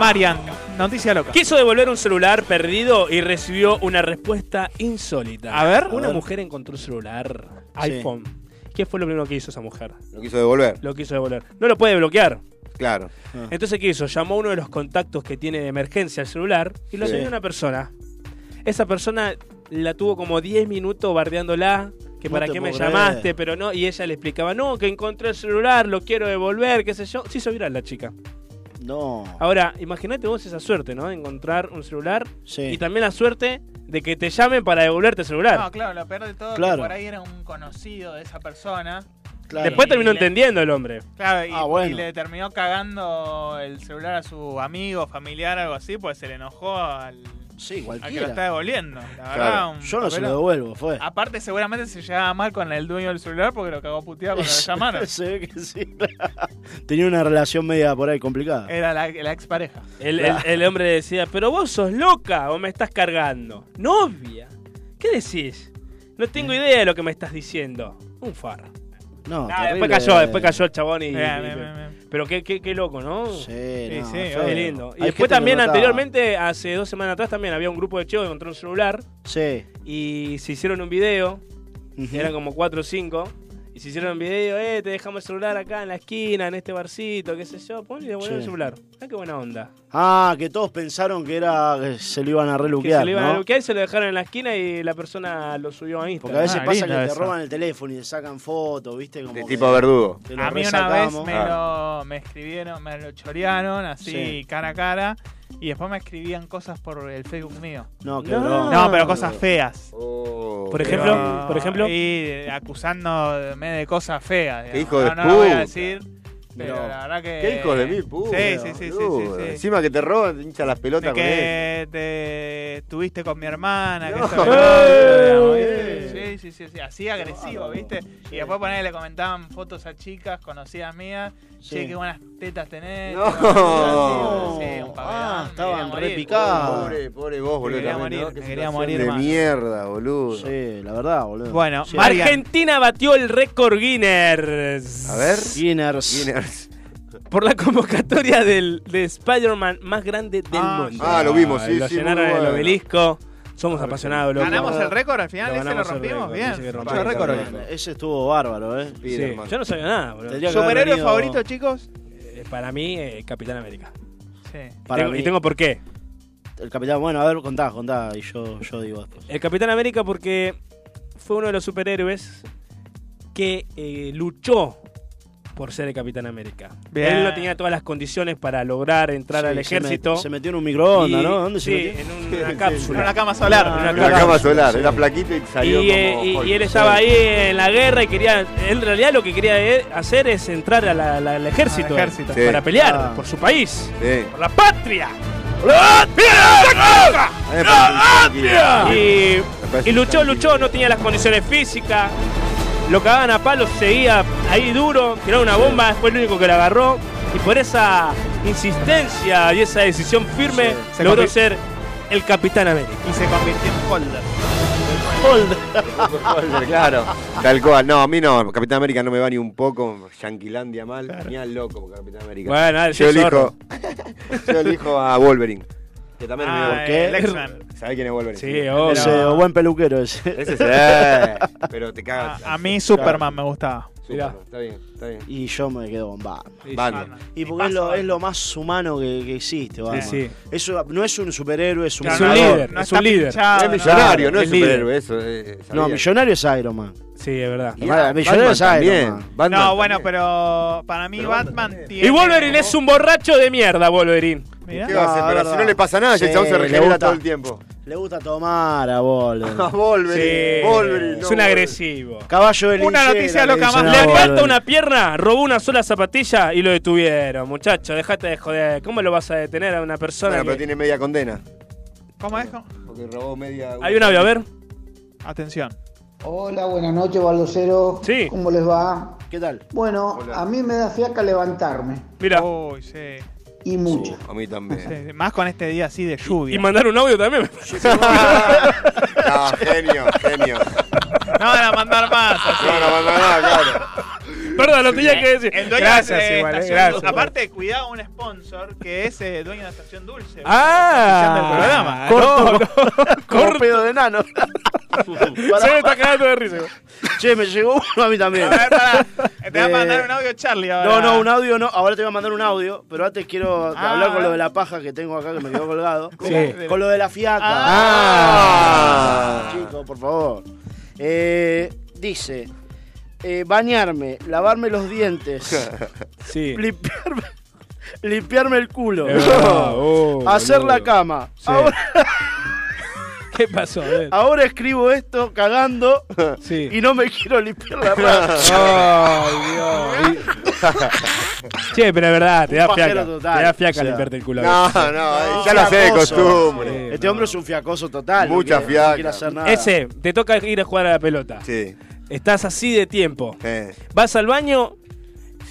B: Marian, noticia loca.
E: Quiso devolver un celular perdido y recibió una respuesta insólita.
B: A ver.
E: Una
B: A ver.
E: mujer encontró un celular iPhone. ¿Qué fue lo primero que hizo esa mujer?
C: Lo quiso devolver.
E: Lo quiso devolver. No lo puede bloquear.
C: Claro.
D: Ah.
E: Entonces, ¿qué hizo? Llamó a uno de los contactos que tiene de emergencia el celular y lo
C: Sí.
E: atendió una persona. Esa persona la tuvo como 10 minutos bardeándola, que
D: No
E: para
D: te
E: qué me
D: puedo creer.
E: llamaste, pero no. Y ella le explicaba, no, que encontré el celular, lo quiero devolver, qué sé yo. Se hizo viral la chica.
D: No.
E: Ahora, imagínate vos esa suerte, ¿no? De encontrar un celular
D: Sí.
E: y también la suerte de que te llamen para devolverte el celular.
B: No, claro, lo peor de todo
E: Claro.
B: que por ahí era un conocido de esa persona.
E: Después
B: Y
E: terminó
B: le-
E: entendiendo el hombre.
B: Claro, y,
E: Ah, bueno.
B: y le terminó cagando el celular a su amigo, familiar, algo así, pues se le enojó al, al que
D: cualquiera.
B: lo está devolviendo. La verdad,
D: Claro.
B: un
D: Yo no se lo
B: papelón.
D: devuelvo, fue.
E: Ah.
B: Aparte, seguramente se llevaba mal con el dueño del celular porque lo cagó puteado cuando lo llamaron.
D: Se ve que sí. Tenía una relación media por ahí complicada.
E: Eh,
B: Era la, la expareja.
E: El, el- el hombre decía, pero vos sos loca o me estás cargando. Novia. ¿Qué decís? No tengo idea de lo que me estás diciendo. Un farra.
D: No,
E: Ah,
D: terrible.
E: después cayó, después cayó el chabón y...
D: Bien, bien, bien,
E: Pero qué, qué, qué loco, ¿no? Sí,
D: no,
E: qué
D: feo. Hay
E: lindo. Y
D: gente
E: después
D: que
E: también
D: lo notaba.
E: anteriormente, hace dos semanas atrás también había un grupo de chicos que encontró un celular
D: Sí.
E: y se hicieron un video.
D: Ujú.
E: Eran como cuatro o cinco. Y se hicieron un video, eh, te dejamos el celular acá en la esquina, en este barcito, qué sé yo. Ponle y devolver
D: Sí.
E: el celular. Ah, qué buena onda.
D: Ah, que todos pensaron que era que se lo iban a
E: Que
D: reluquear,
E: se lo iban a
D: ¿no?
E: bloquear y se lo dejaron en la esquina y la persona lo subió a Instagram.
D: Porque a veces pasa que te roban el teléfono y te sacan fotos, ¿viste? Como
C: De
D: que
C: tipo verdugo.
D: te lo
B: A mí una vez
D: resacamos.
B: me,
E: Ah.
B: lo, me escribieron, me lo chorearon así
D: Sí.
B: cara a cara y después me escribían cosas por el Facebook mío.
D: No, qué
B: no.
D: bronca.
B: pero cosas feas.
E: Por ejemplo, por ejemplo.
B: Y acusándome de cosas feas.
C: Qué
B: digamos.
C: hijo de
B: no, no lo voy a
C: puta.
B: decir, pero
C: No.
B: la verdad que...
C: Qué hijo de mí, puta.
B: Eh, Sí, sí, sí, sí, sí,
C: boludo.
B: sí.
C: Encima que te roban, te hincha las pelotas con
B: De
C: él.
B: que te estuviste con mi hermana, que
C: No. Eh.
B: esto, que lo otro, digamos, ¿viste? Sí, sí, sí, sí, así agresivo, ¿viste? Y después ponerle le comentaban fotos a chicas conocidas mías, che, qué buenas tetas tenés.
C: No.
B: qué buenas tetas, sí, un papelón,
D: Ah,
B: me
D: estaban
B: quería
D: re
B: morir.
D: picados.
C: Pobre, pobre vos,
B: Me
C: boludo.
B: quería
C: también,
B: morir,
C: ¿no? Qué
B: me quería
C: situación
B: morir
C: De
B: más.
C: mierda, boludo.
D: Sí, la verdad, boludo.
B: Bueno,
D: Sí.
E: Argentina batió el récord Guinness.
D: A ver. Guinness.
E: Por la convocatoria del, de Spider-Man más grande del
B: Ah,
E: mundo.
C: Ah, lo vimos, sí,
E: Lo
C: sí,
E: llenaron
C: muy
E: el
C: bueno.
E: obelisco. Somos apasionados, loco.
B: Ganamos el récord al final,
E: Lo
B: ese lo
E: ganamos el
B: rompimos,
E: récord,
B: bien.
E: ese que rompimos.
B: Mucho récord hoy.
D: Ese estuvo bárbaro, ¿eh?
E: Sí, Yo no sabía nada, boludo.
D: Tendría que haber
B: ¿Superhéroe
D: venido-
B: favorito, chicos?
E: Eh, Para mí, eh, Capitán América.
B: Sí.
D: Para
E: Tengo-
D: mí.
E: Y tengo por qué.
D: El capitán, bueno, a ver, contá, contá, y yo, yo digo después.
E: El Capitán América porque fue uno de los superhéroes que eh, luchó por ser el Capitán América.
D: Bien.
E: Él no tenía todas las condiciones para lograr entrar
D: Sí,
E: al
D: se me-
E: ejército.
D: se metió en un microondas, ¿no? ¿Dónde se
E: sí,
D: metió?
E: en una cápsula.
B: En una cama
D: Ah,
B: solar.
E: En
C: En la cama solar, era plaquito y salió
E: Y, eh,
C: como
E: y-
C: Hulk.
E: y él estaba ahí en la guerra y quería. Él en realidad lo que quería e- hacer es entrar a la- la- al ejército,
B: ejército.
E: él, para
C: Sí.
E: pelear
C: Ah.
E: por su país,
C: Sí.
E: por la patria.
C: Ahí me parece que-
E: Y,
C: parece
E: y luchó, luchó, no tenía las condiciones físicas. Lo cagaban a palos, seguía ahí duro, tiraba una bomba, fue el único que la agarró. Y por esa insistencia y esa decisión firme,
B: Se
E: logró
B: convi-
E: ser el Capitán América.
B: Y se convirtió en Holder.
C: Holder, claro. Tal cual, no, a mí no, Capitán América no me va ni un poco, Yanquilandia mal, ni al loco con Capitán América.
E: Bueno, a ver,
C: yo
E: sí,
C: elijo,
E: zorro.
C: yo elijo a Wolverine, que también
E: Ah,
C: es mi
E: el
B: X-Men.
C: ¿Sabés quién es Wolverine?
E: Sí, obvio.
D: Ese eh, buen peluquero ese.
C: Ese sí, pero te cagas.
B: A mí Superman me gustaba.
C: Superman, está bien, está bien.
D: Y yo me quedo con Batman.
C: sí, Batman. Batman.
D: Y porque es lo, es lo más humano que, que existe, Batman.
E: eh. sí.
D: Eso no es un superhéroe, es un
E: Es un
D: ganador.
E: líder, es un líder.
C: es millonario, no es,
E: Es líder.
C: superhéroe, eso. eh,
D: No,
C: sabía.
D: millonario es Iron Man.
E: Sí, es verdad.
C: Y
D: Además, millonario es
C: Batman
D: Iron
C: también.
D: Man.
C: Batman
B: no, bueno, pero para mí Batman, tiene.
E: Y Wolverine es un borracho de mierda, Wolverine.
B: Mirá.
C: ¿Qué va a hacer?
D: Ah,
C: Pero
D: es
C: si no
D: verdad.
C: le pasa nada,
D: Sí,
C: el chabón se
D: le
C: regenera
D: gusta.
C: todo el tiempo.
D: Le gusta tomar a Volver.
C: A Wolverine, Wolverine,
E: Sí. es
C: no,
E: un
C: Wolverine.
E: agresivo.
D: Caballo de
E: Una
D: linchera,
E: noticia
D: le
E: loca
D: dicen
E: más.
D: a
E: Le
D: Wolverine.
E: falta una pierna, robó una sola zapatilla y lo detuvieron. Muchacho, dejate de joder. ¿Cómo lo vas a detener a una persona?
C: Bueno,
E: que-
C: pero tiene media condena.
B: ¿Cómo es? ¿Cómo?
C: Porque robó media.
E: Hay un audio, a ver.
B: Atención.
G: Hola, buenas noches, Baldocero. Sí. ¿Cómo les va?
D: ¿Qué tal?
G: Bueno, a mí me da fiaca levantarme.
E: Mira.
B: Uy, sí.
G: Y mucho.
C: A mí también.
B: Sí, Más con este día así de lluvia.
E: Y mandar un audio también.
C: Ah, genio, genio.
B: No van a mandar más. así.
C: No, no manda nada, claro.
E: Perdón, lo tenía que decir.
B: El dueño
E: Gracias,
B: de
E: igual, eh,
B: Estación
E: gracias.
B: Dulce. Aparte, cuidado un sponsor que es eh, dueño de Estación Dulce.
E: Ah,
B: del programa.
E: corto,
D: Como pedo de nano.
E: Se me está cagando de risa.
D: Che, me llegó uno a mí también. Eh,
B: Te va a mandar un audio Charlie ahora.
D: No, no, un audio no. Ahora te voy a mandar un audio, pero antes quiero
B: Ah.
D: hablar con lo de la paja que tengo acá que me quedó colgado.
B: Sí.
D: Con lo de la fiaca.
B: Ah.
D: Chicos, por favor. Eh, dice, eh, bañarme, lavarme los dientes,
E: Sí.
D: limpiarme, limpiarme el culo,
E: Es verdad, oh,
D: hacer
E: boludo.
D: la cama.
E: Sí.
D: Ahora,
E: ¿Qué pasó? A ver.
D: ahora escribo esto cagando
E: Sí.
D: y no me quiero limpiar la raza.
E: Ay, Dios. Che, pero es verdad, te da
D: Un pajero
E: fiaca.
D: total,
E: te da fiaca
D: o sea.
E: limpiarte el culo.
C: No,
E: a veces.
C: no, ya lo sé de
D: Fiacoso.
C: costumbre.
D: Este hombre es un fiacoso total. no
C: Mucha
D: quiere- No quiere
C: fiaca.
D: hacer nada.
E: Ese, te toca ir a jugar a la pelota.
C: Sí.
E: Estás así de tiempo.
C: Eh,
E: Vas al baño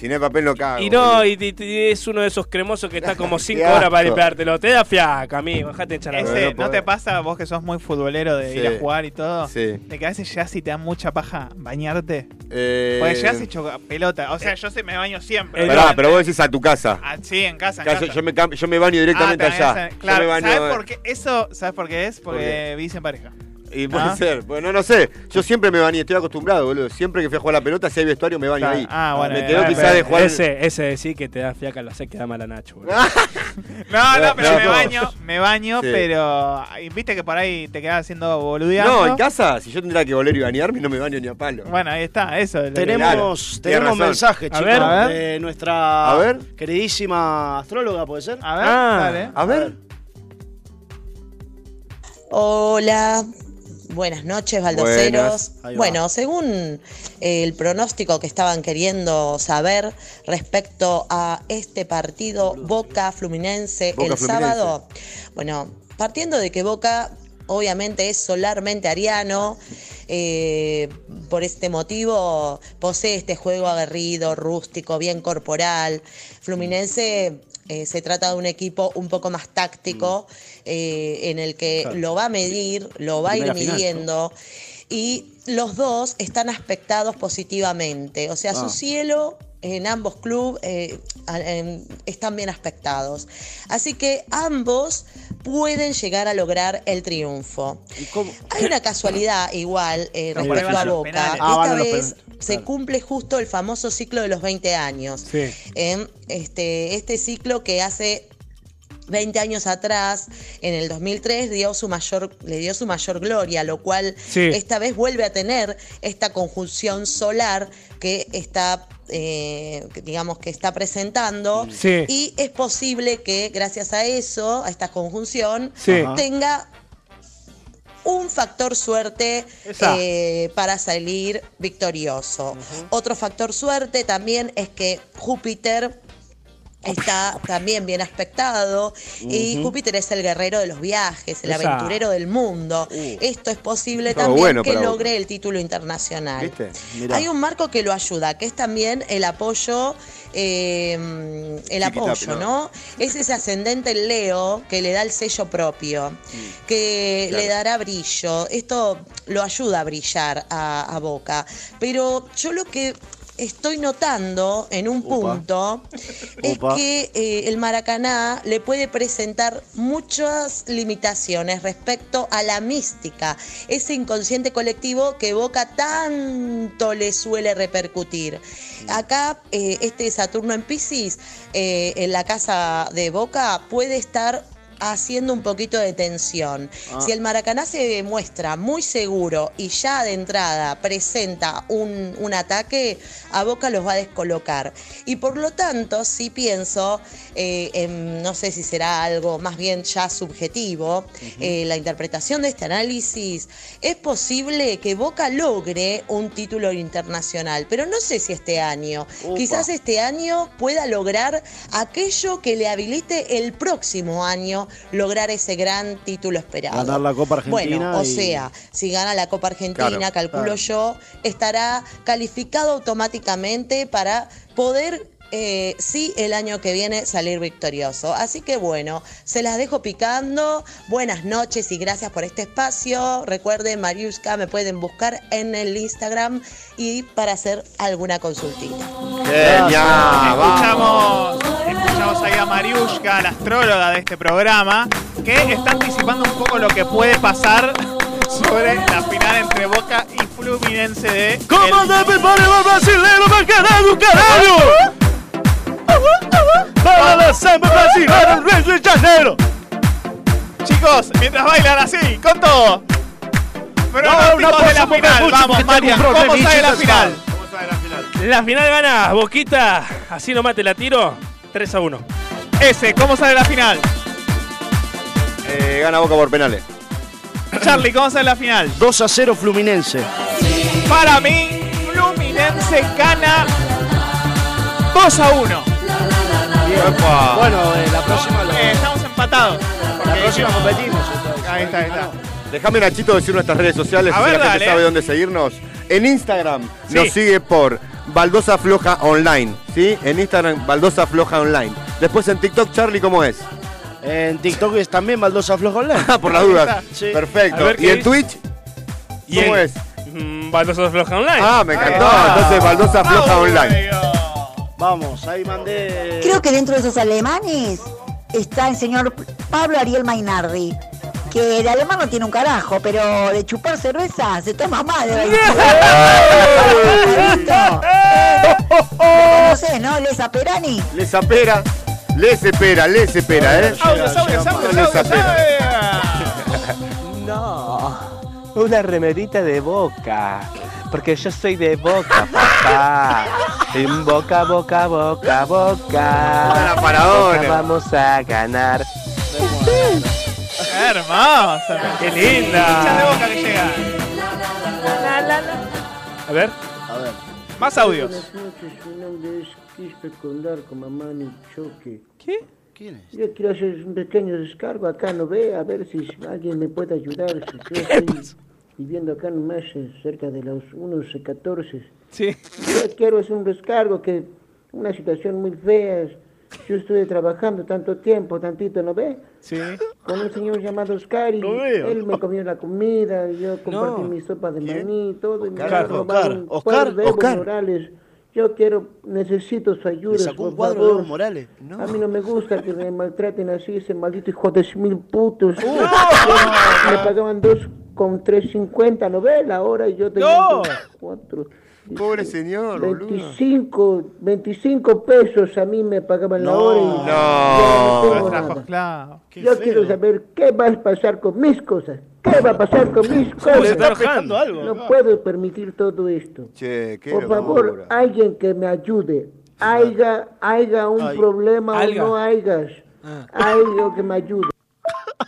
C: si no hay papel, no
B: Ah,
C: cago.
E: y no, y, y- y es uno de esos cremosos que está como 5
C: Qué asco.
E: horas para limpiártelo. Te da fiaca, amigo. Dejate echar la
B: Ese,
E: bola.
B: ¿No te pasa vos que sos muy futbolero de
C: Sí.
B: ir a jugar y todo?
C: Sí.
B: De que a veces ya si te da mucha paja bañarte.
C: Eh,
B: Porque ya si choca pelota. O sea, yo se me baño siempre.
C: Pará, pero vos decís a tu casa.
B: Ah, sí, en casa. En
C: Ya,
B: eh, casa.
C: yo, yo me, cam- yo me baño directamente
B: Ah, también
C: allá.
B: hacen-
C: Yo
B: Claro,
C: me baño-
B: ¿sabes por qué? Eso, ¿sabes por qué es?
C: ¿Por
B: Porque vivís en pareja.
C: Y puede
B: Ah.
C: ser, bueno, no sé. Yo siempre me bañé, estoy acostumbrado, boludo. Siempre que fui a jugar a la pelota, si hay vestuario, me baño
B: Ah,
C: ahí.
B: ah, bueno,
C: Me
B: eh,
C: quedó
B: eh,
C: quizás de
B: eh,
C: jugar.
E: Ese, ese decir que te da fiaca, lo sé que da mala Nacho. boludo.
B: No, no,
C: No,
B: pero
C: no,
B: me
C: no.
B: baño, me baño,
C: Sí.
B: pero ah, y viste que por ahí te quedás haciendo boludeando.
C: No, en casa, si yo tendría que volver y bañarme, no me baño ni a palo.
B: Bueno, ahí está, eso. es lo que-
D: Tenemos,
C: Claro, tenés
D: tenemos
C: razón.
D: mensaje,
C: A
D: chicos,
C: ver, a ver.
D: de nuestra
C: A ver.
D: queridísima astróloga, ¿puede ser?
B: A
C: ver, Ah. dale. A ver.
N: Hola, buenas noches, baldoseros.
D: Buenas. Ahí va.
N: Bueno, según eh, el pronóstico que estaban queriendo saber respecto a este partido Boca Fluminense
P: Boca
N: el
P: Fluminense.
N: sábado, bueno, partiendo de que Boca obviamente es solarmente ariano, eh, por este motivo posee este juego aguerrido, rústico, bien corporal. Fluminense eh, se trata de un equipo un poco más táctico, eh, en el que
P: Mm. Claro.
N: lo va a medir, lo va a ir
P: Primera final, ¿no?
N: midiendo. Y los dos están aspectados positivamente, o sea,
P: Ah.
N: su cielo en ambos clubes están bien aspectados. Así que ambos pueden llegar a lograr el triunfo. Hay una casualidad igual eh,
P: Pero por ahí
N: respecto
P: van
N: a
P: los
N: Boca.
P: penales. Ah,
N: Esta
P: van los
N: vez
P: penales,
N: se cumple justo el famoso ciclo de los 20 años. En este, este ciclo que hace 20 años atrás, en el 2003, dio su mayor, le dio su mayor gloria, lo cual
P: Sí.
N: esta vez vuelve a tener esta conjunción solar que está, eh, que digamos, que está presentando.
P: Sí.
N: Y es posible que gracias a eso, a esta conjunción,
P: Sí. Ajá.
N: tenga un factor suerte
P: Esa.
N: eh, para salir victorioso. Otro factor suerte también es que Júpiter está también bien aspectado y
P: Ujú.
N: Júpiter es el guerrero de los viajes, el
P: Esa.
N: aventurero del mundo. Esto es posible
P: Todo
N: también
P: bueno
N: que
P: para vos.
N: logre el título internacional.
P: ¿Viste? Mirá.
N: Hay un marco que lo ayuda, que es también el apoyo, eh, el apoyo,
P: pero-
N: ¿no? Es ese ascendente en Leo que le da el sello propio, que
P: Claro.
N: le dará brillo. Esto lo ayuda a brillar a, a Boca. Pero yo lo que estoy notando en un punto es
P: Opa.
N: que eh, el Maracaná le puede presentar muchas limitaciones respecto a la mística, ese inconsciente colectivo que Boca tanto le suele repercutir. Acá, eh, este Saturno en Pisces, eh, en la casa de Boca, puede estar haciendo un poquito de tensión.
T: Ah.
N: Si el Maracaná se muestra muy seguro y ya de entrada presenta un, un ataque, a Boca los va a descolocar. Y por lo tanto, sí pienso, eh, en- no sé si será algo más bien ya subjetivo, eh, la interpretación de este análisis, es posible que Boca logre un título internacional, pero no sé si este año.
T: Upa.
N: Quizás este año pueda lograr aquello que le habilite el próximo año lograr ese gran título esperado.
D: Ganar la Copa Argentina
N: Bueno, o
D: y-
N: sea, si gana la Copa Argentina,
D: Claro,
N: calculo
D: claro.
N: yo, estará calificado automáticamente para poder... eh, sí, el año que viene salir victorioso. Así que bueno, se las dejo picando. Buenas noches y gracias por este espacio. Recuerden, Mariuska, me pueden buscar en el Instagram y para hacer alguna consultita.
D: Genial,
B: Escuchamos, escuchamos ahí a Mariushka, la astróloga de este programa, que está anticipando un poco lo que puede pasar sobre la final entre Boca y Fluminense de.
H: Como se prepare el brasileiro, vai ganhar do caralho! Para la samba brasileira, Rio de Janeiro!
B: Chicos, mientras bailan así, con todo. Pronósticos
E: una pausa
B: de la
E: porque
B: final.
E: Pucci
B: Vamos,
E: tengo un
B: Marian, ¿cómo
E: problemita,
B: sale la
E: está.
B: final?
E: La final ganas, Boquita. Así nomás te la tiro. 3 a 1.
B: Ese, ¿cómo sale la final?
C: Eh, gana Boca por penales.
B: Charlie, ¿cómo sale la final?
D: 2 a 0 Fluminense.
B: Para mí, Fluminense gana 2 a 1.
D: Bueno, eh, la próxima.
B: Eh, estamos empatados.
D: La próxima competimos.
B: Ahí está, ahí está.
C: Déjame, Nachito, decir nuestras redes sociales.
B: A
C: si
B: ver,
C: la
B: dale.
C: gente sabe dónde seguirnos. En Instagram
B: Sí.
C: nos sigue por Baldosa Floja Online. ¿Sí? En Instagram, Baldosa Floja Online. Después en TikTok, Charlie, ¿cómo es?
D: En TikTok es también Baldosa Floja Online.
C: Ah, por las dudas. Perfecto. ¿Y en Twitch?
E: ¿Y
C: ¿Cómo
E: en- Mm,
C: es?
E: Baldosa Floja Online.
C: Ah, me encantó. Entonces, Baldosa Floja Online.
D: Vamos, ahí mandé.
I: Creo que dentro de esos alemanes está el señor Pablo Ariel Mainardi. Que de alemán no tiene un carajo, pero de chupar cerveza se toma mal. Oh, No sé, ¿no? Lesa Perani.
C: Les apera. Les espera, les espera, ¿eh?
B: Audios, audios, audios,
C: Les
B: audios,
C: apera.
L: No, una remerita de boca. Porque yo soy de boca, papá. En boca, boca, boca, boca.
C: Para Faraona.
L: Boca, Vamos a ganar.
B: Hermosa.
E: Qué linda.
B: Hinchas de boca que llega.
E: A ver.
D: A ver.
B: Más audios.
O: Mi nombre es Quispe Condarco, mamá Choque.
E: ¿Qué?
D: ¿Quién es?
O: Yo quiero hacer un pequeño descargo acá, no ve, a ver si alguien me puede ayudar. Si yo estoy viviendo acá nomás eh, cerca de los 11-14.
E: Sí.
O: Yo quiero hacer un descargo que una situación muy fea. es- Yo estuve trabajando tanto tiempo, tantito, ¿no ve?
B: Sí.
O: Con un señor llamado Oscar y
D: Lo veo.
O: él me comió la comida, yo compartí mi sopa de maní y todo. Y me
D: Oscar,
O: había
D: Oscar,
O: robado un
D: Oscar,
O: cuadro de Evo
D: Oscar.
O: Morales. Yo quiero, necesito su ayuda.
D: ¿Le sacó un
O: por
D: cuadro de
O: favor.
D: Evo Morales?
O: A mí no me gusta que me maltraten así, ese maldito hijo de mil putos.
D: ¡Oh!
O: Me pagaban dos con 3.50 novela, ahora yo tengo
C: No.
O: cuatro.
C: Pobre señor, boludo.
O: 25, 25 pesos a mí me pagaban la
C: No.
O: hora y
C: No.
O: ya no tengo
C: Los
O: nada. Yo quiero saber qué va a pasar con mis cosas. ¿Qué va a pasar con mis
D: Se
O: cosas?
D: está pescando algo.
O: No puedo permitir todo esto.
C: Che, qué
O: Por favor,
C: locura.
O: alguien que me ayude. Haiga, haiga un problema
B: Alga.
O: o no haigas. Algo que me ayude.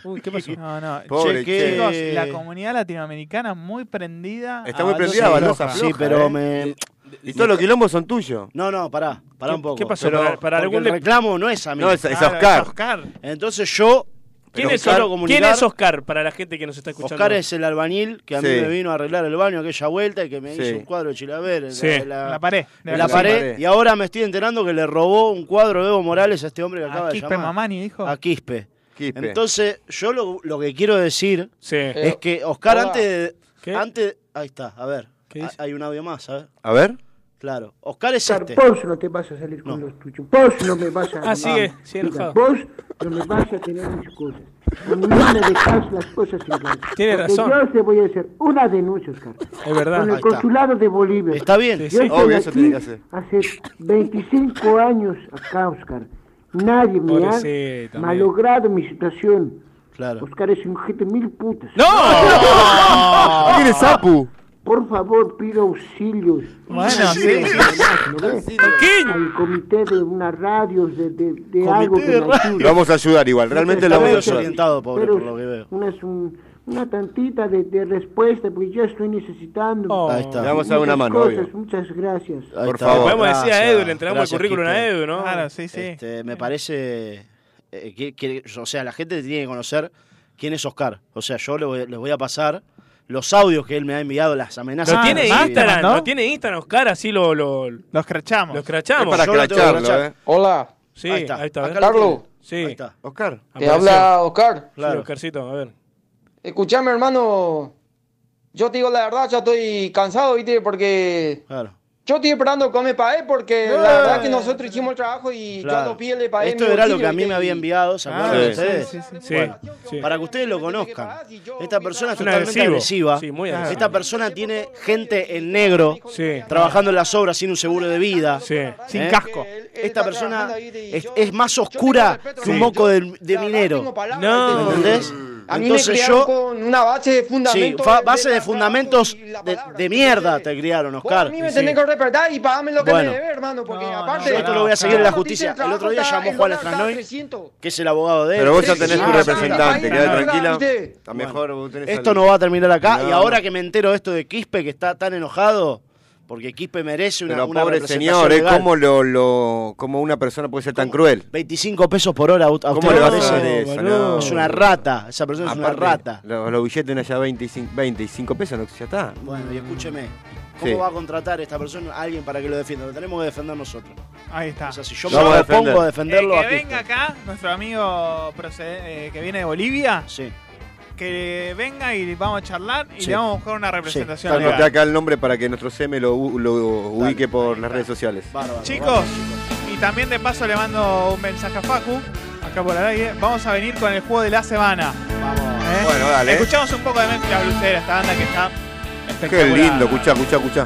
E: Uy, ¿qué pasó?
B: No, no.
D: Pobre che.
B: Chicos,
D: che.
B: la comunidad latinoamericana muy prendida.
C: Está
B: a
C: muy
B: Baldosa
C: prendida,
B: y
C: Baldosa
B: Roja.
C: Floja,
D: Ah, Sí, pero
C: eh.
D: me.
C: Y todos los quilombos son tuyos.
D: No, no, pará, pará un poco.
C: qué pasó?
D: Pero-
C: Para- para
D: porque
C: algún
D: el
C: le-
D: reclamo no es a mí.
C: No, es- es a Claro, Oscar. es
D: Entonces yo.
E: ¿Quién
D: Pero
E: es,
D: Oscar-
E: Oscar, ¿Quién es Oscar para la gente que nos está escuchando?
D: Oscar es el albañil que a mí
C: Sí.
D: me vino a arreglar el baño aquella vuelta y que me
C: Sí.
D: hizo un cuadro de Chilaver. en
E: Sí.
D: en
B: La pared, de
D: en la
B: la
D: pared.
B: pared.
D: Y ahora me estoy enterando que le robó un cuadro de Evo Morales a este hombre que acaba de
B: Quispe
D: llamar.
B: Mamani dijo.
D: A Quispe.
C: Quispe.
D: Entonces, yo lo, lo que quiero decir es que Oscar
B: Hola.
D: antes de- Antes, ahí está, a ver. Ha- Hay un audio más, a ver.
C: A ver.
D: Claro. Oscar es
O: Oscar,
D: este.
O: Vos no te vas a salir con los tuyos. Vos no me vas a.
D: Ah, sigue,
O: Vamos.
D: sigue
O: Mira,
D: enojado.
O: Vos no me vas a tener mis cosas. A mí No me dejas las cosas igual.
E: Tiene
O: Porque
E: razón.
O: Yo te voy a hacer una denuncia, Oscar.
E: Es verdad.
O: Con
E: Ahí
O: el
E: está.
O: consulado de Bolivia.
D: Está bien.
O: Yo
D: Sí, sí.
O: estoy
D: Obvio, eso
O: aquí
D: tiene que hacer.
O: Hace 25 años acá, Oscar. Nadie me
E: Pobrecita,
O: ha
E: amigo.
O: malogrado mi situación.
D: Claro.
O: Oscar es un gente mil putas.
V: ¡No! ¡Mire, Sapu!
O: Por favor, pido auxilios.
V: Bueno, sí, sí.
O: ¿no ves? Al comité de una radio, de, de, de
D: Comité
O: algo
D: de
O: que me
D: radio.
O: ayude.
D: Lo vamos a ayudar igual, realmente lo vamos a
O: Pero-
D: ayudar. Orientado, pobre,
O: pero
D: por lo que veo.
O: Una, es un- una tantita de, de respuesta, porque yo estoy necesitando.
D: Ahí está. Le vamos a dar una
O: muchas
D: mano,
O: cosas,
D: obvio.
O: Muchas gracias.
D: Ahí
E: Por
D: está.
E: favor. Le podemos decir a
D: Gracias.
E: Edu, le entregamos el
D: Gracias,
E: currículum a
D: Quique.
E: Edu, ¿no? Claro, sí, sí.
D: Este, me parece eh, que, que- o sea, la gente tiene que conocer quién es Oscar. O sea, yo le voy- les voy a pasar los audios que él me ha enviado, las amenazas. Ah,
E: No
D: que
E: tiene
D: me ha recibido.
E: Instagram, no tiene Instagram, Oscar, así lo. lo
B: lo escrachamos.
E: Lo escrachamos.
D: Es para Yo lo tengo que escracharlo, escrachar.
E: Hola. Sí,
D: Ahí
E: ahí
D: está.
E: está.
D: Acá lo
H: Carlos,
E: Sí. Ahí
D: está. Oscar.
H: te habla Oscar.
E: Claro. Oscarcito, a ver.
H: Escuchame, hermano. Yo te digo la verdad, ya estoy cansado, ¿viste? Porque
D: Claro.
H: yo estoy esperando que me pague porque la verdad que nosotros hicimos el trabajo y
D: Claro.
H: yo no pide le pagué.
D: Esto
H: mi
D: era lo
H: bolsillo,
D: que a mí
H: ¿viste?
D: me había enviado, ¿se
H: Ah,
D: acuerdan
H: sí,
D: ustedes?
H: sí, sí, sí.
D: Bueno,
H: Sí.
D: Para que ustedes lo conozcan. Esta persona es
E: Un
D: totalmente
E: agresivo.
D: agresiva.
E: Sí, muy agresivo.
D: Esta persona tiene gente en negro trabajando en las obras sin un seguro de vida.
E: Sin
D: ¿Eh?
E: casco.
D: Esta persona es, es más oscura que un
H: Sí.
D: moco de, de minero.
H: No.
D: ¿Me ¿Entendés?
H: A mí me
D: Entonces
H: criaron
D: yo...
H: con una base de
D: Sí,
H: fundamentos.
D: fa- base de fundamentos de, de mierda te criaron, Oscar.
H: a mí me tenés que respetar y pagame lo que
D: Bueno.
H: me debe, hermano, porque aparte...
D: Yo esto lo voy a seguir en la
H: Cuando te
D: justicia.
H: hice
D: El otro día
H: trabajo,
D: llamó
H: el
D: Juan
H: dólar estaba
D: Estranoy,
H: 300.
D: que es el abogado de él.
C: Pero vos ya tenés tu
D: Ah,
C: representante,
D: está.
C: quedá tranquila.
H: ¿viste?
C: A mejor vos tenés
D: Esto
C: al-
D: no va a terminar acá.
C: No.
D: Y ahora que me entero esto de Quispe, que está tan enojado, porque Quispe merece una,
C: Pero
D: una
C: pobre
D: representación
C: señor, ¿eh?
D: legal.
C: ¿Cómo, lo, lo, ¿cómo una persona puede ser tan cruel?
D: 25 pesos por hora. ¿A usted
C: ¿Cómo le
D: le
C: vas a
D: parece?
C: hacer eso? No.
D: Es una rata. Esa persona es
C: Aparte,
D: una rata.
C: Los, los billetes en allá 25, 25 pesos, no, ya está.
D: Bueno, y escúcheme. ¿Cómo
C: Sí.
D: va a contratar esta persona a alguien para que lo defienda? Lo tenemos que defender nosotros.
B: Ahí está.
D: O sea, si yo
C: Vamos
D: me
C: a defender.
D: propongo a defenderlo
B: El
D: a
B: que
D: Quispe.
B: venga acá, nuestro amigo procede- eh, que viene de Bolivia.
D: Sí.
B: Que venga y vamos a charlar y
C: Sí.
B: le vamos a buscar una representación
C: Anoté
B: legal.
C: acá el nombre para que nuestro CM lo, u- lo ubique por las redes sociales.
B: Chicos, y también de paso le mando un mensaje a Facu, acá por el aire. Vamos a venir con el juego de la semana. ¿eh?
C: Bueno, dale.
B: Escuchamos un poco de Mezcla Blusera, esta banda que está
C: Qué
B: espectacular.
C: lindo, escuchá, escuchá, escuchá.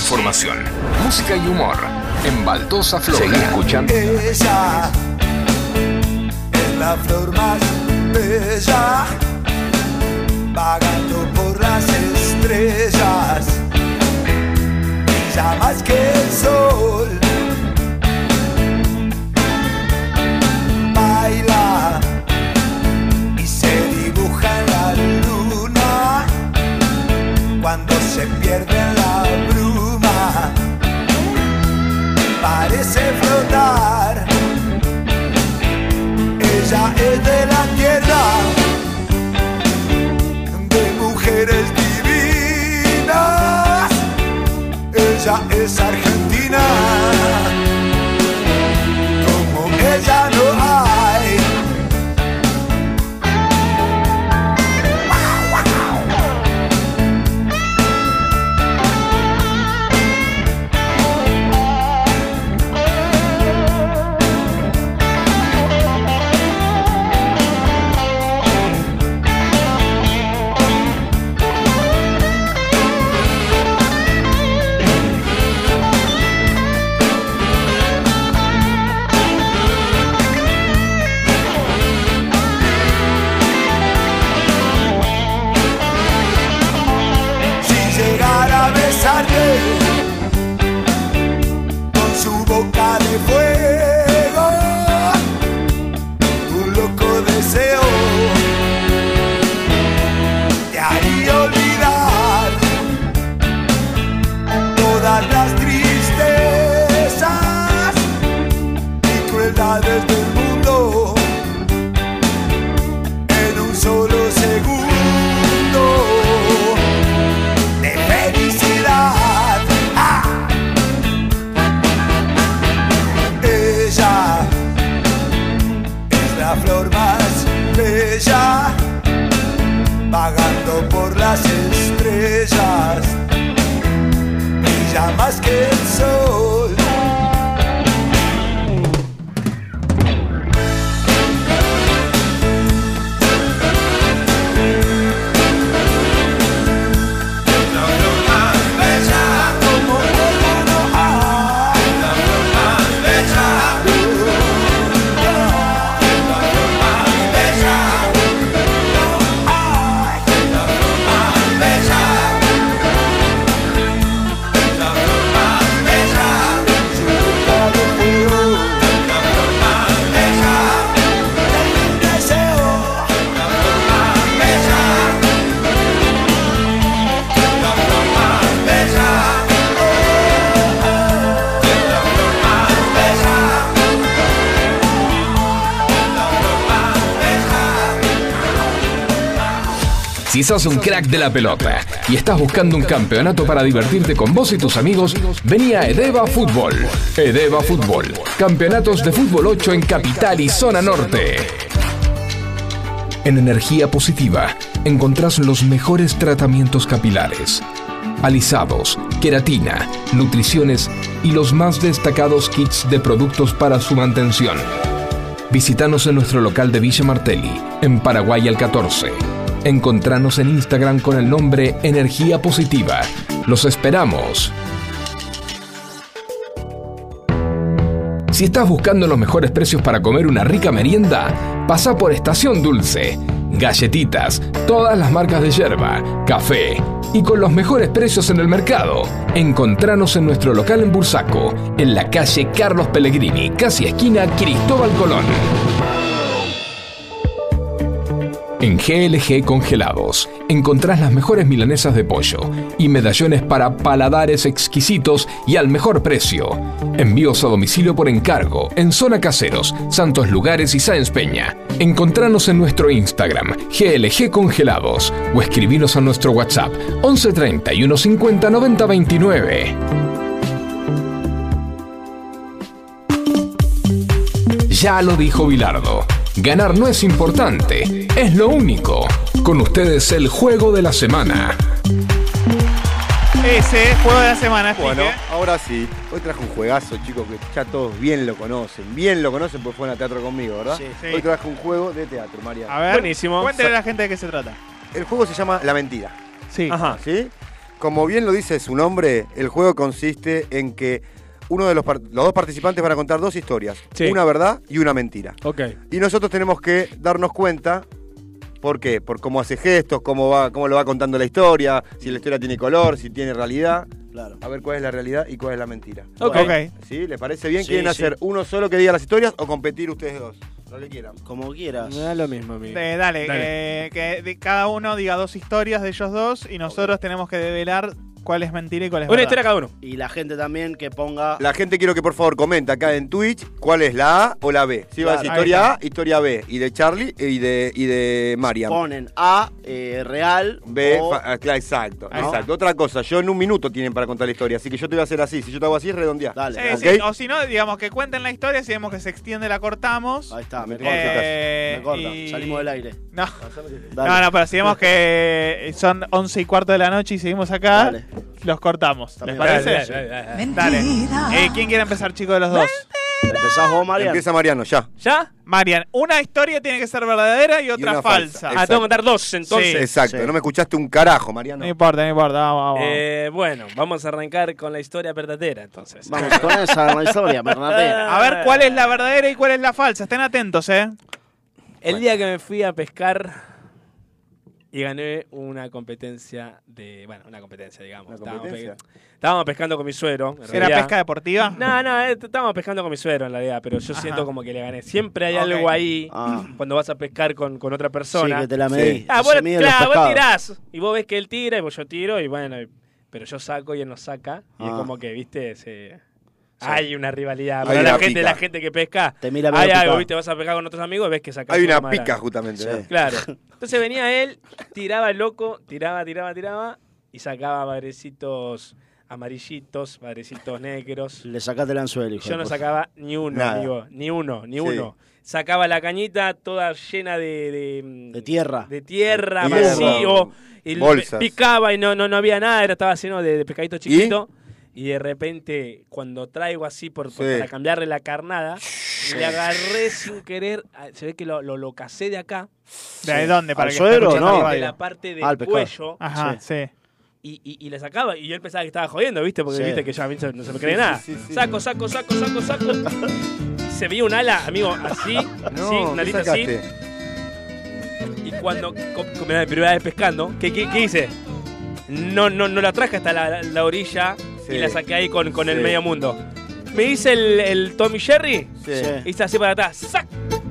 A: Información, música y humor. En Baldosa Floja. Seguí escuchando.
V: Ella es la flor más bella, vagando por las estrellas, ya más que el sol. Baila y se dibuja en la luna cuando se pierde en la bruma parece flotar. Ella es de la tierra, de mujeres divinas. Ella es argentina, como ella no hay. Ah.
A: Si sos un crack de la pelota y estás buscando un campeonato para divertirte con vos y tus amigos, vení a Edeva Fútbol. Edeva Fútbol. Campeonatos de fútbol 8 en Capital y Zona Norte. En Energía Positiva encontrás los mejores tratamientos capilares. Alisados, queratina, nutriciones y los más destacados kits de productos para su mantención. Visítanos en nuestro local de Villa Martelli, en Paraguay al 14. Encontranos en Instagram con el nombre Energía Positiva. Los esperamos. Si estás buscando los mejores precios para comer una rica merienda, pasa por Estación Dulce. Galletitas, todas las marcas de yerba, café y con los mejores precios en el mercado. Encontranos en nuestro local en Bursaco, en la calle Carlos Pellegrini, casi esquina Cristóbal Colón. En GLG Congelados encontrás las mejores milanesas de pollo y medallones para paladares exquisitos y al mejor precio. Envíos a domicilio por encargo en Zona Caseros, Santos Lugares y Sáenz Peña. Encontranos en nuestro Instagram GLG Congelados o escribinos a nuestro WhatsApp 11 31 50 90 29. Ya lo dijo Bilardo. Ganar no es importante, es lo único. Con ustedes el juego de la semana.
B: Ese juego de la semana,
C: Bueno,
B: explique.
C: ahora sí. Hoy trajo un juegazo, chicos, que ya todos bien lo conocen. Bien lo conocen porque fueron a teatro conmigo, ¿verdad?
B: Sí, sí.
C: Hoy trajo un juego de teatro, María.
B: A ver, cuéntele a la gente de qué se trata.
C: El juego se llama La Mentira. Sí. ¿Sí? Como bien lo dice su nombre, el juego consiste en que uno de los, par- los dos participantes van a contar dos historias.
E: Sí.
C: Una verdad y una mentira.
E: Ok.
C: Y nosotros tenemos que darnos cuenta, ¿por qué? Por cómo hace gestos, cómo, va, cómo lo va contando la historia, si la historia tiene color, si tiene realidad. Claro. A ver cuál es la realidad y cuál es la mentira.
D: Ok.
C: Ok. ¿Sí? ¿Les parece bien?
D: Sí,
C: ¿Quieren
D: sí.
C: hacer uno solo que diga las historias o competir ustedes dos? Lo que quieran.
D: Como quieras.
E: Me da lo mismo a mí.
B: Eh, dale, eh, que de- cada uno diga dos historias de ellos dos y nosotros tenemos que develar cuál es mentira y cuál es verdad.
D: Y la gente también que ponga.
C: La gente quiero que por favor comenta acá en Twitch cuál es la A o la B. Si va a decir
D: Claro.
C: historia A, historia B. Y de Charlie eh, y de, y de Mariam.
D: Ponen A, eh, real.
C: B,
D: o-
C: fa- ah, claro, exacto,
D: Ahí está.
C: exacto. Otra cosa, yo en un minuto tienen para contar la historia, así que yo te voy a hacer así. Si yo te hago así, redondeá. Dale,
B: Eh, sí, o si no, digamos que cuenten la historia, si vemos que se extiende la cortamos. Eh, Ahí
D: está, me
C: corta,
E: Eh,
D: me corta, salimos del aire.
B: No.
C: Ah,
D: Dale.
B: no, no, pero si vemos que son 11 y cuarto de la noche y seguimos acá, los cortamos.
D: bien.
B: ¿Les parece?
D: Dale, dale, dale,
B: Dale. Eh, ¿Quién quiere empezar, chicos, de los dos?
D: Empezás vos, Marian.
C: Empieza Mariano, ya.
E: ¿Ya?
B: Marian, una historia tiene que ser verdadera y otra
C: una
B: falsa.
C: falsa, Ah, tengo que exacto. contar
E: dos,
C: Entonces, exacto, no me escuchaste un carajo, Mariano.
B: No importa, no importa, vamos, vamos.
E: Eh, bueno, vamos a arrancar con la historia verdadera entonces.
D: Vamos con esa historia verdadera.
B: A ver cuál es la verdadera y cuál es la falsa. Estén atentos, ¿eh?
E: El día que me fui a pescar y gané una competencia de. Bueno, una competencia, digamos. Estábamos
B: competencia?
E: pe- Estábamos pescando con mi suero. en
B: ¿Era
E: realidad.
B: pesca deportiva?
E: No, no, eh, estábamos pescando con mi suero en realidad, pero yo siento como que le gané. Siempre hay
B: Ok. Ah.
E: algo ahí cuando vas a pescar con, con otra persona.
D: Sí, que te la medí.
E: Ah,
D: Se
E: bueno,
D: miden
E: claro,
D: los
E: vos
D: pescados.
E: tirás. Y vos ves que él tira y vos yo tiro y bueno, y- pero yo saco y él no saca. Y es
D: Ah.
E: como que, viste, se- Hay una rivalidad.
D: Hay
E: Pero
D: una
E: la gente,
D: pica.
E: la gente que pesca.
D: Te mira
E: hay
D: medio
E: algo,
D: picado.
E: viste, vas a pescar con otros amigos y ves que sacas
C: Hay
E: uno
C: una
E: más
C: pica,
E: grande.
C: justamente. ¿eh?
E: Claro. Entonces venía él, tiraba el loco, tiraba, tiraba, tiraba y sacaba madrecitos amarillitos, madrecitos negros.
D: Le sacaste el anzuelo, hijo.
E: Yo no sacaba ni uno,
D: Nada.
E: amigo, ni uno, ni
D: Sí.
E: uno. Sacaba la cañita toda llena de, de, mm,
D: De tierra.
E: de tierra,
D: Y
E: vacío.
D: eso,
E: Y
D: bolsas.
E: picaba y no, no, no había nada, era, estaba lleno de, de pescadito chiquito. ¿Y? de repente, cuando traigo así por, por-
D: Sí.
E: para cambiarle la carnada, le agarré sin querer, a- se ve que lo, lo, lo casé de acá.
B: ¿De dónde? Para
D: ¿Al
B: que
D: suegro
B: escuchen
D: no?
B: la radio.
E: De la parte del
D: Ah, al pescado.
E: cuello.
B: Ajá, sí.
E: Y, y, y le sacaba, y yo él pensaba que estaba jodiendo, ¿viste? Porque
D: Sí.
E: viste que ya a mí se- no se me
D: Sí,
E: cree
D: sí,
E: nada.
D: sí, sí.
E: saco, saco, saco, saco, saco. Y se veía un ala, amigo, así, así,
C: No,
E: una
C: ¿qué
E: alita así.
C: sacaste?
E: Y cuando co- co- me la primera vez pescando, ¿qué, qué, qué hice? No, no, no la traje hasta la, la orilla
C: Sí.
E: y la saqué ahí con, con el
C: Sí.
E: medio mundo. Me hice el, el Tommy Jerry,
C: Sí.
E: hice así para atrás, ¡sac!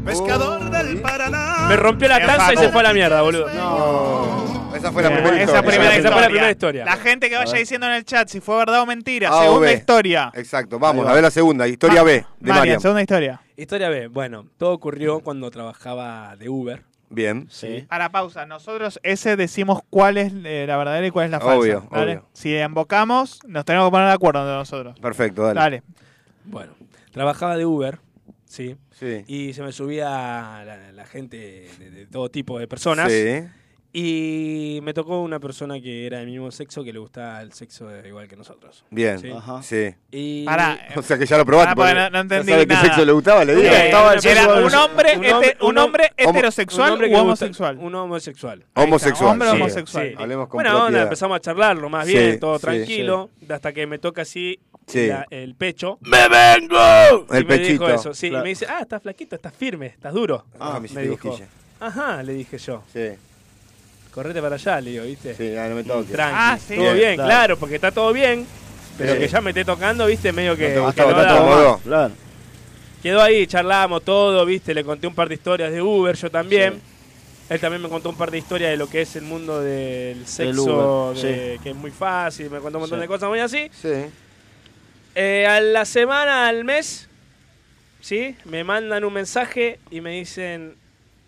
H: Pescador del Paraná.
E: Me rompió la tranza y se fue a la mierda, boludo.
C: No. Esa fue
E: la primera historia.
B: primera
E: Esa fue la primera
B: historia.
E: historia.
B: La gente que vaya diciendo en el chat si fue verdad o mentira.
C: A o
B: Segunda
C: B.
B: historia.
C: Exacto, vamos, a ver la segunda. Historia B, de
B: Marian,
C: Mariam.
B: segunda historia.
E: Historia B. Bueno, todo ocurrió cuando trabajaba de Uber.
C: Bien.
D: Sí.
B: A la pausa, nosotros ese decimos cuál es eh, la verdadera y cuál es la falsa.
C: Obvio,
B: ¿dale?
C: obvio.
B: Si embocamos, nos tenemos que poner de acuerdo entre nosotros.
C: Perfecto, dale.
B: Dale.
E: Bueno, trabajaba de Uber, ¿sí?
C: Sí.
E: Y se me subía la, la gente de, de todo tipo de personas.
C: Sí.
E: Y me tocó una persona que era del mismo sexo que le gustaba el sexo de- igual que nosotros.
C: Bien.
E: ¿sí?
C: Sí.
E: Y...
C: o sea que ya lo probaste.
E: Pará, porque
C: porque
E: no- no entendí
C: ya sabe
E: nada.
C: qué sexo le gustaba, le digo.
E: Eh,
C: Gustaba el
E: era
C: sexo-
E: un hombre hete-
B: este,
E: un hombre
C: homo-
E: heterosexual
C: un hombre
E: u
C: que le gusta-
E: homosexual. Un homosexual.
C: Homosexual,
E: Hombre
C: sí.
E: homosexual.
C: Sí. Hablemos con
E: bueno,
C: propiedad.
E: empezamos a charlarlo más
C: Sí,
E: bien, todo
C: sí,
E: tranquilo, hasta que me toca así
C: Sí.
E: la- el pecho.
C: ¡Me vengo!
E: Y
C: El
E: me
C: pechito.
E: dijo eso, sí.
C: Claro.
E: Y me dice, ah, estás flaquito, estás firme, estás duro.
C: Ah, me hiciste
E: me dijo.
C: cosquilla.
E: Ajá, le dije yo.
C: Sí.
E: Correte para allá, le digo, ¿viste?
C: Sí, ah, no me toques.
E: Tranqui.
C: Ah, sí.
E: Todo bien,
C: Bien,
E: claro.
C: claro.
E: porque está todo bien, pero
C: Sí.
E: que ya me esté tocando, ¿viste? Medio que.
C: No te
E: que
C: gustaba,
E: no
C: no te
E: daba más.
C: acomodó.
D: Claro.
E: Quedó ahí, charlamos todo, viste, le conté un par de historias de Uber, yo también. Él también me contó un par de historias de lo que es el mundo del sexo,
D: Uber,
E: de- que es muy fácil, me contó un montón
D: Sí.
E: de cosas muy así.
C: Sí.
E: Eh, a la semana, al mes, ¿sí? Me mandan un mensaje y me dicen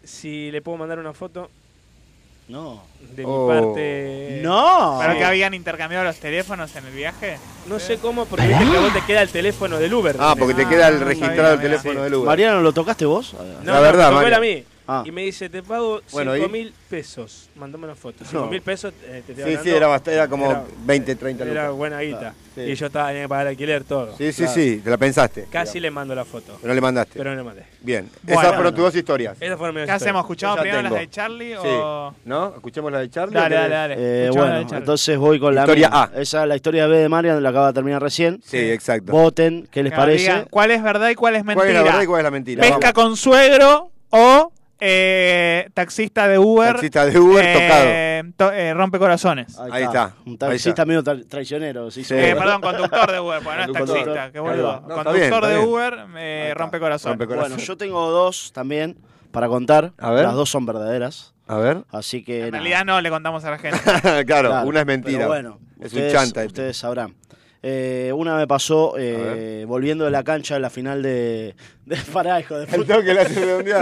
E: si le puedo mandar una foto eh,
D: No.
E: de
D: Oh.
E: mi parte.
D: No.
B: ¿Pero que habían intercambiado los teléfonos en el viaje?
E: No sé cómo, porque viste que a vos te queda el teléfono del Uber.
C: Ah, porque te
E: Ah,
C: queda el
E: no
C: registrado el
E: sabía,
C: teléfono
E: sí.
C: del Uber.
D: Mariano, ¿lo tocaste vos?
E: No,
C: La
E: no,
C: verdad,
E: me tocó él
C: Mario.
E: a mí.
D: Ah.
E: Y me dice, te pago
C: Bueno,
E: 5
C: ¿y?
E: mil pesos. Mandame una foto.
C: No.
E: 5 mil pesos, eh, te
C: Sí,
E: estoy
C: sí,
E: hablando,
C: era bast- era como 20, 30
E: Era
C: lucas.
E: buena guita.
C: Claro, sí.
E: Y yo estaba tenía que pagar alquiler, todo.
C: Sí, sí, sí, te la pensaste.
E: Casi le mando la foto.
C: Pero no le mandaste.
E: Pero no le mandé.
C: Bien.
E: Bueno.
C: Esas fueron tus dos historias.
E: Esas fueron mis
B: ¿Qué hacemos?
C: Yo
B: ¿Escuchamos
C: ya
B: primero las
C: tengo.
B: de Charlie
C: Sí.
B: o...?
C: ¿No? ¿Escuchemos la de Charlie?
B: Dale,
C: ¿O querés?
B: dale, dale.
D: Eh,
B: Escuchamos la de
D: bueno,
B: Charlie.
D: entonces voy con la
C: Historia
D: mía. Esa, la historia B de Marian la acaba de terminar recién.
C: Sí, exacto.
D: Voten, ¿qué les
B: Que nos digan
D: parece?
B: ¿Cuál es verdad y cuál es mentira?
C: ¿Cuál es la verdad y cuál es la mentira?
B: ¿Pesca con suegro o eh, taxista de Uber?
C: Taxista de Uber
B: tocado. rompe corazones.
C: Ahí está.
D: Un
C: Ahí
D: taxista
C: está.
D: medio tra- traicionero. se hizo-
B: Eh, perdón, conductor de Uber,
Q: pues,
B: porque no es
D: Conductor.
B: taxista, qué boludo.
D: Ahí va. No, está
B: conductor
D: bien, está
B: de
D: bien.
B: Uber eh, rompe corazones.
D: Bueno, yo tengo dos también para contar.
C: A ver.
D: Las dos son verdaderas.
C: A ver.
D: Así que.
B: En
D: nada.
B: realidad no le contamos a la gente.
C: claro, una es
D: pero
C: mentira.
D: bueno,
C: es
D: ustedes,
C: un chanta. este.
D: Ustedes sabrán. Eh, una me pasó eh, volviendo de la cancha de la final de. de pará, hijo de puta.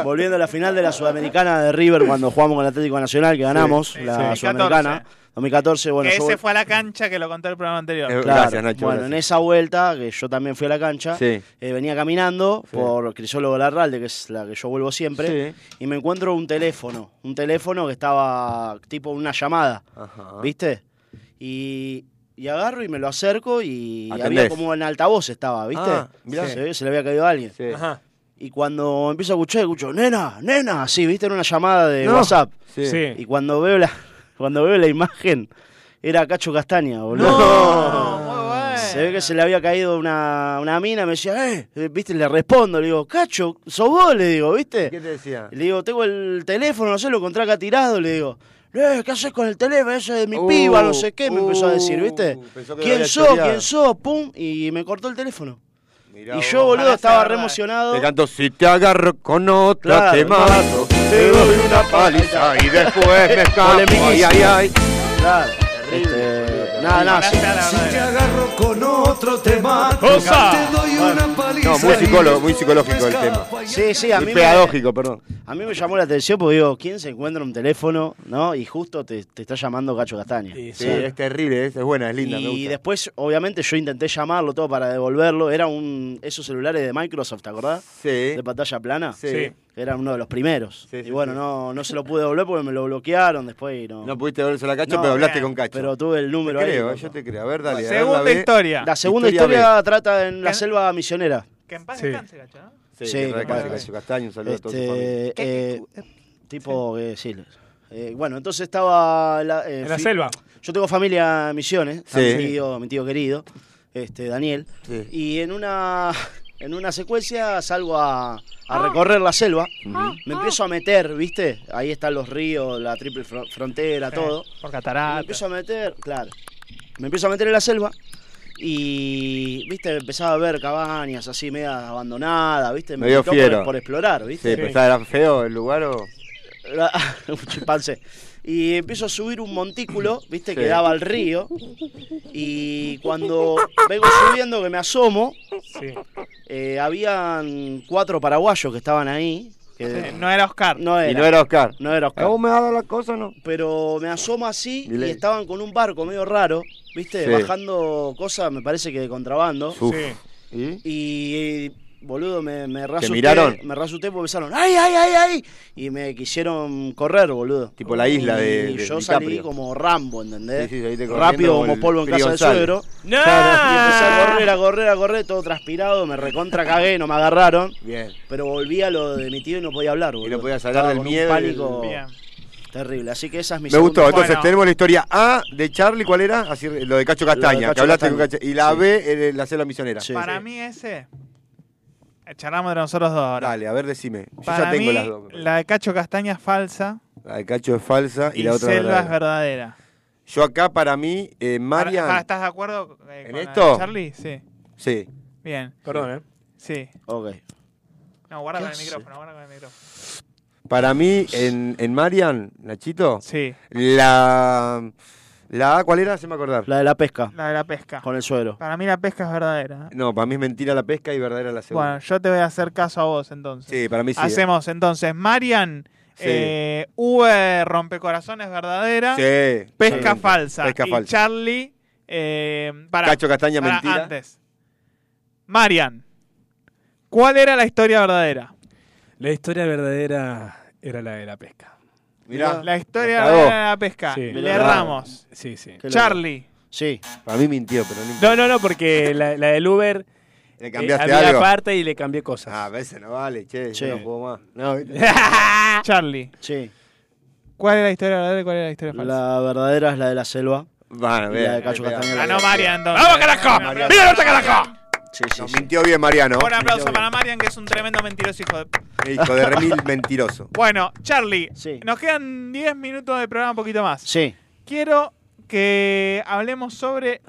D: Volviendo a la final de la Sudamericana de River cuando jugamos con el Atlético Nacional, que ganamos la
B: sí.
D: Sudamericana. 2014, bueno,
B: que
D: yo
B: ese
D: vol-
B: fue a la cancha que lo conté el programa anterior.
C: Eh,
D: Claro. Bueno, en esa vuelta, que yo también fui a la cancha,
C: Sí.
D: eh, venía caminando por Crisólogo Larralde, que es la que yo vuelvo siempre, y me encuentro un teléfono. Un teléfono que estaba tipo una llamada, ¿viste? Y, y agarro y me lo acerco y
C: Atendés.
D: había como en altavoz estaba, ¿viste?
C: Ah, mirá.
D: se, se le había caído a alguien.
E: Ajá.
D: Y cuando empiezo a escuchar, escucho, nena, nena, sí, viste, era una llamada de
C: No.
D: WhatsApp.
C: Sí. Sí.
D: Y cuando veo la, cuando veo la imagen, era Cacho Castaña, boludo. Se ve que se le había caído una, una mina, me decía, eh, eh, viste, le respondo, le digo, Cacho, sos vos, le digo, viste.
C: ¿Qué te decía?
D: Le digo, tengo el teléfono, no sé, lo encontré acá tirado, le digo. "Eh, ¿Qué haces con el teléfono? Eso es de mi
C: Uh,
D: piba, no sé qué, me empezó a
C: uh,
D: decir, ¿viste?
C: pensó que lo
D: ¿Quién
C: había
D: sos?
C: choreado.
D: ¿Quién sos? Pum, y me cortó el teléfono.
C: Mirá
D: y
C: vos.
D: yo, boludo,
C: Ojalá sea
D: estaba re
C: verdad.
D: emocionado.
C: Te canto, si te agarro con otra,
D: Claro.
C: te mato. Te doy una paliza y después Pues, me escapo. Ay,
D: Polemiquísimo.
C: ay, ay.
D: Claro, este, nada, nada. sí.
F: Si te agarro con otro te mato,
D: Opa.
F: te doy una paliza.
C: No, muy,
F: y
C: psicólogo, muy psicológico el tema.
D: Sí, sí, a
C: Y
D: mí
C: pedagógico, perdón.
D: Me, a mí me llamó la atención porque digo, ¿quién se encuentra un teléfono, no? Y justo te, te está llamando Cacho Castaña.
C: Sí, es terrible, es, es buena, es linda, me
D: Y
C: gusta.
D: después, obviamente, yo intenté llamarlo todo para devolverlo. Era un esos celulares de Microsoft, ¿te acordás?
C: Sí.
D: De pantalla plana.
C: Sí. Sí.
D: Era uno de los primeros.
C: Sí, sí,
D: y bueno,
C: sí.
D: no, no se lo pude devolver porque me lo bloquearon después y no.
C: No pudiste verse la cacho,
D: No,
C: pero hablaste
D: bien,
C: con cacho.
D: pero tuve el número
C: Te
D: ahí,
C: creo,
D: loco.
C: yo te creo. A ver, dale. a ver,
D: Segunda
C: B.
D: historia. La segunda historia trata en la selva misionera.
B: Que en paz
D: Sí.
B: descanse, Cacho, ¿no?
D: Sí,
C: que
D: que
C: Cacho
D: pase.
C: Cacho Castaño, un saludo a toda su
D: Este,
C: familia.
D: eh, tipo, que sí. Eh, bueno, entonces estaba... la- eh,
E: En la
D: fi-
E: selva.
D: Yo tengo familia en Misiones, está
C: Sí.
D: mi, tío, mi tío querido, este Daniel.
C: Sí.
D: Y en una, en una secuencia salgo a, a recorrer la selva.
C: Mm.
D: Me empiezo a meter, ¿viste? Ahí están los ríos, la triple fro- frontera, todo.
B: Por catarata.
D: Me empiezo a meter, claro. Me empiezo a meter en la selva y, viste, empezaba a ver cabañas así, media abandonadas, viste.
C: Medio
D: picó por-
C: fiero.
D: Por, explorar, viste.
C: Sí, pero ¿era feo el lugar o...?
D: La- un chimpancé. Y empiezo a subir un montículo, viste, que
C: Sí.
D: daba al río. Y cuando vengo subiendo, que me asomo, eh, habían cuatro paraguayos que estaban ahí, que que-
B: No era Oscar.
D: No era.
C: Y no era Oscar.
D: No era Oscar.
C: ¿Aún me va a dar la cosa no?
D: Pero me asomo así
C: Y le-
D: y estaban con un barco medio raro, ¿viste?
C: Sí.
D: Bajando cosas, me parece que de contrabando.
C: Uf. ¿Y?
D: Y, boludo, me, me rasusté.
C: miraron?
D: Me rasusté porque empezaron, ¡ay, ay, ay, ay! Y me quisieron correr, boludo.
C: Tipo la isla de-
D: Y
C: de
D: yo salí
C: DiCaprio.
D: como Rambo, ¿entendés?
C: Sí, sí, saliste corriendo
D: Rápido
C: como
D: como
C: el
D: polvo en
C: Piri
D: casa de
C: González.
D: suegro.
C: ¡No!
D: Claro, Y empecé a correr, a correr, a correr, todo transpirado, me recontra cagué, no me agarraron.
C: Bien.
D: Pero volví a lo de mi tío y no podía hablar, boludo. Y no
C: podía sacar del miedo
D: Un
C: y
D: pánico
C: del- Bien.
D: terrible. Así que esa es mi
C: Me gustó.
D: segunda-
C: Entonces tenemos la historia A de Charlie, ¿cuál era? Así, lo de Cacho Castaña,
D: Cacho
C: que hablaste
D: Castaña.
C: con Cacho. Y la
D: Sí.
C: B, eh, la célula misionera.
B: Para mí ese. eh, Charlamos entre nosotros dos ahora.
C: Dale, a ver, decime. Yo
B: Para
C: ya tengo
B: mí,
C: las dos.
B: La de Cacho Castaña es falsa
C: La de Cacho es falsa y,
B: y,
C: la otra
B: Selva
C: verdadera.
B: es verdadera.
C: Yo acá, para mí, eh, Marian.
B: Para- ¿Estás de acuerdo eh, con la de
C: esto?
B: Charlie? Sí.
C: Sí.
B: Bien.
E: Perdón, ¿eh?
B: Sí.
D: Ok.
B: No, guarda
D: ¿Qué
B: con el
D: hace?
B: micrófono, guarda con el micrófono.
C: Para mí, en, en Marian, Nachito.
B: Sí.
C: La. ¿La A cuál era? Se me acordar.
D: La de la pesca.
B: La de la pesca.
D: Con el suero.
B: Para mí la pesca es verdadera. ¿eh?
C: No, para mí es mentira la pesca y verdadera la segunda.
B: Bueno, yo te voy a hacer caso a vos entonces.
C: sí, para mí sí. eh.
B: Hacemos entonces, Marian,
C: Sí.
B: eh, V rompecorazones verdadera,
C: Sí,
B: pesca
C: totalmente.
B: falsa.
C: Pesca
B: y
C: falsa.
B: Charlie, eh, para,
C: Cacho Castaña,
B: para
C: mentira.
B: Antes. Marian, ¿cuál era la historia verdadera?
Q: La historia verdadera era la de la pesca.
C: Mirá,
B: la historia
C: la cagó.
B: verdadera de la pesca.
Q: Sí.
B: Le
Q: Mirá.
B: erramos.
Q: Sí, sí.
C: Qué loco.
B: Charlie.
D: Sí.
C: Para mí mintió, pero no importa.
Q: No, no, no, porque la, la del Uber. eh,
C: ¿Le cambiaste
D: Eh,
Q: había
C: algo?
Q: aparte y le cambié cosas.
C: A veces no vale, che,
Q: Sí.
C: yo no puedo más. No, ¿viste?
B: Charlie.
D: Sí.
B: ¿Cuál era la historia verdadera y cuál era la historia falsa?
D: La verdadera es la de la selva.
C: Bueno,
D: y la
C: bien,
D: de Cacho
C: bien.
D: Castaña.
B: Ah, no, Marian, entonces.
E: ¡Vamos, carajo!
B: Marian.
E: ¡Mira la otra, carajo!
D: Sí, sí,
C: Nos mintió bien Mariano.
B: Un aplauso para Marian, que es un tremendo mentiroso hijo de...
C: Hijo de remil mentiroso.
B: Bueno, Charlie, nos quedan 10 minutos de programa, un poquito más.
D: Sí.
B: Quiero que hablemos sobre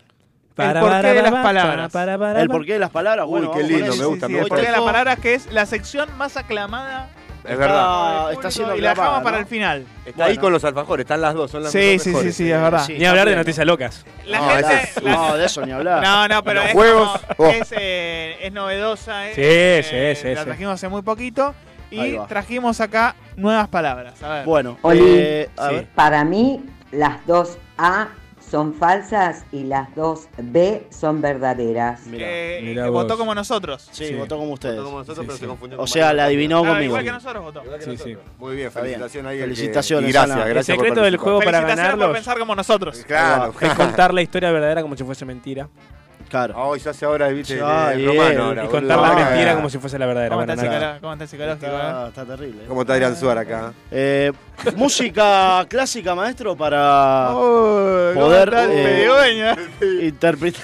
Q: Para,
B: el porqué
Q: para,
B: de las
Q: para,
B: palabras.
Q: para, para, para. ¿El porqué
D: de las palabras?
C: Uy, qué lindo, me gusta,
B: Sí,
C: me
B: el
C: gusta.
B: porqué de las
C: esto.
B: palabras, que es la sección más aclamada.
C: Es verdad.
B: del
D: está
B: público,
D: siendo
B: y la dejamos
D: aclamada,
B: para
D: ¿no?
B: el final.
C: Está ahí con los alfajores, están las dos, son las
B: Sí,
C: mejores.
B: sí, sí, sí, es verdad.
Q: Ni hablar de noticias locas.
B: La
C: No,
B: gente-
C: ese es-
B: la-
D: No, de eso ni hablar.
B: No, no, pero
C: Los
B: es,
C: huevos,
B: como-
C: oh.
B: es, eh, es novedosa. eh,
Q: Sí,
B: eh,
Q: sí, sí,
B: La
Q: sí.
B: trajimos hace muy poquito
Q: Ahí
B: y
Q: va.
B: trajimos acá nuevas palabras. A ver.
D: Bueno, eh,
K: Oli,
B: eh, a
K: sí.
B: ver.
K: para mí las dos A son falsas y las dos B son verdaderas.
B: Eh, votó como nosotros.
D: Sí, votó como ustedes.
C: Votó como nosotros, pero se confundió
D: O
C: con
D: sea,
C: Mariano.
D: la adivinó
C: Claro,
D: conmigo.
C: igual que
B: nosotros votó.
Q: Sí, sí.
C: Muy bien,
D: Está bien.
C: felicitaciones ahí. el que-
D: Felicitaciones,
C: Y gracias,
D: Ana.
C: gracias.
Q: El
C: por
Q: secreto del
C: participar.
Q: juego para
B: Felicitaciones por
Q: ganarlos.
B: pensar como nosotros.
C: Claro.
Q: Es contar la historia verdadera como si fuese mentira.
D: Claro.
C: Ay, ya Ah, se ahora, viste,
Q: Ya,
C: el
Q: bien.
C: romano ahora.
Q: Y
C: boludo.
Q: contar la
C: Ah,
Q: mentira como si fuese la verdadera.
B: ¿Cómo está,
Q: Bueno,
B: el
Q: nada.
B: psicolo- cómo está el psicológico? eh?
D: Está, está terrible.
C: ¿Cómo está Irán Suar acá?
D: Eh, música clásica, maestro, para
B: Oh, ¿cómo
D: poder eh,
B: está el
D: interpretar.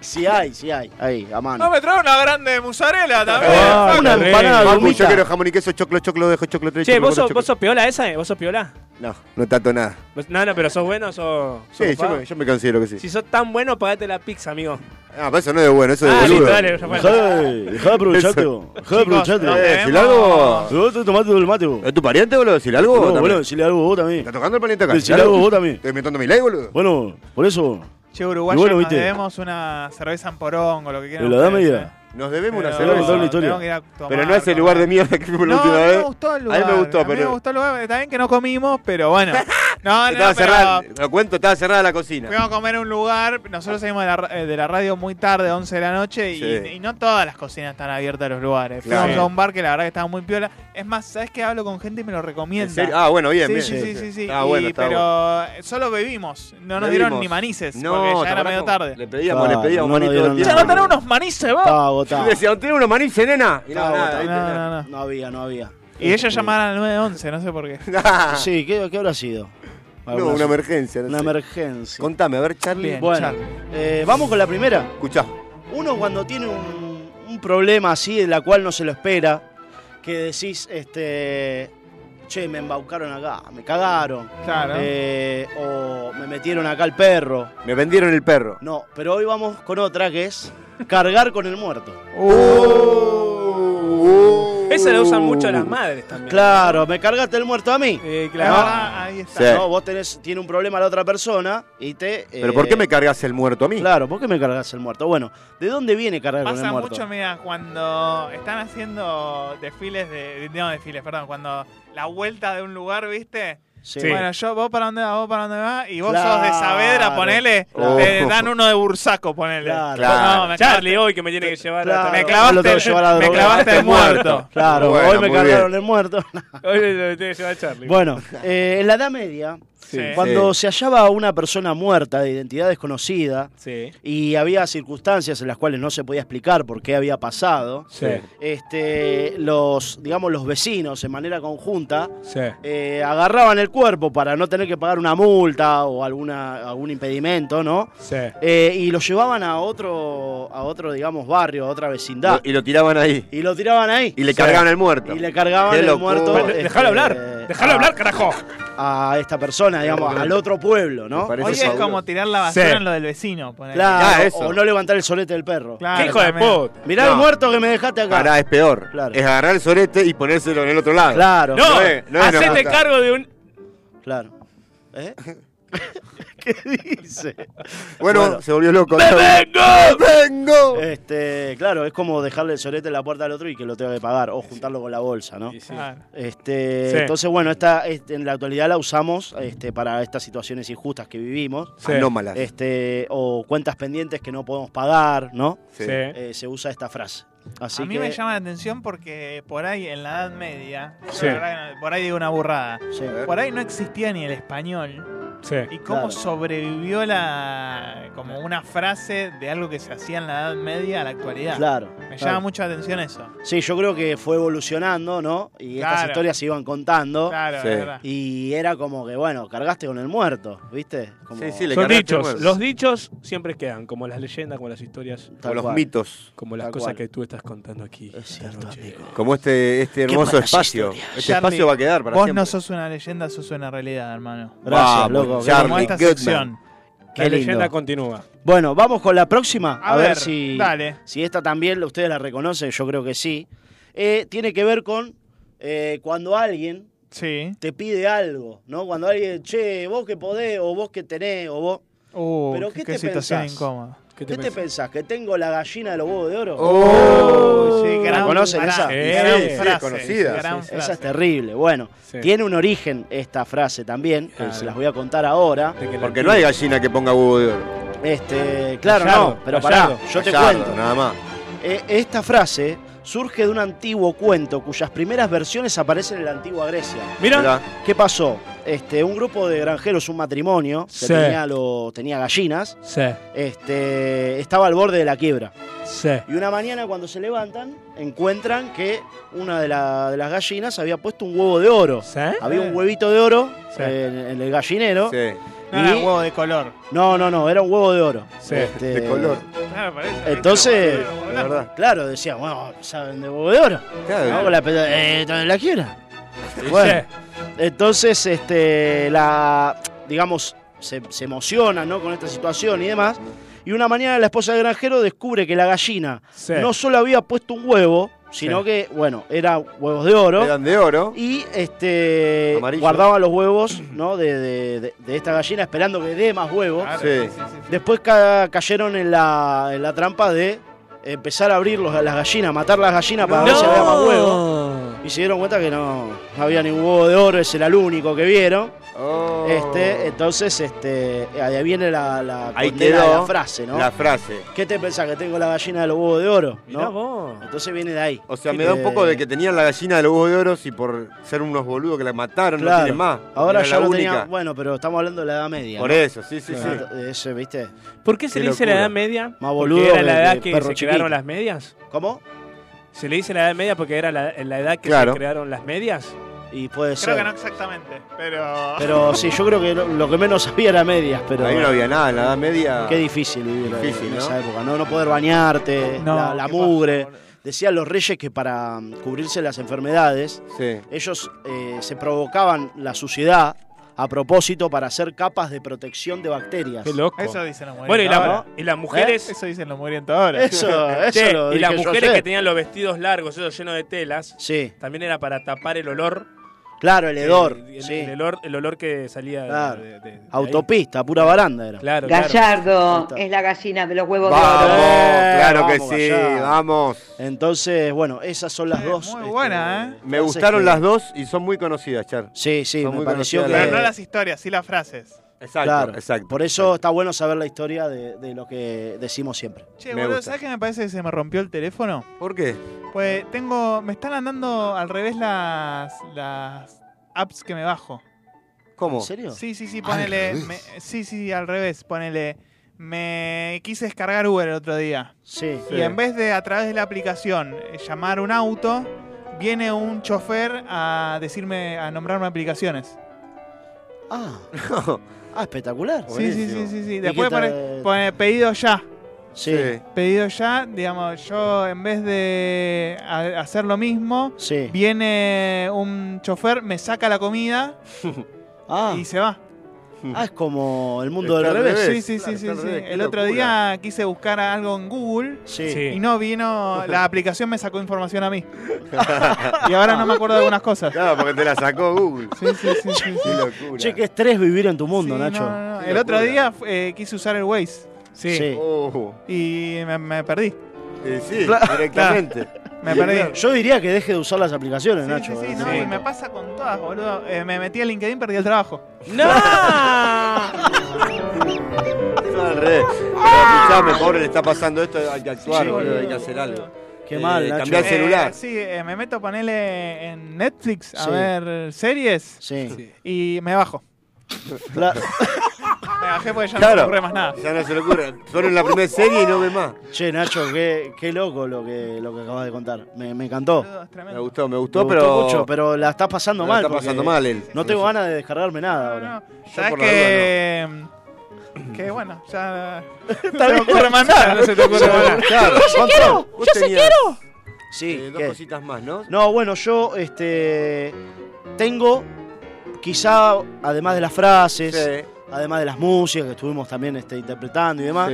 D: si hay, si hay. Ahí, a mano.
B: No me trae una grande musarela también.
C: Ah,
B: Fuck.
D: una
C: está bien.
D: empanada,
C: Facu,
D: humita.
C: Yo quiero jamón y queso, choclo, choclo, dejo choclo, tres
Q: Che,
C: choclo,
Q: ¿vos
C: cuatro,
Q: sos,
C: choclo.
Q: vos sos piola esa? eh? ¿Vos sos piola?
C: No, no tato nada.
Q: Vos- No, no, pero sos bueno, sos. sos
C: Sí, yo
Q: copado?
C: me, yo me considero que sí.
Q: Si sos tan bueno, pagate la pizza, amigo.
C: Ah, pero eso no es de bueno, eso es de
Q: Ah,
C: boludo.
Q: listo, dale, ya fue.
D: Dejá, dejá de aprovecharte,
C: Eso.
D: vos. Dejá de aprovecharte.
C: Chicos,
D: vos.
C: eh, decile algo.
D: Vos te tomaste el mate, vos.
C: ¿Es tu pariente, boludo? Decile algo. vos
D: No,
C: también.
D: boludo, decile algo vos también.
C: ¿Está tocando el planeta acá?
D: Decile algo vos también.
C: Estoy inventando mi ley, boludo.
D: Bueno, por eso.
B: Che, Uruguay,
D: Y bueno,
B: nos
D: viste.
B: debemos una cerveza en porongo, lo que quieran.
D: ¿Me la da
B: ustedes,
D: medida?
B: eh.
C: Nos debemos una
B: Pero
C: cerveza.
B: tenemos que ir a tomar,
C: pero no es el lugar de mierda que fuimos
B: No,
C: la última
B: no
C: vez.
B: me gustó el lugar.
C: A mí me gustó, pero.
B: me gustó el lugar. Está bien que no comimos, pero bueno. No, no,
C: estaba
B: no, pero
C: cerrada, lo cuento, estaba cerrada la cocina.
B: Fuimos a comer a un lugar, nosotros salimos de la, ra- eh, de la radio muy tarde, 11 de la noche, y-
C: Sí.
B: y, no todas las cocinas están abiertas a los lugares.
C: Claro.
B: Fuimos a un bar que la verdad que estaba muy piola. Es más, ¿sabes que hablo con gente y me lo recomienda?
C: ¿En serio? Ah, bueno, bien,
B: sí,
C: bien.
B: Sí, sí, sí. sí.
C: Ah, bueno,
B: Y-
C: está
B: pero solo bebimos, no nos dieron
C: Bebimos.
B: ni manices,
C: No,
B: porque
C: ¿te
B: ya era
C: acordás
B: medio
C: cómo?
B: tarde.
C: Le pedíamos,
D: Ah,
C: le pedíamos
D: no nos
C: manito
D: dieron
C: todo el
B: Ya
C: tiempo.
B: no tenés unos manices, vos.
D: Estaba
C: Yo
D: agotado.
C: le decía, ¿tiene unos manices, nena? Y no,
D: Estaba
C: nada,
D: agotado.
C: ¿viste?
B: No, no, no.
D: No había, no había.
B: Y ella llamaba al 911, no sé por qué.
D: Sí, ¿qué, qué habrá sido?
C: No, una emergencia. no
D: Una
C: sé.
D: emergencia.
C: Contame, a ver, Charlie.
B: Bien,
D: Bueno,
B: Charlie.
D: eh, vamos con la primera.
C: Escuchá.
D: Uno cuando tiene un, un problema así, de la cual no se lo espera, que decís, este, che, me embaucaron acá, me cagaron,
B: Claro.
D: eh, o me metieron acá el perro.
C: Me vendieron el perro.
D: No, pero hoy vamos
C: Oh,
D: con otra que es cargar con el muerto.
E: Esa la usan mucho las madres también.
D: Claro, me cargaste el muerto a mí.
E: claro.
D: ¿No?
E: Ah, ahí
C: está. Sí.
D: No, vos tenés, tiene un problema la otra persona y te. eh,
C: ¿Pero por qué me cargas el muerto a mí?
D: Claro, ¿por qué me cargas el muerto? Bueno, ¿de dónde viene cargar con
B: Pasa
D: el muerto?
B: mucho, mira, cuando están haciendo desfiles de. No, desfiles, perdón. Cuando la vuelta de un lugar, ¿viste?
D: Sí.
B: Bueno, yo, vos para dónde vas, vos para dónde vas, y vos
E: Claro.
B: sos de Saavedra, ponele,
C: Oh,
E: Claro.
B: te dan uno de Bursaco, ponele.
E: Claro.
B: No, me
E: Charlie hoy que me tiene que llevar a
B: claro. Me
D: Ahora lo tengo que
B: clavaste,
D: llevar a
B: me
D: drogar.
B: clavaste el muerto.
D: Claro,
E: Bueno,
D: hoy me
E: muy
D: cargaron
E: bien.
D: el muerto.
E: Hoy lo tiene que llevar a Charlie.
D: Bueno, eh, en la Edad Media,
E: Sí.
D: cuando
E: Sí.
D: se hallaba una persona muerta de identidad desconocida
E: Sí.
D: y había circunstancias en las cuales no se podía explicar por qué había pasado,
E: Sí.
D: este, los, digamos, los vecinos en manera conjunta
E: Sí.
D: eh, agarraban el cuerpo para no tener que pagar una multa o alguna, algún impedimento, ¿no?
E: Sí.
D: Eh, y lo llevaban a otro, a otro, digamos, barrio, a otra vecindad.
C: Y lo tiraban ahí.
D: Y lo tiraban ahí.
C: Y le cargaban el muerto.
D: Y le cargaban
C: Qué
D: el
C: locura.
D: muerto. este,
C: Bueno,
E: dejalo hablar, dejalo hablar, carajo.
D: A esta persona, digamos, al otro pueblo, ¿no?
B: Hoy es como tirar la basura
D: Sí.
B: en lo del vecino, ponele.
D: Claro, o no levantar el solete del perro.
B: Claro, Qué hijo de también. puta.
D: Mirá
C: Ah, No.
D: el muerto que me dejaste acá.
C: Pará, es peor. Es agarrar el sorete y ponérselo en el otro lado.
D: Claro.
E: No,
C: es- es
E: hacete
C: normal.
E: cargo de un.
D: Claro. ¿Eh? ¿Qué dice?
C: Bueno, se volvió loco. vengo! vengo!
D: Este, claro, es como dejarle el sorete en la puerta al otro y que lo tenga que pagar o juntarlo con la bolsa, ¿no?
B: Claro.
D: Este,
B: Sí.
D: entonces bueno, esta este, en la actualidad la usamos este, para estas situaciones injustas que vivimos,
C: Sí. Anómalas.
D: Este, o cuentas pendientes que no podemos pagar, ¿no?
C: Sí. Sí.
D: Eh, se usa esta frase. Así
B: a mí
D: que
B: me llama la atención porque por ahí en la Edad Media, yo
D: Sí.
B: la verdad que no- por ahí digo una burrada,
D: Sí.
B: por ahí no existía ni el español.
E: Sí.
B: ¿Y cómo
E: Claro.
B: sobrevivió la como una frase de algo que se hacía en la Edad Media a la actualidad?
D: Claro,
B: Me
D: claro.
B: llama mucho la atención eso.
D: Sí, yo creo que fue evolucionando, ¿no? Y estas
B: Claro.
D: historias se iban contando.
B: Claro, es Sí. verdad.
D: Y era como que, bueno, cargaste con el muerto, ¿viste? Como-
E: Son dichos. Los dichos siempre quedan, como las leyendas, como las historias.
D: Tal los cual. mitos.
E: Como las
D: Tal
E: cosas
D: cual.
E: que tú estás contando aquí. esta noche.
C: Como este, este
E: Qué
C: hermoso
E: buenas
C: espacio.
E: historias.
C: Este
B: Charlie,
C: espacio va a quedar para
B: Vos
C: siempre.
B: no sos una leyenda, sos una realidad, hermano.
D: Gracias, loco.
B: Como esta sección.
D: Qué lindo.
E: continúa.
D: Bueno, vamos con la próxima. A,
B: A
D: ver,
B: ver,
D: si,
B: dale.
D: si esta también ustedes la reconocen, yo creo que sí. Eh, tiene que ver con eh, cuando alguien te pide algo, ¿no? Cuando alguien, che, vos que podés, o vos que tenés, o vos.
B: Uh,
D: Pero
B: qué,
D: ¿qué
B: qué
D: te
B: situación
D: pensás?
B: incómoda.
D: ¿Qué te, pensás? ¿Que tengo la gallina de los huevos de oro?
B: Oh, sí,
D: ¿La
B: gran-
D: conocen
B: pará,
D: esa?
B: gran Sí, sí, frase,
C: conocida. gran
D: Esa
C: frase.
D: es terrible. Bueno,
C: Sí.
D: tiene un origen esta frase también, que
C: Claro.
D: se las voy a contar ahora.
C: Porque no hay gallina que ponga huevo de oro.
D: Este, claro,
C: Gallardo,
D: no, pero
C: Gallardo.
D: pará, yo te
C: Gallardo,
D: cuento.
C: nada más.
D: Eh, esta frase surge de un antiguo cuento cuyas primeras versiones aparecen en la antigua Grecia.
E: Mira. Mirá.
D: ¿Qué pasó? Este, un grupo de granjeros, un matrimonio, que
E: Sí.
D: tenía, lo, tenía gallinas, este, estaba al borde de la quiebra.
E: Sí.
D: Y una mañana cuando se levantan, encuentran que una de, la- de las gallinas había puesto un huevo de oro. Había un huevito de oro eh, en, en el gallinero.
B: No era huevo de color.
D: No, no, no, era un huevo de oro. Este,
C: De color.
B: Claro, parece.
D: Entonces,
C: La verdad.
D: claro, decían, bueno, saben de huevo de oro.
C: Claro.
D: No, la, pelota, eh, ¿dónde la quiera.
C: Sí,
D: Bueno, entonces, este, la, digamos, se, se emociona ¿no? con esta situación y demás. Y una mañana la esposa del granjero descubre que la gallina
C: Sí.
D: no solo había puesto un huevo, sino
C: Sí.
D: que, bueno, eran huevos de oro.
C: Eran de oro.
D: Y este
C: Amarillo.
D: guardaban los huevos ¿no? de, de- de- de esta gallina esperando que dé más huevos.
C: Sí.
D: Después ca- cayeron en la, en la trampa de empezar a abrir los- las gallinas, matar las gallinas para ver si había más huevos. Y se dieron cuenta que no, no había ningún huevo de oro, ese era el único que vieron.
C: Oh.
D: Este, entonces, este, ahí viene la, la
C: Ahí
D: condena de
C: quedó
D: la frase, ¿no?
C: la frase.
D: ¿Qué te pensás que tengo la gallina de los huevos de oro?
C: Mirá
D: ¿no? Entonces viene de ahí.
C: O sea, me da
D: Este-
C: un poco de que tenían la gallina de los huevos de oro y por ser unos boludos que la mataron no tienen más.
D: Ahora
C: Era
D: ya
C: la
D: lo
C: única.
D: tenía. Bueno, pero estamos hablando de la edad media.
C: Por
D: ¿no?
C: eso, sí, sí,
D: Claro.
C: sí.
D: Ese, ¿viste?
E: ¿Por qué se
D: Qué
E: le dice la
D: locura.
E: edad media?
D: Más
E: Porque
D: boludo
E: era
D: que-
E: la edad
D: que
E: que
D: perro
E: se
D: chiquito.
E: crearon las medias.
D: ¿Cómo?
E: ¿Se le dice la edad media porque era la, la edad que
D: Claro.
E: se crearon las medias?
D: Y puede
B: Creo que no exactamente, pero.
D: Pero sí, yo creo que lo, lo que menos había era medias. Pero,
C: Ahí no había nada, en la Edad Media.
D: Qué difícil vivir
C: Difícil,
D: en
C: ¿no?
D: esa época, ¿no? No poder bañarte,
C: No,
D: la, la
C: qué
D: mugre. Decían los reyes que para mm, cubrirse las enfermedades,
C: Sí.
D: ellos eh, se provocaban la suciedad a propósito para hacer capas de protección de bacterias.
E: Qué loco.
B: Eso dicen los
E: Bueno, y, la-
B: mugrientos ahora. ¿Eh?
E: y las mujeres.
B: Eso dicen los mugrientos ahora.
D: ¿Eh? Eso, eso
E: Che,
D: lo
E: y las
D: dije yo
E: mujeres
D: ayer.
E: que tenían los vestidos largos, esos llenos de telas.
D: Sí.
E: También era para tapar el olor. Eh,
D: Claro, el hedor,
E: El, el- el olor, el olor que salía de-
D: Claro.
E: de- de- de
D: Autopista, pura baranda era. Eh,
E: Claro,
K: Gallardo es la gallina de los huevos de oro.
C: claro que sí,
D: vamos. Entonces, bueno, esas son las dos. Muy
B: buena, ¿eh?
C: Me gustaron las dos y son muy conocidas, Char.
D: Sí, sí,
C: Son
D: me
C: muy
D: pareció
C: conocidas
B: Pero no
C: las
B: las historias, sí las frases.
C: Exacto,
D: Claro.
C: exacto.
D: Por eso está bueno saber la historia de, de lo que decimos siempre.
B: Che, boludo, ¿sabes qué me parece que se me rompió el teléfono?
C: ¿Por qué?
B: Pues tengo. Me están andando al revés las. las apps que me bajo.
C: ¿Cómo? ¿En
D: serio?
B: Sí, sí, sí,
D: Al
B: ponele.
D: revés.
B: me- sí, sí, al revés, ponele. Me quise descargar Uber el otro día.
D: Sí.
B: Y en vez de a través de la aplicación eh, llamar un auto, viene un chofer a decirme, a nombrarme aplicaciones.
D: Ah, ah espectacular.
B: Sí, sí, sí, sí, sí.
D: ¿Y
B: Después
D: qué tal?
B: pone, pone pedido ya.
D: Sí.
B: Pedido ya, digamos, yo en vez de a- hacer lo mismo,
D: Sí.
B: viene un chofer, me saca la comida
D: Ah.
B: y se va.
D: Ah, es como el mundo
B: Está
D: del
B: al
D: revés.
B: Sí, sí, sí, sí, sí. El otro día quise buscar algo en Google
D: Sí.
B: y no vino, la aplicación me sacó información a mí. y ahora no me acuerdo de algunas cosas.
C: Claro, porque te la sacó Google.
B: Sí, sí, sí. sí,
C: Qué locura.
D: Che, qué estrés vivir en tu mundo, Nacho.
B: No, El otro día fu- eh, quise usar el Waze. Sí.
D: Sí.
C: Uh.
B: Y me, me perdí.
C: sí,
B: Claro.
C: directamente.
B: Me perdí.
D: Yo diría que deje de usar las aplicaciones,
B: Sí,
D: Nacho.
B: sí, sí,
D: en
B: no,
D: este
B: y me
D: momento.
B: pasa con todas, boludo. Eh, me metí a LinkedIn, perdí el trabajo.
E: ¡No!
C: Son al revés. Pero escuchame, pobre, le está pasando esto, hay que actuar, boludo, hay que hacer algo.
D: Qué
C: Eh,
D: mal, Nacho.
C: Cambiar el celular.
B: Eh, sí, eh, me meto a ponerle en Netflix a
D: Sí.
B: ver series
D: Sí.
B: y me bajo.
D: Claro.
B: Me bajé porque ya no
C: Claro.
B: me ocurre más nada.
C: Ya no se le ocurre. Solo en la primera serie y no ve más.
D: Che, Nacho, qué, qué loco lo que, lo que acabas de contar. Me, me encantó.
C: Me gustó, me
D: Me
C: gustó,
D: gustó
C: pero.
D: mucho, pero la estás pasando
C: La
D: mal.
C: está
D: porque
C: pasando mal él.
D: No tengo ganas de descargarme nada ahora.
B: ¿Sabes
D: por la
B: que, que bueno, ya no Em, se me ocurre más nada.
D: no se te ocurre más nada. Claro,
B: yo
D: ¿cuánto?
B: quiero,
D: Vos
B: yo sí
D: tenías-
B: quiero.
D: Sí,
C: Eh, dos
D: ¿qué?
C: cositas más, ¿no?
D: No, bueno, yo este tengo quizá además de las frases,
C: Sí.
D: además de las músicas que estuvimos también este, interpretando y demás,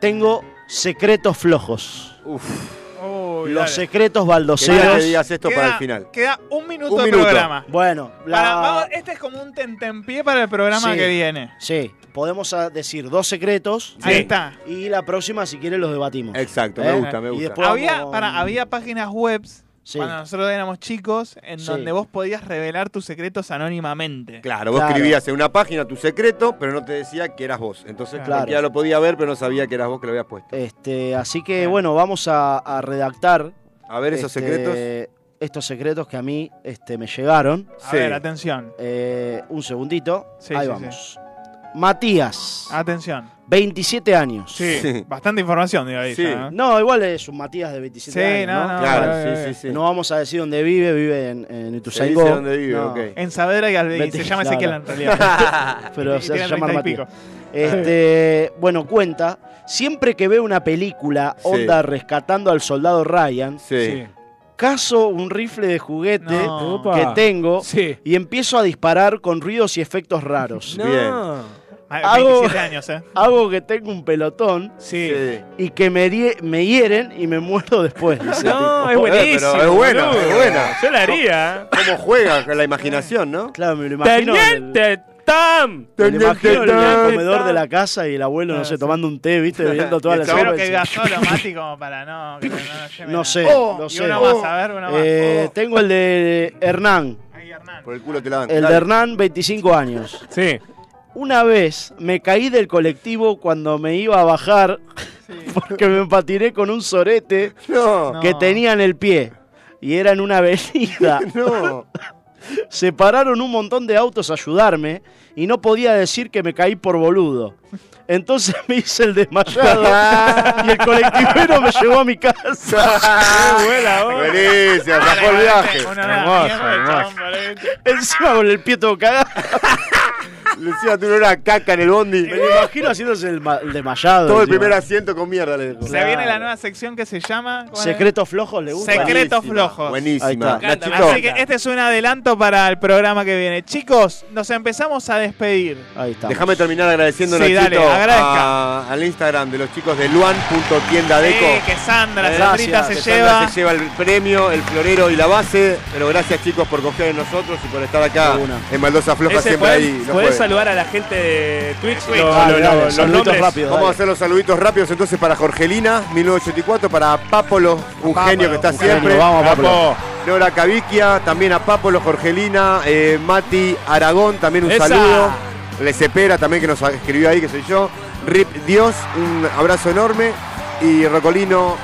D: tengo secretos flojos.
B: Uy,
D: Los
B: dale.
D: secretos
C: Quería
D: baldoseros.
C: que digas esto para el
D: final.
B: Queda un minuto
D: Un
B: de
D: minuto.
B: programa.
D: Bueno, la-
B: Para- vamos- este es como un tentempié para el programa
D: Sí.
B: que viene.
D: Sí, podemos ah, decir dos secretos.
B: Ahí está.
D: Y la próxima, si quieres, los debatimos.
C: Exacto,
D: ¿Eh?
C: me gusta, me
D: Y
C: gusta.
D: después
B: había,
D: vamos- mm.
B: para, había páginas webs
D: Sí.
B: cuando nosotros éramos chicos en
D: Sí.
B: donde vos podías revelar tus secretos anónimamente.
C: Claro, vos
D: Claro.
C: escribías en una página tu secreto, pero no te decía que eras vos. Entonces
D: Claro.
C: ya lo podía ver, pero no sabía que eras vos que lo habías puesto.
D: Este, así que bueno, vamos a, a redactar.
C: A ver esos
D: este,
C: secretos.
D: Estos secretos que a mí este, me llegaron.
B: A ver, atención.
D: Eh, un segundito.
B: Sí,
D: Ahí
B: sí,
D: vamos. Matías,
B: Atención.
D: 27 años.
B: Sí, bastante información, digo ahí.
D: Sí.
B: ya, ¿no?
D: No, igual es un Matías de 27
B: Sí,
D: años.
B: no,
D: ¿no?
B: no, Claro, eh, sí, eh.
C: sí, sí.
D: No vamos a decir dónde vive, vive en, en Ituzaingó.
C: dice dónde vive,
D: No.
C: ok.
B: En Saavedra y, al- y se
D: Vete,
B: llama
D: claro.
B: Ezequiel en realidad.
D: Pero
B: Y
D: se
B: tiene
D: hace llamar
B: 30 y
D: Matías. Este, bueno, cuenta. Siempre que veo una película
C: Sí.
D: onda rescatando al soldado Ryan,
C: Sí.
D: caso un rifle de juguete
B: No.
D: que
B: Upa.
D: tengo y empiezo a disparar con ruidos y efectos raros.
B: Ah,
D: Hago,
B: 27 años, ¿eh?
D: hago que tengo un pelotón y que me, die- me hieren y me muero después. dice el
E: No,
D: tipo.
E: es buenísimo.
C: Eh, pero es buena,
E: boludo.
C: es buena.
E: Yo la haría.
C: ¿Cómo juega con la imaginación, no?
D: Claro, me lo imagino. en el-
E: ¡Teniente Tam!
D: Me lo imagino en el
E: Teniente
D: comedor
E: Tam.
D: de la casa y el abuelo, no sé, tomando un té, ¿viste? Bebiendo toda la
B: Ah, Espero
D: sopa.
B: que
D: y
B: digas
D: dice,
B: solo, Mati, como para no. que no- no lleve
D: No
B: nada.
D: sé,
B: Oh,
D: no
B: Y
D: sé.
B: uno más, a ver, Oh. uno más.
D: Eh, Tengo el de Hernán.
C: Por el culo te la dan.
D: El de
C: Dale.
D: Hernán, 25 años.
E: Sí.
D: Una vez me caí del colectivo cuando me iba a bajar porque me empatiné con un sorete
C: No.
D: que tenía en el pie. Y era en una avenida.
C: No.
D: Se pararon un montón de autos a ayudarme y no podía decir que me caí por boludo. Entonces me hice el desmayado y el colectivero me llevó a mi casa.
C: Buenísimo, sacó el viaje.
B: Una nada, mierda, chabón, boludo.
D: Encima con el pie todo cagado.
C: Lucía tuvo una caca en el bondi. Me lo imagino haciéndose el, desmayado. Todo el
D: encima.
C: primer asiento con mierda le dejó.
B: Se viene la nueva sección que se llama ¿cuál es?
D: Secretos flojos le gusta.
B: Secretos
D: Buenísima,
B: flojos.
C: buenísima.
D: Ahí está.
C: Me encanta,
D: Nachito.
B: Así que este es un adelanto para el programa que viene. Chicos, nos empezamos a despedir.
D: Ahí está.
C: Déjame terminar agradeciendo
B: Sí,
C: Nachito,
B: dale, agradezca.
C: a- al Instagram de los chicos de luan.tiendadeco.
B: Sí, que Sandra,
C: Eh,
B: Sandrita se
C: que
B: lleva.
C: Sandra se lleva el premio, el florero y la base. Pero gracias chicos por confiar en nosotros y por estar acá en Maldosa Floja
E: Ese,
C: siempre
E: ¿podés-
C: ahí. los
E: ¿Podés
C: jueves.
E: saludar a la gente de Twitch?
C: Twitch.
E: Lo- lo- lo- los nombres.
C: Vamos a hacer los saluditos rápidos entonces para Jorgelina, 1984, para Papolo, un
D: Papolo,
C: genio que está
D: un genio.
C: siempre.
D: Vamos, Papolo.
C: Papo. Nora Caviquia, también a Papolo, Jorgelina, eh, Mati Aragón, también un
E: Esa.
C: saludo. Le Cepera también que nos escribió ahí, que soy yo. Rip Dios, un abrazo enorme. Y Rocolino,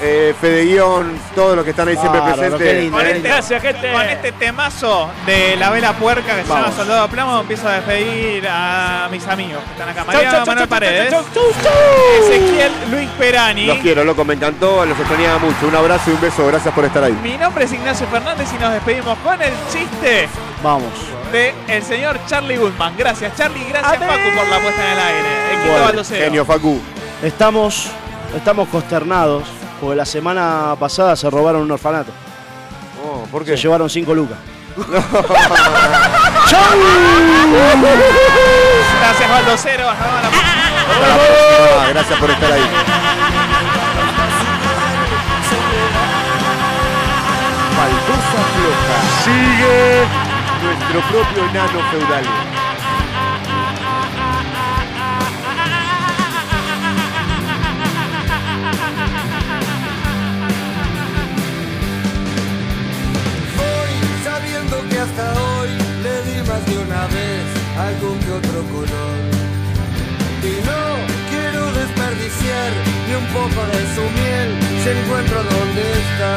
C: eh, Fede Guión, todos los que están ahí siempre presentes.
B: Con este, con este temazo de la vela puerca que se llama
C: Vamos.
B: Soldado Plomo, empiezo a despedir a mis amigos que están acá.
E: Chau, chau,
B: Mariano
E: chau,
B: Manuel
E: chau,
B: Paredes,
E: chau, chau, chau, chau.
B: Ezequiel Luis Perani.
C: Los quiero, loco, me encantó, los extrañaba mucho. Un abrazo y un beso, gracias por estar ahí.
B: Mi nombre es Ignacio Fernández y nos despedimos con el chiste
D: Vamos.
B: de el señor Charlie Goodman. Gracias, Charlie. Gracias, Paco, por la puesta en el aire. Equipo
D: Bueno,
B: Baldocero.
C: Facu.
D: Estamos, estamos consternados porque la semana pasada se robaron un orfanato.
C: Oh, ¿Por
D: Se llevaron 5 lucas.
B: Gracias, Baldocero. Hasta ahora.
C: Ah, Gracias por estar ahí. Baldosa floja. Sigue nuestro propio enano feudal.
F: Voy sabiendo que hasta hoy le di más de una vez algún que otro color. Y no quiero desperdiciar ni un poco de su miel si encuentro donde está.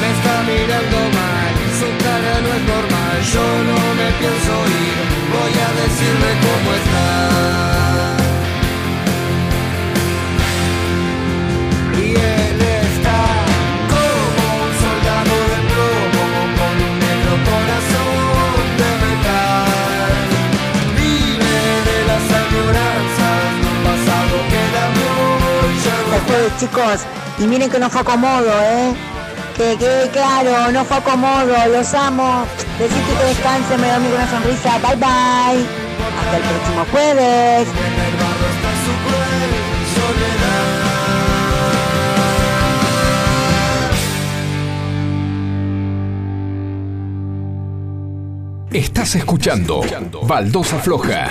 F: Me está mirando mal, su cara no es normal, yo no me pienso ir, voy a decirle cómo está. Y él está como un soldado de plomo con un negro corazón de metal. Vive de las añoranzas de un pasado que da mucha
I: Hasta el jueves, chicos. Y miren que no fue acomodo, ¿eh? Que quede claro, no fue acomodo. Los amo. Besito y que descansen. Me doy con una sonrisa. Bye, bye. Hasta el próximo jueves.
A: Estás escuchando Baldosa Floja.